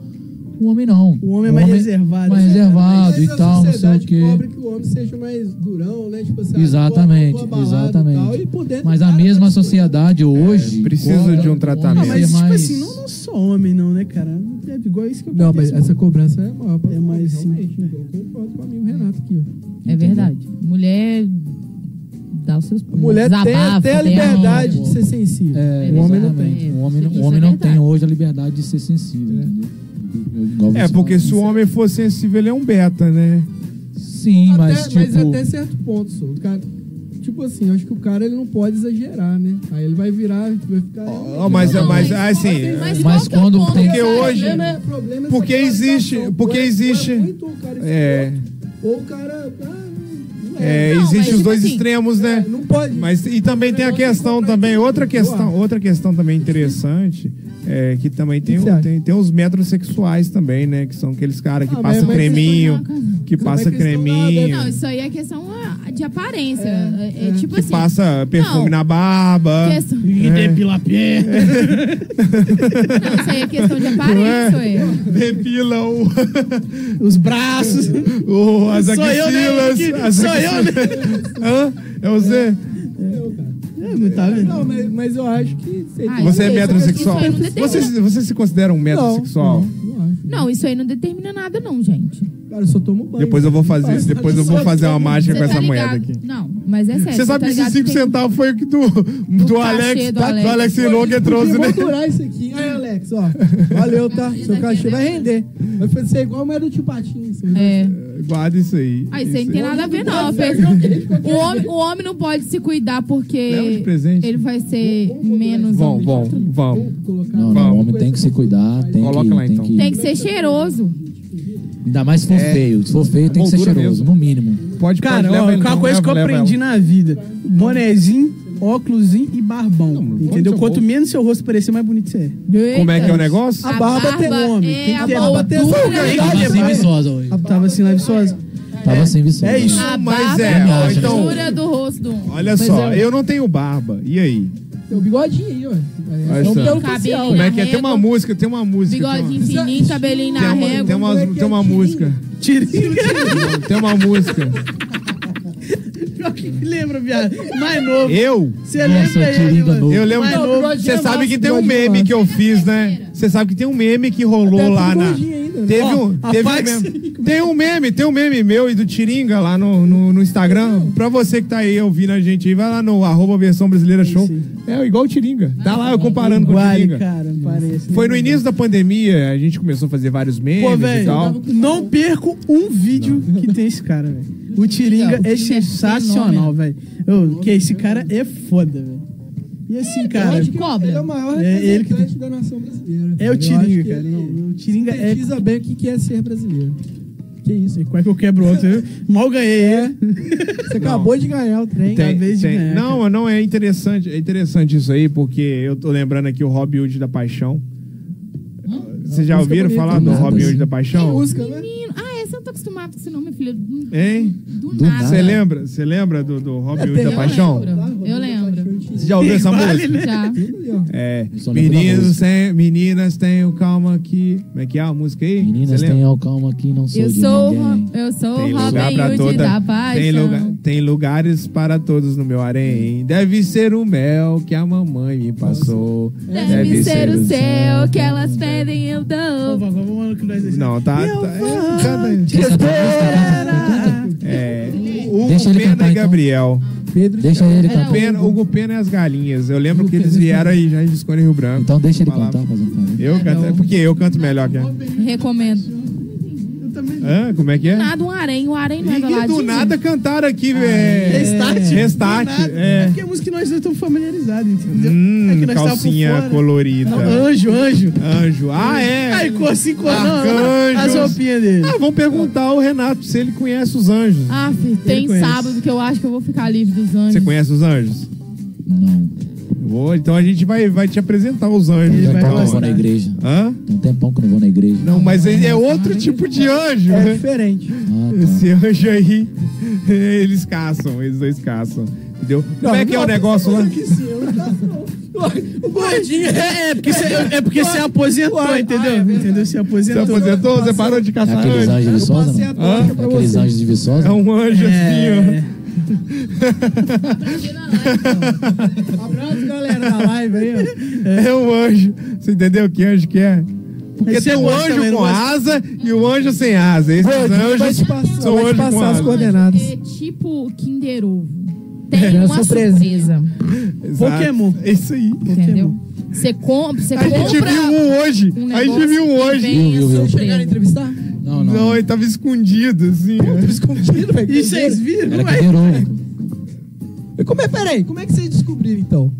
[SPEAKER 9] O Um homem não.
[SPEAKER 3] O homem é mais reservado.
[SPEAKER 9] Mais
[SPEAKER 3] né, cara?
[SPEAKER 9] reservado
[SPEAKER 3] Mas
[SPEAKER 9] e
[SPEAKER 3] a
[SPEAKER 9] tal, não sei o
[SPEAKER 3] sociedade
[SPEAKER 9] quê.
[SPEAKER 3] Pobre que o homem seja mais durão, né? Tipo assim, ah,
[SPEAKER 9] Exatamente,
[SPEAKER 3] boa- boa balada e tal,
[SPEAKER 9] exatamente.
[SPEAKER 3] e por dentro
[SPEAKER 9] Mas a mesma sociedade hoje.
[SPEAKER 5] precisa de um tratamento.
[SPEAKER 3] tá- Não, mas
[SPEAKER 9] é
[SPEAKER 3] tipo
[SPEAKER 9] mais-
[SPEAKER 3] assim, não, não só homem, não, né, cara? Não É igual isso que eu
[SPEAKER 7] Não, mas essa cobrança é maior.
[SPEAKER 9] um
[SPEAKER 3] É mais sim.
[SPEAKER 9] né?
[SPEAKER 7] Eu concordo com o amigo Renato aqui, ó.
[SPEAKER 8] É verdade. Mulher dá os seus
[SPEAKER 3] A mulher tem até a liberdade de ser sensível.
[SPEAKER 9] É,
[SPEAKER 3] o homem não
[SPEAKER 9] exatamente.
[SPEAKER 3] tem.
[SPEAKER 9] O homem, não-
[SPEAKER 3] Isso
[SPEAKER 9] o homem
[SPEAKER 3] é
[SPEAKER 9] não
[SPEAKER 3] verdade.
[SPEAKER 9] tem hoje a liberdade de ser sensível, entendeu? Igual
[SPEAKER 5] É,
[SPEAKER 9] você
[SPEAKER 5] porque
[SPEAKER 3] né?
[SPEAKER 9] fala,
[SPEAKER 5] se o homem for sensível, ele é um beta, né?
[SPEAKER 9] Sim,
[SPEAKER 3] Até- mas até certo ponto, só. O cara, tipo assim, eu acho que o cara ele não pode exagerar, né? Aí ele vai virar, vai ficar.
[SPEAKER 5] Ah, mas, mas assim.
[SPEAKER 8] é
[SPEAKER 9] mas quando tem
[SPEAKER 5] Porque hoje.
[SPEAKER 3] problema é
[SPEAKER 5] Porque
[SPEAKER 3] essa
[SPEAKER 5] existe.
[SPEAKER 3] polarização.
[SPEAKER 5] Porque
[SPEAKER 3] Ou é- ou é
[SPEAKER 5] existe.
[SPEAKER 3] muito, ou o cara
[SPEAKER 5] É.
[SPEAKER 3] Ou o cara. ah, não
[SPEAKER 5] É,
[SPEAKER 10] Não, mas,
[SPEAKER 5] existe os
[SPEAKER 10] tipo
[SPEAKER 5] dois
[SPEAKER 10] assim,
[SPEAKER 5] extremos, né? Não pode. Mas e também tem a questão também, outra questão, outra questão também interessante é que também tem,
[SPEAKER 10] O que você
[SPEAKER 5] o-
[SPEAKER 10] acha?
[SPEAKER 5] tem, tem os metrosexuais também, né? Que são aqueles caras que
[SPEAKER 10] Ah, mas-
[SPEAKER 5] passam
[SPEAKER 10] mas-
[SPEAKER 5] creminho, que
[SPEAKER 10] Não é
[SPEAKER 5] passa
[SPEAKER 10] questão
[SPEAKER 5] creminho,
[SPEAKER 8] Não, isso aí é questão ah, de aparência. É, é tipo
[SPEAKER 5] que
[SPEAKER 8] assim.
[SPEAKER 5] passa É. perfume
[SPEAKER 8] não, é
[SPEAKER 5] na barba.
[SPEAKER 8] Questão-
[SPEAKER 5] E depila
[SPEAKER 8] Não, isso aí é questão de aparência,
[SPEAKER 5] Não é?
[SPEAKER 8] ué.
[SPEAKER 5] Depila o...
[SPEAKER 7] os braços,
[SPEAKER 5] [laughs] o, as
[SPEAKER 7] Sou eu, né,
[SPEAKER 5] axilas.
[SPEAKER 7] Henrique?
[SPEAKER 5] as
[SPEAKER 7] Sou
[SPEAKER 5] axilas.
[SPEAKER 7] eu, né?
[SPEAKER 5] [laughs] Hã? É
[SPEAKER 10] É,
[SPEAKER 5] você?
[SPEAKER 10] não
[SPEAKER 3] ah,
[SPEAKER 10] tá vendo? Não, mas, mas eu acho que.
[SPEAKER 8] Ah,
[SPEAKER 5] Você é
[SPEAKER 8] isso aí
[SPEAKER 5] metrosexual?
[SPEAKER 8] não determina.
[SPEAKER 5] Você, você se considera um metrosexual?
[SPEAKER 8] Não, isso aí não determina nada, não, gente.
[SPEAKER 10] Cara, eu só tomo banho.
[SPEAKER 5] Depois eu vou
[SPEAKER 3] né?
[SPEAKER 5] fazer, depois eu vou fazer uma mágica
[SPEAKER 8] Você
[SPEAKER 5] com
[SPEAKER 8] tá
[SPEAKER 5] essa moeda
[SPEAKER 8] ligado-
[SPEAKER 5] aqui.
[SPEAKER 8] Não, mas é sério.
[SPEAKER 5] Você sabe
[SPEAKER 8] tá
[SPEAKER 5] que esses
[SPEAKER 8] ligado
[SPEAKER 5] 5
[SPEAKER 8] tem-
[SPEAKER 5] centavos foi o que do, do, Alex,
[SPEAKER 8] cachê do
[SPEAKER 5] do Alex,
[SPEAKER 8] Alex.
[SPEAKER 5] do Alex Sinon que trouxe,
[SPEAKER 8] [laughs]
[SPEAKER 10] Eu
[SPEAKER 5] né?
[SPEAKER 10] vou durar isso aqui. Aí, Alex, ó. Valeu, tá? Seu cachê vai render. Vai
[SPEAKER 3] é
[SPEAKER 10] fazer igual a moeda do tio Patinho. Assim,
[SPEAKER 3] né?
[SPEAKER 5] né?
[SPEAKER 8] É.
[SPEAKER 5] Guarda isso aí.
[SPEAKER 8] Ah, isso aí não tem nada a ver, não. O homem, o homem não pode se cuidar
[SPEAKER 5] Leva de
[SPEAKER 8] porque
[SPEAKER 5] presente.
[SPEAKER 8] ele vai ser menos.
[SPEAKER 5] Vão, vão, vão.
[SPEAKER 9] Não, não, o homem tem que se cuidar, tem que, tem
[SPEAKER 5] então.
[SPEAKER 9] que-
[SPEAKER 8] Tem que ser cheiroso.
[SPEAKER 9] Ainda mais se for
[SPEAKER 7] É.
[SPEAKER 9] feio. Se for feio, tem que ser
[SPEAKER 7] Moldura
[SPEAKER 9] cheiroso,
[SPEAKER 7] mesmo.
[SPEAKER 9] no mínimo.
[SPEAKER 5] Pode
[SPEAKER 7] Cara, ó, uma coisa que eu aprendi na vida: bonezinho, óculosinho e barbão. entendeu?
[SPEAKER 5] ser
[SPEAKER 7] Quanto
[SPEAKER 5] bom.
[SPEAKER 7] menos seu rosto parecer, mais bonito você é.
[SPEAKER 5] Como é que é o negócio?
[SPEAKER 7] A barba, tem homem.
[SPEAKER 8] é
[SPEAKER 7] tem que
[SPEAKER 8] a
[SPEAKER 7] ter a né? barba tem
[SPEAKER 8] moldura.
[SPEAKER 9] Tava sem viçosa hoje.
[SPEAKER 7] assim, Tava sem viçosa.
[SPEAKER 9] Tava assim. sem viçosa.
[SPEAKER 7] É isso.
[SPEAKER 8] A
[SPEAKER 5] mas
[SPEAKER 8] barba
[SPEAKER 5] é,
[SPEAKER 8] é
[SPEAKER 5] ó,
[SPEAKER 8] a
[SPEAKER 5] então-
[SPEAKER 8] gordura do rosto do homem.
[SPEAKER 5] Olha
[SPEAKER 10] Mas
[SPEAKER 5] só,
[SPEAKER 10] é-
[SPEAKER 5] eu não tenho barba. E aí?
[SPEAKER 10] Tem o bigodinho aí, ó.
[SPEAKER 5] Olha
[SPEAKER 10] É um
[SPEAKER 5] só.
[SPEAKER 10] pelo facial.
[SPEAKER 5] Como é que é? Tem uma música, tem uma música. tem uma-
[SPEAKER 8] Bigodinho é fininho, cabelinho na
[SPEAKER 5] Tem uma,
[SPEAKER 8] régua.
[SPEAKER 5] tem uma, tem uma música. Tem uma música.
[SPEAKER 7] [laughs]
[SPEAKER 8] [laughs]
[SPEAKER 7] Pior que lembra, viado. Mais novo.
[SPEAKER 5] Eu?
[SPEAKER 7] Você lembra ele, mano?
[SPEAKER 5] Eu lembro.
[SPEAKER 7] Mais novo.
[SPEAKER 5] Você
[SPEAKER 7] Bigodinho
[SPEAKER 5] sabe que
[SPEAKER 7] massa,
[SPEAKER 5] tem um
[SPEAKER 7] bigodinho
[SPEAKER 5] meme
[SPEAKER 7] massa.
[SPEAKER 5] que eu fiz, né? Você sabe que tem um meme que rolou lá na. Teve
[SPEAKER 7] Ó,
[SPEAKER 5] um.
[SPEAKER 7] a
[SPEAKER 5] Teve um
[SPEAKER 7] Pax-
[SPEAKER 5] meme. Tem um meme, tem um meme meu e do Tiringa lá no, no, no Instagram. Pra você que tá aí ouvindo a gente aí, vai lá no arroba versão brasileira show. É igual o Tiringa. Tá lá eu comparando com o
[SPEAKER 7] Uai,
[SPEAKER 5] Tiringa.
[SPEAKER 7] cara, parece.
[SPEAKER 5] Foi no início da pandemia, a gente começou a fazer vários
[SPEAKER 7] Pô,
[SPEAKER 5] memes e tal.
[SPEAKER 7] velho, não perco um vídeo que tem esse cara, velho. O Tiringa é sensacional, velho. Ô, Que esse cara é foda, velho. E assim, cara.
[SPEAKER 10] de cobra. Ele é o maior
[SPEAKER 7] É, ele que-
[SPEAKER 10] representante da nação brasileira.
[SPEAKER 7] É o
[SPEAKER 10] Eu
[SPEAKER 7] Tiringa,
[SPEAKER 10] acho que
[SPEAKER 7] cara.
[SPEAKER 10] ele
[SPEAKER 7] Não, o Tiringa é-
[SPEAKER 10] expertiza bem o que que é ser brasileiro.
[SPEAKER 7] Que isso? Como é que eu quebro o outro? viu? Mal ganhei, é.
[SPEAKER 10] Você acabou de ganhar o trem.
[SPEAKER 5] Tem-
[SPEAKER 7] Acabei de
[SPEAKER 5] tem-
[SPEAKER 7] ganhar,
[SPEAKER 5] não, não é interessante, é interessante isso aí, porque eu tô lembrando aqui o Robin Hood da Paixão. Vocês já
[SPEAKER 10] Música
[SPEAKER 5] ouviram
[SPEAKER 10] bonita,
[SPEAKER 5] falar do
[SPEAKER 10] nada,
[SPEAKER 5] Robin Hood
[SPEAKER 10] assim.
[SPEAKER 5] da Paixão?
[SPEAKER 8] Menino. Ah, essa eu não tô acostumada com esse nome, filho. Do,
[SPEAKER 5] Hein?
[SPEAKER 8] do, nada.
[SPEAKER 5] Você lembra? Você lembra do, do Robin Hood da
[SPEAKER 8] Ah, é. Eu
[SPEAKER 5] Paixão?
[SPEAKER 8] lembro. Eu lembro.
[SPEAKER 5] Você já ouviu essa
[SPEAKER 8] Vale,
[SPEAKER 5] música?
[SPEAKER 8] né? Já.
[SPEAKER 5] É.
[SPEAKER 9] só lembro da
[SPEAKER 5] Meninos tem, meninas tenham calma aqui. Como é que é a música aí?
[SPEAKER 9] Meninas,
[SPEAKER 5] Você lembra?
[SPEAKER 9] tenham calma aqui, não sou
[SPEAKER 8] Eu
[SPEAKER 9] de
[SPEAKER 8] sou, o
[SPEAKER 9] ninguém.
[SPEAKER 8] Ro- eu sou o
[SPEAKER 5] Tem lugar pra
[SPEAKER 8] Robin Hood
[SPEAKER 5] toda-
[SPEAKER 8] da paixão.
[SPEAKER 5] Tem, lugar- tem lugares para todos no meu harém. Deve ser o mel que a mamãe me passou.
[SPEAKER 8] Deve, ser o céu que elas pedem, eu
[SPEAKER 5] então.
[SPEAKER 8] dou.
[SPEAKER 7] Vamos, vamos, mano, que nós deixamos.
[SPEAKER 5] Não, tá. tá- é, tá- É, o o
[SPEAKER 9] Deixa ele
[SPEAKER 5] Pena
[SPEAKER 9] cantar,
[SPEAKER 5] e
[SPEAKER 9] então.
[SPEAKER 5] Gabriel.
[SPEAKER 10] Pedro
[SPEAKER 9] Deixa ele
[SPEAKER 5] O
[SPEAKER 9] cantar.
[SPEAKER 5] Pena, o Pena e as galinhas. Eu lembro que eles vieram aí já em Visconde Rio Branco.
[SPEAKER 9] Então deixa ele
[SPEAKER 5] Falava.
[SPEAKER 9] cantar, né? fazendo favor.
[SPEAKER 5] Eu canto, é porque eu canto melhor que ela.
[SPEAKER 8] Recomendo.
[SPEAKER 5] Hã? Como é que é?
[SPEAKER 8] Nada um harém, o harém não é
[SPEAKER 5] E
[SPEAKER 8] baladinho.
[SPEAKER 5] do nada cantaram aqui, velho.
[SPEAKER 7] Ah, é. Restart.
[SPEAKER 5] Restart.
[SPEAKER 7] Do nada. É
[SPEAKER 5] É.
[SPEAKER 7] porque a música que nós não estamos familiarizados, entendeu?
[SPEAKER 5] Hum,
[SPEAKER 7] é que nós tava por
[SPEAKER 5] calcinha
[SPEAKER 7] fora.
[SPEAKER 5] colorida.
[SPEAKER 7] Não, anjo, anjo.
[SPEAKER 5] Anjo. Ah, é.
[SPEAKER 7] Aí, com cinco
[SPEAKER 5] Arcanjos.
[SPEAKER 7] anos, as roupinhas dele.
[SPEAKER 5] Ah, vamos perguntar ao Renato se ele conhece os anjos.
[SPEAKER 8] Ah, filho, tem
[SPEAKER 5] conhece.
[SPEAKER 8] sábado que eu acho que eu vou ficar livre dos
[SPEAKER 5] Você
[SPEAKER 8] anjos.
[SPEAKER 5] conhece os anjos? Não. então a gente vai, vai te apresentar os anjos.
[SPEAKER 9] Tem um
[SPEAKER 5] então.
[SPEAKER 9] tempão que eu não vou
[SPEAKER 7] né?
[SPEAKER 9] na igreja.
[SPEAKER 5] Hã?
[SPEAKER 9] Tem um tempão que eu não vou na igreja.
[SPEAKER 5] Não, mas ele é outro tipo de anjo.
[SPEAKER 10] É
[SPEAKER 5] né?
[SPEAKER 10] diferente.
[SPEAKER 5] Esse anjo aí, [laughs] eles caçam, eles dois caçam. Entendeu? Como é que é o negócio lá?
[SPEAKER 10] O gordinho
[SPEAKER 7] É, é porque você é porque você aposentou, entendeu? entendeu? Você aposentou.
[SPEAKER 5] Você aposentou? Você parou de caçar
[SPEAKER 9] É Aqueles
[SPEAKER 5] anjo?
[SPEAKER 9] anjos de Viçosa,
[SPEAKER 7] passei a
[SPEAKER 9] não?
[SPEAKER 5] Hã?
[SPEAKER 9] Aqueles anjos de Viçosa?
[SPEAKER 5] É um anjo assim, ó.
[SPEAKER 8] é
[SPEAKER 10] Abraço, galera, na live aí, ó.
[SPEAKER 5] É um anjo. Você entendeu que anjo que é? Porque
[SPEAKER 7] Esse
[SPEAKER 5] tem
[SPEAKER 7] eu
[SPEAKER 5] um
[SPEAKER 7] gosto
[SPEAKER 5] anjo
[SPEAKER 7] também, não
[SPEAKER 5] com
[SPEAKER 7] gosto.
[SPEAKER 5] asa e o anjo sem asa. Esses
[SPEAKER 10] Gordinho vai
[SPEAKER 5] anjos
[SPEAKER 10] te passar-
[SPEAKER 5] são
[SPEAKER 10] vai te
[SPEAKER 5] anjos com
[SPEAKER 10] passar as
[SPEAKER 5] asa.
[SPEAKER 10] coordenadas.
[SPEAKER 8] É tipo Kinder Ovo. Tem
[SPEAKER 10] É,
[SPEAKER 8] uma surpresa.
[SPEAKER 10] surpresa.
[SPEAKER 5] Exato.
[SPEAKER 7] Pokémon.
[SPEAKER 5] É isso aí.
[SPEAKER 8] Entendeu? Você compra, você
[SPEAKER 5] A gente
[SPEAKER 8] compra.
[SPEAKER 5] viu um hoje.
[SPEAKER 8] um
[SPEAKER 5] a gente
[SPEAKER 8] negócio
[SPEAKER 5] viu um
[SPEAKER 8] que
[SPEAKER 5] hoje.
[SPEAKER 8] vem Viu, viu, viu. a surpresa.
[SPEAKER 10] Chegaram a entrevistar?
[SPEAKER 9] Não,
[SPEAKER 5] Não,
[SPEAKER 9] não.
[SPEAKER 5] ele tava escondido, assim. né?
[SPEAKER 10] Escondido, velho.
[SPEAKER 7] E vocês viram,
[SPEAKER 9] Era
[SPEAKER 7] ué?
[SPEAKER 9] Kinder Ovo.
[SPEAKER 10] Como é, peraí, como é que vocês descobriram, então?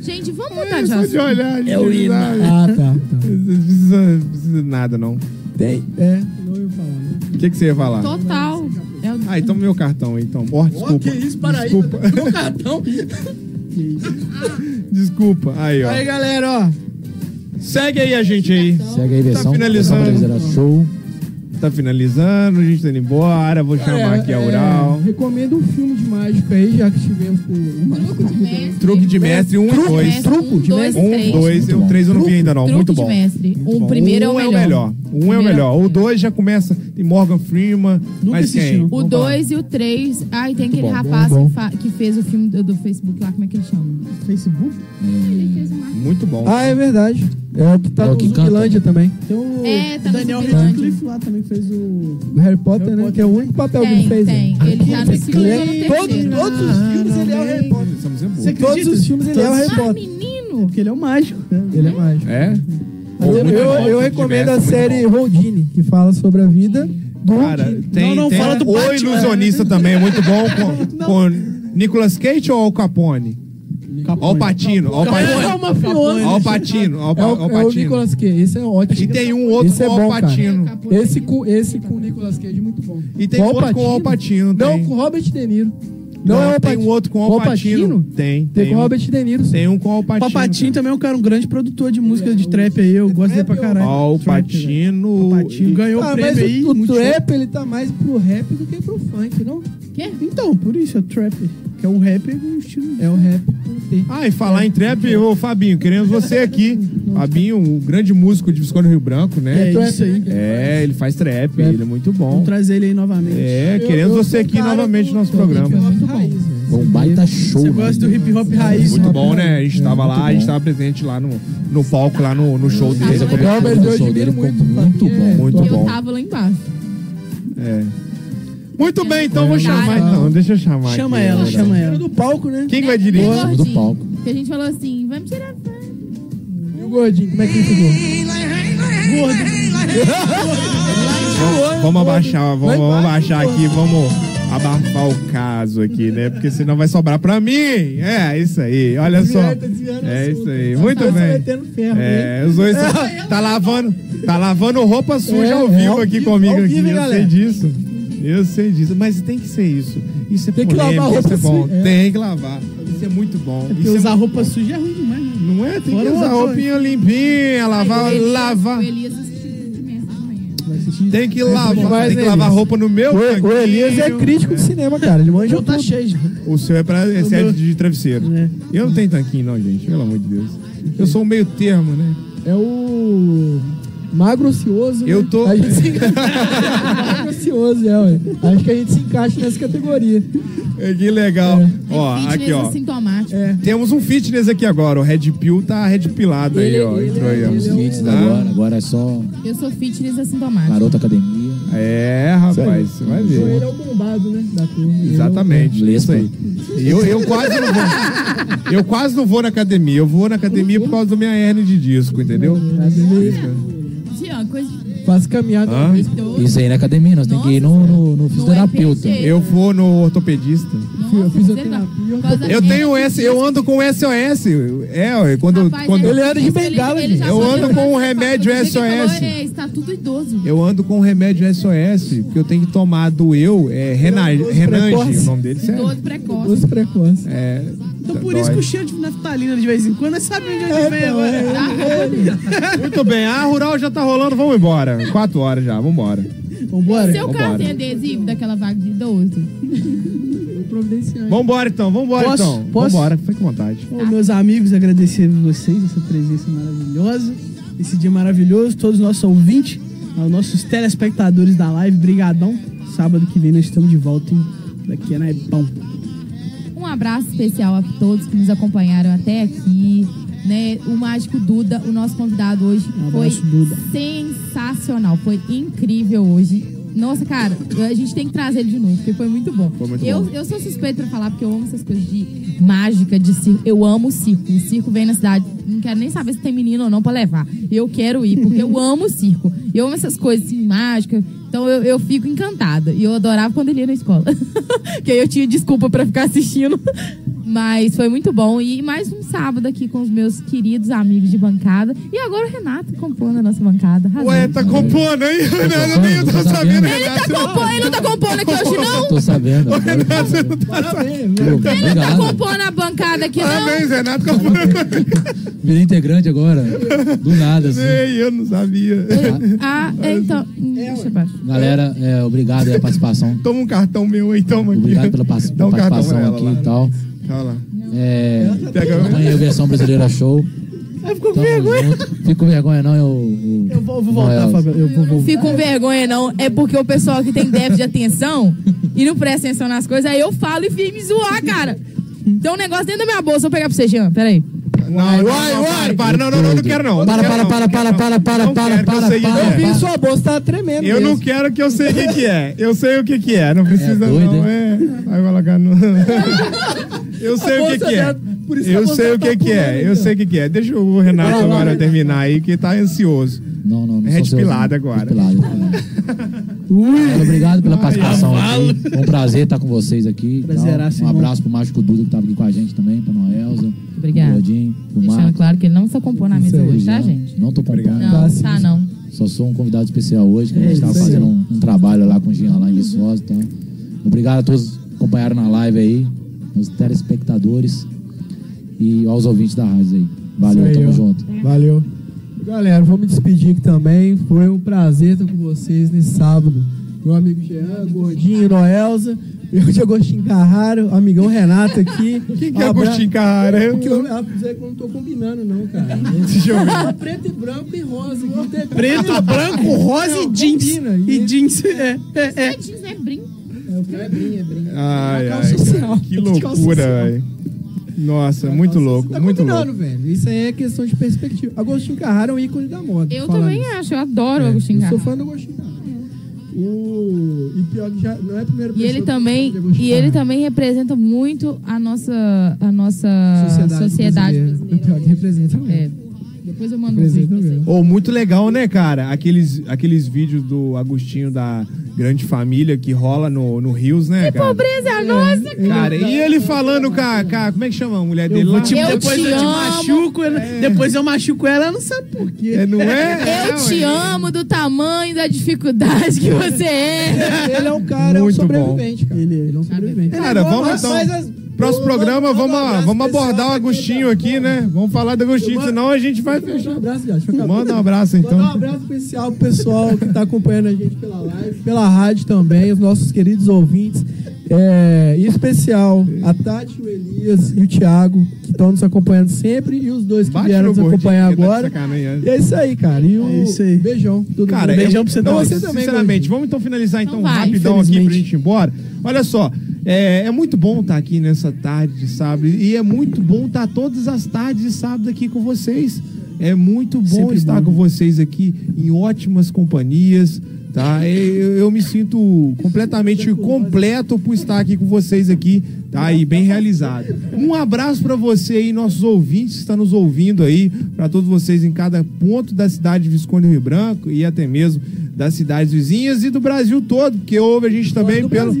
[SPEAKER 8] Gente, vamos
[SPEAKER 5] É
[SPEAKER 8] mudar de
[SPEAKER 5] só de
[SPEAKER 8] assunto.
[SPEAKER 5] olhar. É
[SPEAKER 10] o
[SPEAKER 5] hino.
[SPEAKER 10] Ah, tá. tá.
[SPEAKER 5] Não precisa, não precisa de nada, não.
[SPEAKER 10] Tem. É, não ia falar, né?
[SPEAKER 5] O que, que você ia falar?
[SPEAKER 8] Total. É o
[SPEAKER 5] Ah, então meu cartão, então. Ó, desculpa.
[SPEAKER 10] que isso, Paraíba,
[SPEAKER 5] Desculpa.
[SPEAKER 10] meu
[SPEAKER 5] [laughs]
[SPEAKER 10] cartão.
[SPEAKER 5] desculpa. Aí, ó.
[SPEAKER 10] Aí, galera, ó.
[SPEAKER 5] Segue aí a gente aí.
[SPEAKER 9] Segue aí, versão.
[SPEAKER 5] Tá
[SPEAKER 9] Era
[SPEAKER 5] finalizando.
[SPEAKER 9] show.
[SPEAKER 5] Tá finalizando, a gente tá indo embora. Vou chamar
[SPEAKER 10] É,
[SPEAKER 5] aqui a
[SPEAKER 10] é,
[SPEAKER 5] Ural.
[SPEAKER 10] recomendo um filme de mágica aí, já que tivemos por uma. Truco de mestre.
[SPEAKER 5] Truque de mestre, um e
[SPEAKER 10] Truque de
[SPEAKER 5] dois.
[SPEAKER 10] mestre, Truco de um, mestre,
[SPEAKER 5] Um,
[SPEAKER 10] três.
[SPEAKER 5] dois,
[SPEAKER 10] Muito
[SPEAKER 5] e o
[SPEAKER 10] bom.
[SPEAKER 5] três eu não vi ainda não.
[SPEAKER 10] Truque
[SPEAKER 5] Muito
[SPEAKER 10] de
[SPEAKER 5] bom.
[SPEAKER 10] mestre.
[SPEAKER 5] Muito
[SPEAKER 10] O
[SPEAKER 5] bom.
[SPEAKER 10] primeiro é o
[SPEAKER 5] Um
[SPEAKER 10] melhor.
[SPEAKER 5] Um é o
[SPEAKER 8] Primeiro
[SPEAKER 5] melhor. O dois já começa. Tem Morgan Freeman. mas quem?
[SPEAKER 8] O 2 e o 3. Ai, tem aquele
[SPEAKER 5] bom,
[SPEAKER 8] rapaz
[SPEAKER 5] bom, bom.
[SPEAKER 8] Que, fa- que fez o filme do, do Facebook lá, como é que ele chama?
[SPEAKER 10] Facebook?
[SPEAKER 8] Ele fez uma.
[SPEAKER 5] Muito bom.
[SPEAKER 10] Ah, é verdade. É o que tá
[SPEAKER 5] É o
[SPEAKER 10] no
[SPEAKER 5] que canta.
[SPEAKER 10] Zumbilândia também. Tem o
[SPEAKER 8] É, tá no
[SPEAKER 10] Daniel
[SPEAKER 8] Zumbilândia.
[SPEAKER 10] Radcliffe lá também que fez o... Harry Potter, né? Que é o único papel que
[SPEAKER 8] Tem,
[SPEAKER 10] ele fez.
[SPEAKER 8] tem.
[SPEAKER 10] né?
[SPEAKER 8] Ele tá no segundo ou no
[SPEAKER 10] Todos,
[SPEAKER 8] terceiro.
[SPEAKER 10] todos os filmes ele é o Harry Potter.
[SPEAKER 5] Você
[SPEAKER 10] Todos
[SPEAKER 7] acredita?
[SPEAKER 10] os filmes ele é o Harry
[SPEAKER 7] Ah,
[SPEAKER 10] Potter.
[SPEAKER 8] menino!
[SPEAKER 10] Porque ele é o mágico, né? Ele é mágico.
[SPEAKER 5] É?
[SPEAKER 10] Eu,
[SPEAKER 5] muito
[SPEAKER 10] eu-
[SPEAKER 5] bom,
[SPEAKER 10] eu
[SPEAKER 5] muito
[SPEAKER 10] recomendo a
[SPEAKER 5] diverso, muito
[SPEAKER 10] série Houdini, que fala sobre a vida do
[SPEAKER 5] Cara,
[SPEAKER 10] Houdini.
[SPEAKER 5] tem, tem O Ilusionista também, é muito bom. Com, com Nicolas Cage ou Al Capone? Al Patino, Al
[SPEAKER 10] Capone.
[SPEAKER 5] Patino.
[SPEAKER 10] É o mafioso.
[SPEAKER 5] Al Patino, Al Pa-
[SPEAKER 10] É o-
[SPEAKER 5] Al
[SPEAKER 10] É o
[SPEAKER 5] Patino.
[SPEAKER 10] Nicolas Cage, esse é ótimo.
[SPEAKER 5] E tem um outro
[SPEAKER 10] esse é
[SPEAKER 5] com o
[SPEAKER 10] bom,
[SPEAKER 5] Al
[SPEAKER 10] cara.
[SPEAKER 5] Pacino.
[SPEAKER 10] Esse com, esse com o Nicolas Cage, é muito bom.
[SPEAKER 5] E tem outro com o Al Pacino,
[SPEAKER 10] Não,
[SPEAKER 5] tem.
[SPEAKER 10] com o Robert De Niro.
[SPEAKER 5] Não,
[SPEAKER 10] Não, é o Al
[SPEAKER 5] tem
[SPEAKER 10] Pacino.
[SPEAKER 5] um outro com o Al Pacino. Tem,
[SPEAKER 10] Tem,
[SPEAKER 5] tem
[SPEAKER 10] com o
[SPEAKER 5] um-
[SPEAKER 10] Robert De Niro.
[SPEAKER 5] Tem um com o Al Pacino.
[SPEAKER 7] Papatinho também é um cara, um grande produtor de música de trap é aí. Eu gosto dele pra caralho.
[SPEAKER 5] Al
[SPEAKER 10] né?
[SPEAKER 5] Patino.
[SPEAKER 7] Patino
[SPEAKER 5] um
[SPEAKER 7] ganhou o
[SPEAKER 10] Ah,
[SPEAKER 7] prêmio
[SPEAKER 10] mas
[SPEAKER 7] aí.
[SPEAKER 10] o, o
[SPEAKER 7] muito
[SPEAKER 10] trap, ele tá mais pro rap do que pro funk, não?
[SPEAKER 8] Quê?
[SPEAKER 10] Então, por isso, é o trap.
[SPEAKER 7] Que é um rap é um estilo.
[SPEAKER 10] É um rap com T.
[SPEAKER 5] Ah, e falar em trap, ô Fabinho, queremos você aqui. Fabinho, um grande músico de Visconde Rio Branco, né?
[SPEAKER 7] É isso aí.
[SPEAKER 5] É, ele faz trap, ele é muito bom.
[SPEAKER 7] Vamos trazer ele aí novamente.
[SPEAKER 5] É, queremos você aqui novamente no nosso
[SPEAKER 10] é
[SPEAKER 5] programa.
[SPEAKER 9] Um baita show.
[SPEAKER 7] Você gosta do hip hop raiz?
[SPEAKER 5] Muito bom, né? A gente tava lá,
[SPEAKER 9] muito
[SPEAKER 5] a gente
[SPEAKER 9] bom.
[SPEAKER 5] tava presente lá no, no palco, lá no, no show dele.
[SPEAKER 9] Fez a cobertura do show dele, ficou muito
[SPEAKER 10] É.
[SPEAKER 7] é.
[SPEAKER 9] bom.
[SPEAKER 5] Muito
[SPEAKER 8] Tá eu
[SPEAKER 5] bom.
[SPEAKER 8] tava lá embaixo.
[SPEAKER 5] É. Muito bem, então vou chamar então. Deixa eu chamar.
[SPEAKER 7] Chama
[SPEAKER 5] aqui,
[SPEAKER 7] ela,
[SPEAKER 5] né?
[SPEAKER 7] chama ela.
[SPEAKER 10] do palco, né?
[SPEAKER 5] Quem vai dirigir?
[SPEAKER 8] Bem
[SPEAKER 5] Vamos do
[SPEAKER 8] gordinho.
[SPEAKER 5] palco.
[SPEAKER 8] Porque É, a gente falou assim, vamos tirar foto.
[SPEAKER 10] E o gordinho, como é que ele ficou?
[SPEAKER 5] Vamos, vamos abaixar, vamos, vamos abaixar aqui, vamos abafar o caso aqui, né? Porque senão vai sobrar pra mim. É, isso aí, olha só.
[SPEAKER 10] Desviar, tá desviando o
[SPEAKER 5] É
[SPEAKER 10] assunto.
[SPEAKER 5] isso aí,
[SPEAKER 10] Tá
[SPEAKER 5] muito
[SPEAKER 10] se
[SPEAKER 5] bem.
[SPEAKER 10] metendo ferro,
[SPEAKER 5] É,
[SPEAKER 10] hein? um [laughs]
[SPEAKER 5] os dois tá lavando, tá lavando roupa suja
[SPEAKER 10] É,
[SPEAKER 5] ao
[SPEAKER 10] é,
[SPEAKER 5] vivo
[SPEAKER 10] ao
[SPEAKER 5] aqui
[SPEAKER 10] vivo,
[SPEAKER 5] comigo
[SPEAKER 10] ao
[SPEAKER 5] aqui,
[SPEAKER 10] vivo, hein,
[SPEAKER 5] eu sei
[SPEAKER 10] galera?
[SPEAKER 5] disso. Eu sei disso, mas tem que ser isso. Isso é
[SPEAKER 10] Tem que lavar a
[SPEAKER 5] polêmico, isso
[SPEAKER 10] roupa
[SPEAKER 5] é bom.
[SPEAKER 10] suja. É.
[SPEAKER 5] Tem que lavar. Isso é muito bom.
[SPEAKER 7] Porque
[SPEAKER 5] Isso é
[SPEAKER 7] usar
[SPEAKER 5] muito
[SPEAKER 7] roupa suja é ruim demais, né?
[SPEAKER 5] Não é? Tem que
[SPEAKER 7] Fora
[SPEAKER 5] usar
[SPEAKER 7] o outro,
[SPEAKER 5] roupinha limpinha, lavar,
[SPEAKER 8] Aí o Elias-
[SPEAKER 5] lavar.
[SPEAKER 8] o Elias assistiu de mesmo também.
[SPEAKER 5] Tem que
[SPEAKER 10] Esse
[SPEAKER 5] lavar,
[SPEAKER 10] demais,
[SPEAKER 5] tem que
[SPEAKER 10] né,
[SPEAKER 5] lavar
[SPEAKER 10] Elias?
[SPEAKER 5] roupa no meu
[SPEAKER 10] O, o Elias é
[SPEAKER 5] cantinho.
[SPEAKER 10] crítico de cinema, cara. Ele manja
[SPEAKER 7] Já tá
[SPEAKER 10] tudo.
[SPEAKER 7] cheio. já.
[SPEAKER 5] O seu é pra é
[SPEAKER 7] O
[SPEAKER 5] sede
[SPEAKER 7] meu-
[SPEAKER 5] de travesseiro.
[SPEAKER 10] É.
[SPEAKER 5] Eu não tenho tanquinho, não, gente. Pelo amor de Deus. Eu sou um meio termo, né?
[SPEAKER 10] É o. Magro ocioso.
[SPEAKER 5] Eu
[SPEAKER 10] né?
[SPEAKER 5] tô-
[SPEAKER 10] A gente se
[SPEAKER 3] [laughs]
[SPEAKER 10] Magro ocioso, é, ué. Acho que a gente se encaixa nessa categoria.
[SPEAKER 5] É, Que legal. Ó,
[SPEAKER 8] É Fitness
[SPEAKER 5] aqui,
[SPEAKER 10] assim.
[SPEAKER 5] ó.
[SPEAKER 8] assintomático.
[SPEAKER 5] Temos um fitness aqui agora. O Red Pill tá Red Pilado aí, ó. Entrou
[SPEAKER 10] é
[SPEAKER 5] aí, ó.
[SPEAKER 10] um
[SPEAKER 9] Os
[SPEAKER 7] Ah.
[SPEAKER 9] hits agora, agora é só
[SPEAKER 8] Eu sou fitness assintomático.
[SPEAKER 9] Garota Academia.
[SPEAKER 5] É, rapaz, você vai ver.
[SPEAKER 10] Ele é o bombado, né? Da turma. Ele é o-
[SPEAKER 5] Exatamente. Isso aí. Eu, eu quase não vou. Eu quase não vou na academia. Eu vou na academia por causa da minha hernia de disco, entendeu?
[SPEAKER 8] Tiago, coisa
[SPEAKER 10] Faz caminhada.
[SPEAKER 5] Hã?
[SPEAKER 9] Isso aí na academia, nós temos que ir no, no, no fisioterapeuta.
[SPEAKER 8] RPG.
[SPEAKER 5] Eu vou no ortopedista.
[SPEAKER 10] Eu fiz a
[SPEAKER 5] Eu tenho S, eu ando com SOS. É, ó, quando,
[SPEAKER 8] Rapaz,
[SPEAKER 5] quando
[SPEAKER 10] Ele era de
[SPEAKER 8] Ele-
[SPEAKER 10] bengala,
[SPEAKER 8] ele já
[SPEAKER 10] gente.
[SPEAKER 5] Eu
[SPEAKER 8] só
[SPEAKER 5] ando
[SPEAKER 8] deu
[SPEAKER 5] com um
[SPEAKER 8] braço pra
[SPEAKER 5] remédio
[SPEAKER 8] fazer. Ele falou,
[SPEAKER 5] SOS.
[SPEAKER 8] É, estatuto idoso.
[SPEAKER 5] Eu ando com um remédio SOS, que eu tenho que tomar do eu, é Renan, Renange, o nome dele, sério.
[SPEAKER 8] Idoso precoce.
[SPEAKER 10] Os precoces.
[SPEAKER 5] É,
[SPEAKER 7] Então por isso que o cheiro de naftalina de vez em quando, nós sabemos de onde é vem agora.
[SPEAKER 8] tá?"
[SPEAKER 5] Muito bem, a Rural já tá rolando, vamos embora. Quatro horas já, vamos embora.
[SPEAKER 7] Vambora.
[SPEAKER 8] Seu carro
[SPEAKER 5] Vambora.
[SPEAKER 8] tem adesivo daquela vaga de idoso?
[SPEAKER 7] Providenciante.
[SPEAKER 5] Vamos embora então, vamos embora
[SPEAKER 7] Posso?
[SPEAKER 5] então. Vamos
[SPEAKER 7] Posso?
[SPEAKER 5] embora, fica com vontade.
[SPEAKER 7] Ô, meus amigos, agradecer a vocês essa presença maravilhosa, esse dia maravilhoso, todos os nossos ouvintes, aos nossos telespectadores da live, brigadão. Sábado que vem nós estamos de volta, hein? Daqui é na Epão.
[SPEAKER 8] Um abraço especial a todos que nos acompanharam até aqui. Né? O Mágico Duda, o nosso convidado hoje, foi
[SPEAKER 7] abraço, Duda.
[SPEAKER 8] sensacional. Foi incrível hoje. Nossa, cara, a gente tem que trazer ele de novo, porque foi muito bom.
[SPEAKER 5] Foi muito
[SPEAKER 8] eu,
[SPEAKER 5] bom.
[SPEAKER 8] eu sou suspeito pra falar, porque eu amo essas coisas de mágica, de circo. Eu amo o circo. O circo vem na cidade. Não quero nem saber se tem menino ou não pra levar. Eu quero ir,
[SPEAKER 5] [laughs]
[SPEAKER 8] porque eu amo o circo. Eu amo essas coisas assim, mágica. Então eu, eu fico [laughs] encantada. E eu adorava quando ele ia na escola. que aí eu tinha desculpa pra ficar assistindo. Mas foi muito bom. E mais um sábado aqui com os meus queridos amigos de bancada. E agora o Renato compondo a nossa bancada. Arrasou.
[SPEAKER 5] Ué, tá compondo aí, Renato? Nem eu tô
[SPEAKER 8] Tá
[SPEAKER 5] sabendo,
[SPEAKER 8] sabendo? Ele tá compondo, ele não tá compondo aqui hoje, não?
[SPEAKER 9] Tô sabendo.
[SPEAKER 5] agora eu tô Tá sabendo.
[SPEAKER 8] Ele não tá
[SPEAKER 9] Obrigado.
[SPEAKER 8] compondo a bancada aqui, não?
[SPEAKER 5] Parabéns, Renato tá compondo.
[SPEAKER 9] Virei integrante agora. Do nada, assim.
[SPEAKER 5] Ei, eu não sabia.
[SPEAKER 8] Ah, é, então. hum, Deixa eu baixar.
[SPEAKER 9] Galera, é, obrigado aí a participação.
[SPEAKER 5] Toma um cartão meu aí, toma aqui.
[SPEAKER 9] Obrigado pela pas-
[SPEAKER 5] Dá um cartão
[SPEAKER 9] participação
[SPEAKER 5] pra ela
[SPEAKER 9] aqui tá?
[SPEAKER 5] lá. né?
[SPEAKER 9] e tal.
[SPEAKER 5] Fala.
[SPEAKER 9] É,
[SPEAKER 5] Pega-
[SPEAKER 9] amanhã a versão brasileira show.
[SPEAKER 7] Ficou
[SPEAKER 9] Tamo junto. Fico com vergonha, não. Eu, eu
[SPEAKER 7] vou,
[SPEAKER 9] voltar, Fabio.
[SPEAKER 7] Eu vou voltar.
[SPEAKER 8] Fico com vergonha, não. É porque o pessoal que tem déficit de atenção e não presta atenção nas coisas, aí eu falo e vim me zoar, cara. Tem um negócio dentro da minha bolsa. Vou pegar pra você, Jean. Peraí.
[SPEAKER 5] Não, uai, uai, para. Não, não, não, não quero não.
[SPEAKER 9] Para, para, para, para, para, para, para, para, para.
[SPEAKER 5] vi
[SPEAKER 7] sua bolsa tá tremendo.
[SPEAKER 5] Eu não quero que eu sei o que, que é. Eu sei o que, que é. Não precisa, não. É. Vai colocar [laughs] no. Eu sei
[SPEAKER 7] A
[SPEAKER 5] o que,
[SPEAKER 7] bolsa
[SPEAKER 5] que é.
[SPEAKER 7] dela- por isso que a
[SPEAKER 5] Eu
[SPEAKER 7] bolsa
[SPEAKER 5] sei
[SPEAKER 7] dela
[SPEAKER 5] o
[SPEAKER 7] tá
[SPEAKER 5] que, que
[SPEAKER 7] pulando,
[SPEAKER 5] é. Eu
[SPEAKER 7] então.
[SPEAKER 5] sei o que, que é. Deixa o Renato
[SPEAKER 7] Vai lá,
[SPEAKER 5] agora
[SPEAKER 7] vai.
[SPEAKER 5] terminar aí, que tá ansioso.
[SPEAKER 9] Não, não, não.
[SPEAKER 7] É
[SPEAKER 5] Red
[SPEAKER 9] sou seu,
[SPEAKER 5] pilada
[SPEAKER 9] não.
[SPEAKER 5] agora.
[SPEAKER 9] Red pilada,
[SPEAKER 7] [laughs]
[SPEAKER 9] Galera, Obrigado pela participação aqui. Foi um prazer estar com vocês aqui.
[SPEAKER 8] Prazeraço,
[SPEAKER 9] um
[SPEAKER 8] irmão.
[SPEAKER 9] abraço pro Mágico Duda que tava aqui com a gente também, pra Noelza.
[SPEAKER 8] Obrigada.
[SPEAKER 9] Pro Gordinho, pro
[SPEAKER 8] Deixando
[SPEAKER 9] Marco.
[SPEAKER 8] claro que ele não está compondo na mesa
[SPEAKER 9] Isso aí,
[SPEAKER 8] hoje, tá,
[SPEAKER 9] não-
[SPEAKER 8] gente?
[SPEAKER 9] Não tô compondo.
[SPEAKER 8] Não, tá não.
[SPEAKER 9] Só sou um convidado especial hoje, que a
[SPEAKER 8] É
[SPEAKER 9] gente estava
[SPEAKER 8] isso aí.
[SPEAKER 9] fazendo um, um trabalho lá com o Jean lá em Viçosa. Então, obrigado a todos que acompanharam na live aí, os telespectadores e aos ouvintes da rádio aí. Valeu,
[SPEAKER 3] Isso aí,
[SPEAKER 9] tamo
[SPEAKER 3] ó.
[SPEAKER 9] junto.
[SPEAKER 3] Valeu. Galera, vou me despedir aqui também. Foi um prazer estar com vocês nesse sábado. Meu amigo Jean, Gordinho, Noelza, meu de Agostinho Carraro, amigão Renato aqui. Um
[SPEAKER 5] Quem que é Agostinho Carraro? Eu-
[SPEAKER 3] Porque eu, ah, Zé, eu não tô combinando, não, cara.
[SPEAKER 5] Deixa eu ver.
[SPEAKER 3] Preto e branco e rosa.
[SPEAKER 7] Preto, [laughs] branco, rosa e jeans. E jeans, é.
[SPEAKER 8] É, é. jeans, né? Brinco.
[SPEAKER 3] É brinco, é brinco.
[SPEAKER 5] Ai, ai.
[SPEAKER 3] Uma calça social.
[SPEAKER 5] Que
[SPEAKER 3] De calça
[SPEAKER 5] loucura,
[SPEAKER 3] social.
[SPEAKER 5] velho. Nossa, muito louco,
[SPEAKER 3] Tá
[SPEAKER 5] muito
[SPEAKER 3] combinando,
[SPEAKER 5] louco.
[SPEAKER 3] velho. Isso aí é questão de perspectiva. Agostinho Carraro é um ícone da moda.
[SPEAKER 8] Eu
[SPEAKER 3] falar
[SPEAKER 8] também
[SPEAKER 3] nisso.
[SPEAKER 8] acho, eu adoro o
[SPEAKER 3] É,
[SPEAKER 8] Agostinho
[SPEAKER 3] Eu sou
[SPEAKER 8] Carraro.
[SPEAKER 3] fã do Agostinho Carraro. O... E pior que já não é a primeira
[SPEAKER 8] E
[SPEAKER 3] pessoa
[SPEAKER 8] ele
[SPEAKER 3] que
[SPEAKER 8] também,
[SPEAKER 3] fala de né? Agostinho
[SPEAKER 8] e ele
[SPEAKER 3] Carraro.
[SPEAKER 8] também representa muito a nossa, a nossa
[SPEAKER 3] Sociedade
[SPEAKER 8] sociedade,
[SPEAKER 3] brasileira.
[SPEAKER 8] brasileira.
[SPEAKER 3] Pior que representa
[SPEAKER 8] É. Depois eu mando um vídeo
[SPEAKER 3] Representa
[SPEAKER 8] pra você.
[SPEAKER 5] Ou muito legal, né, cara? Aqueles, aqueles vídeos do Agostinho da Grande Família que rola no, no Rios, né,
[SPEAKER 8] Que
[SPEAKER 5] cara?
[SPEAKER 8] pobreza é a nossa,
[SPEAKER 5] Cara, e ele falando com a, com a- Como é que chama a mulher dele
[SPEAKER 7] Eu
[SPEAKER 5] lá?
[SPEAKER 7] vou te- Tipo, depois eu te machuco, ela- depois eu machuco ela, ela não sabe por quê.
[SPEAKER 5] É, não é?
[SPEAKER 8] Eu te amo do tamanho da dificuldade que você é.
[SPEAKER 3] Ele é um cara,
[SPEAKER 5] Muito
[SPEAKER 3] é um sobrevivente, cara. Ele, ele é um sobrevivente.
[SPEAKER 5] Cara, vamos então. Próximo programa, vamos, vamos abordar o Agostinho aqui, né? Vamos falar do Agostinho, senão a gente vai fechar.
[SPEAKER 3] Um abraço, viado. Fica-
[SPEAKER 5] Manda um abraço, então.
[SPEAKER 3] Mandar um abraço especial pro pessoal que tá acompanhando a gente pela live, pela rádio também, os nossos queridos ouvintes. É, em especial a Tati, o Elias e o Thiago, que estão nos acompanhando sempre, e os dois que
[SPEAKER 5] Bate
[SPEAKER 3] vieram
[SPEAKER 5] no
[SPEAKER 3] nos
[SPEAKER 5] gordinho,
[SPEAKER 3] acompanhar
[SPEAKER 5] que tá de
[SPEAKER 3] agora.
[SPEAKER 5] sacanagem.
[SPEAKER 3] E é isso aí, cara. E um beijão. Tudo
[SPEAKER 5] Cara, é um
[SPEAKER 3] bom?
[SPEAKER 5] eu- não, Sinceramente, vamos então finalizar então
[SPEAKER 3] vai,
[SPEAKER 5] rapidão aqui pra gente ir embora. Olha só, é, é muito bom estar aqui nessa tarde de sábado e é muito bom estar todas as tardes de sábado aqui com vocês. É muito bom
[SPEAKER 3] Sempre
[SPEAKER 5] estar
[SPEAKER 3] bom.
[SPEAKER 5] com vocês aqui em ótimas companhias. Tá, eu, eu me sinto completamente completo por estar aqui com vocês aqui, tá? E bem realizado. Um abraço para você aí, nossos ouvintes que estão nos ouvindo aí, para todos vocês em cada ponto da cidade de Visconde Rio Branco e até mesmo das cidades vizinhas e do Brasil todo, porque ouve a gente também pelo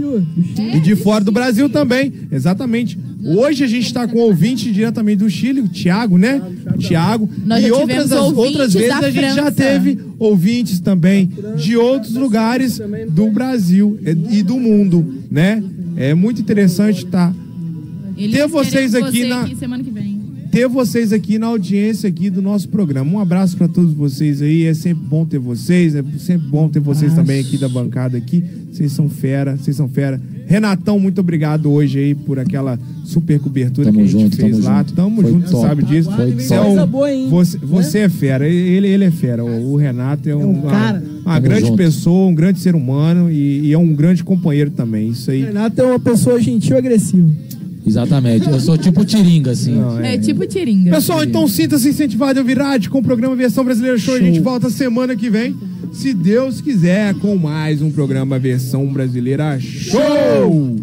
[SPEAKER 5] e de fora do Brasil também, exatamente. Hoje a gente está com um ouvinte diretamente do Chile, o Thiago, né? Thiago.
[SPEAKER 3] Nós
[SPEAKER 5] E
[SPEAKER 3] já
[SPEAKER 5] outras,
[SPEAKER 3] tivemos ouvintes
[SPEAKER 5] outras vezes
[SPEAKER 3] da
[SPEAKER 5] a gente já
[SPEAKER 3] França.
[SPEAKER 5] teve ouvintes também de outros lugares do Brasil e e do mundo, né? É muito interessante tá,
[SPEAKER 8] Eles
[SPEAKER 5] ter
[SPEAKER 8] querem
[SPEAKER 5] vocês aqui
[SPEAKER 8] você
[SPEAKER 5] na
[SPEAKER 8] semana que vem.
[SPEAKER 5] ter vocês aqui na audiência aqui do nosso programa. Um abraço para todos vocês aí. É sempre bom ter vocês, é sempre bom ter vocês também aqui da bancada aqui. Vocês são fera, vocês são fera. Renatão, muito obrigado hoje aí por aquela super cobertura
[SPEAKER 9] Tamo
[SPEAKER 5] que a gente
[SPEAKER 9] junto,
[SPEAKER 5] fez
[SPEAKER 9] tamo
[SPEAKER 5] lá.
[SPEAKER 9] junto.
[SPEAKER 5] Tamo
[SPEAKER 9] Foi
[SPEAKER 5] junto, você
[SPEAKER 9] top.
[SPEAKER 5] sabe disso.
[SPEAKER 9] Foi
[SPEAKER 5] Você,
[SPEAKER 9] top.
[SPEAKER 5] é
[SPEAKER 9] Coisa
[SPEAKER 5] um-
[SPEAKER 9] boa, hein? Né?
[SPEAKER 5] você, você é fera, ele, ele é fera. O, o Renato é, um,
[SPEAKER 3] cara.
[SPEAKER 5] uma, uma
[SPEAKER 3] Tamo
[SPEAKER 5] grande
[SPEAKER 3] junto.
[SPEAKER 5] pessoa, um grande ser humano e, e é um grande companheiro também. Isso aí.
[SPEAKER 3] Renato é uma pessoa gentil e agressiva.
[SPEAKER 9] Exatamente. Eu sou tipo tiringa, assim.
[SPEAKER 8] É tipo tiringa.
[SPEAKER 5] Pessoal, então sinta-se incentivado a virar com o programa Versão Brasileira Show. A gente volta semana que vem, se Deus quiser, com mais um programa Versão Brasileira Show.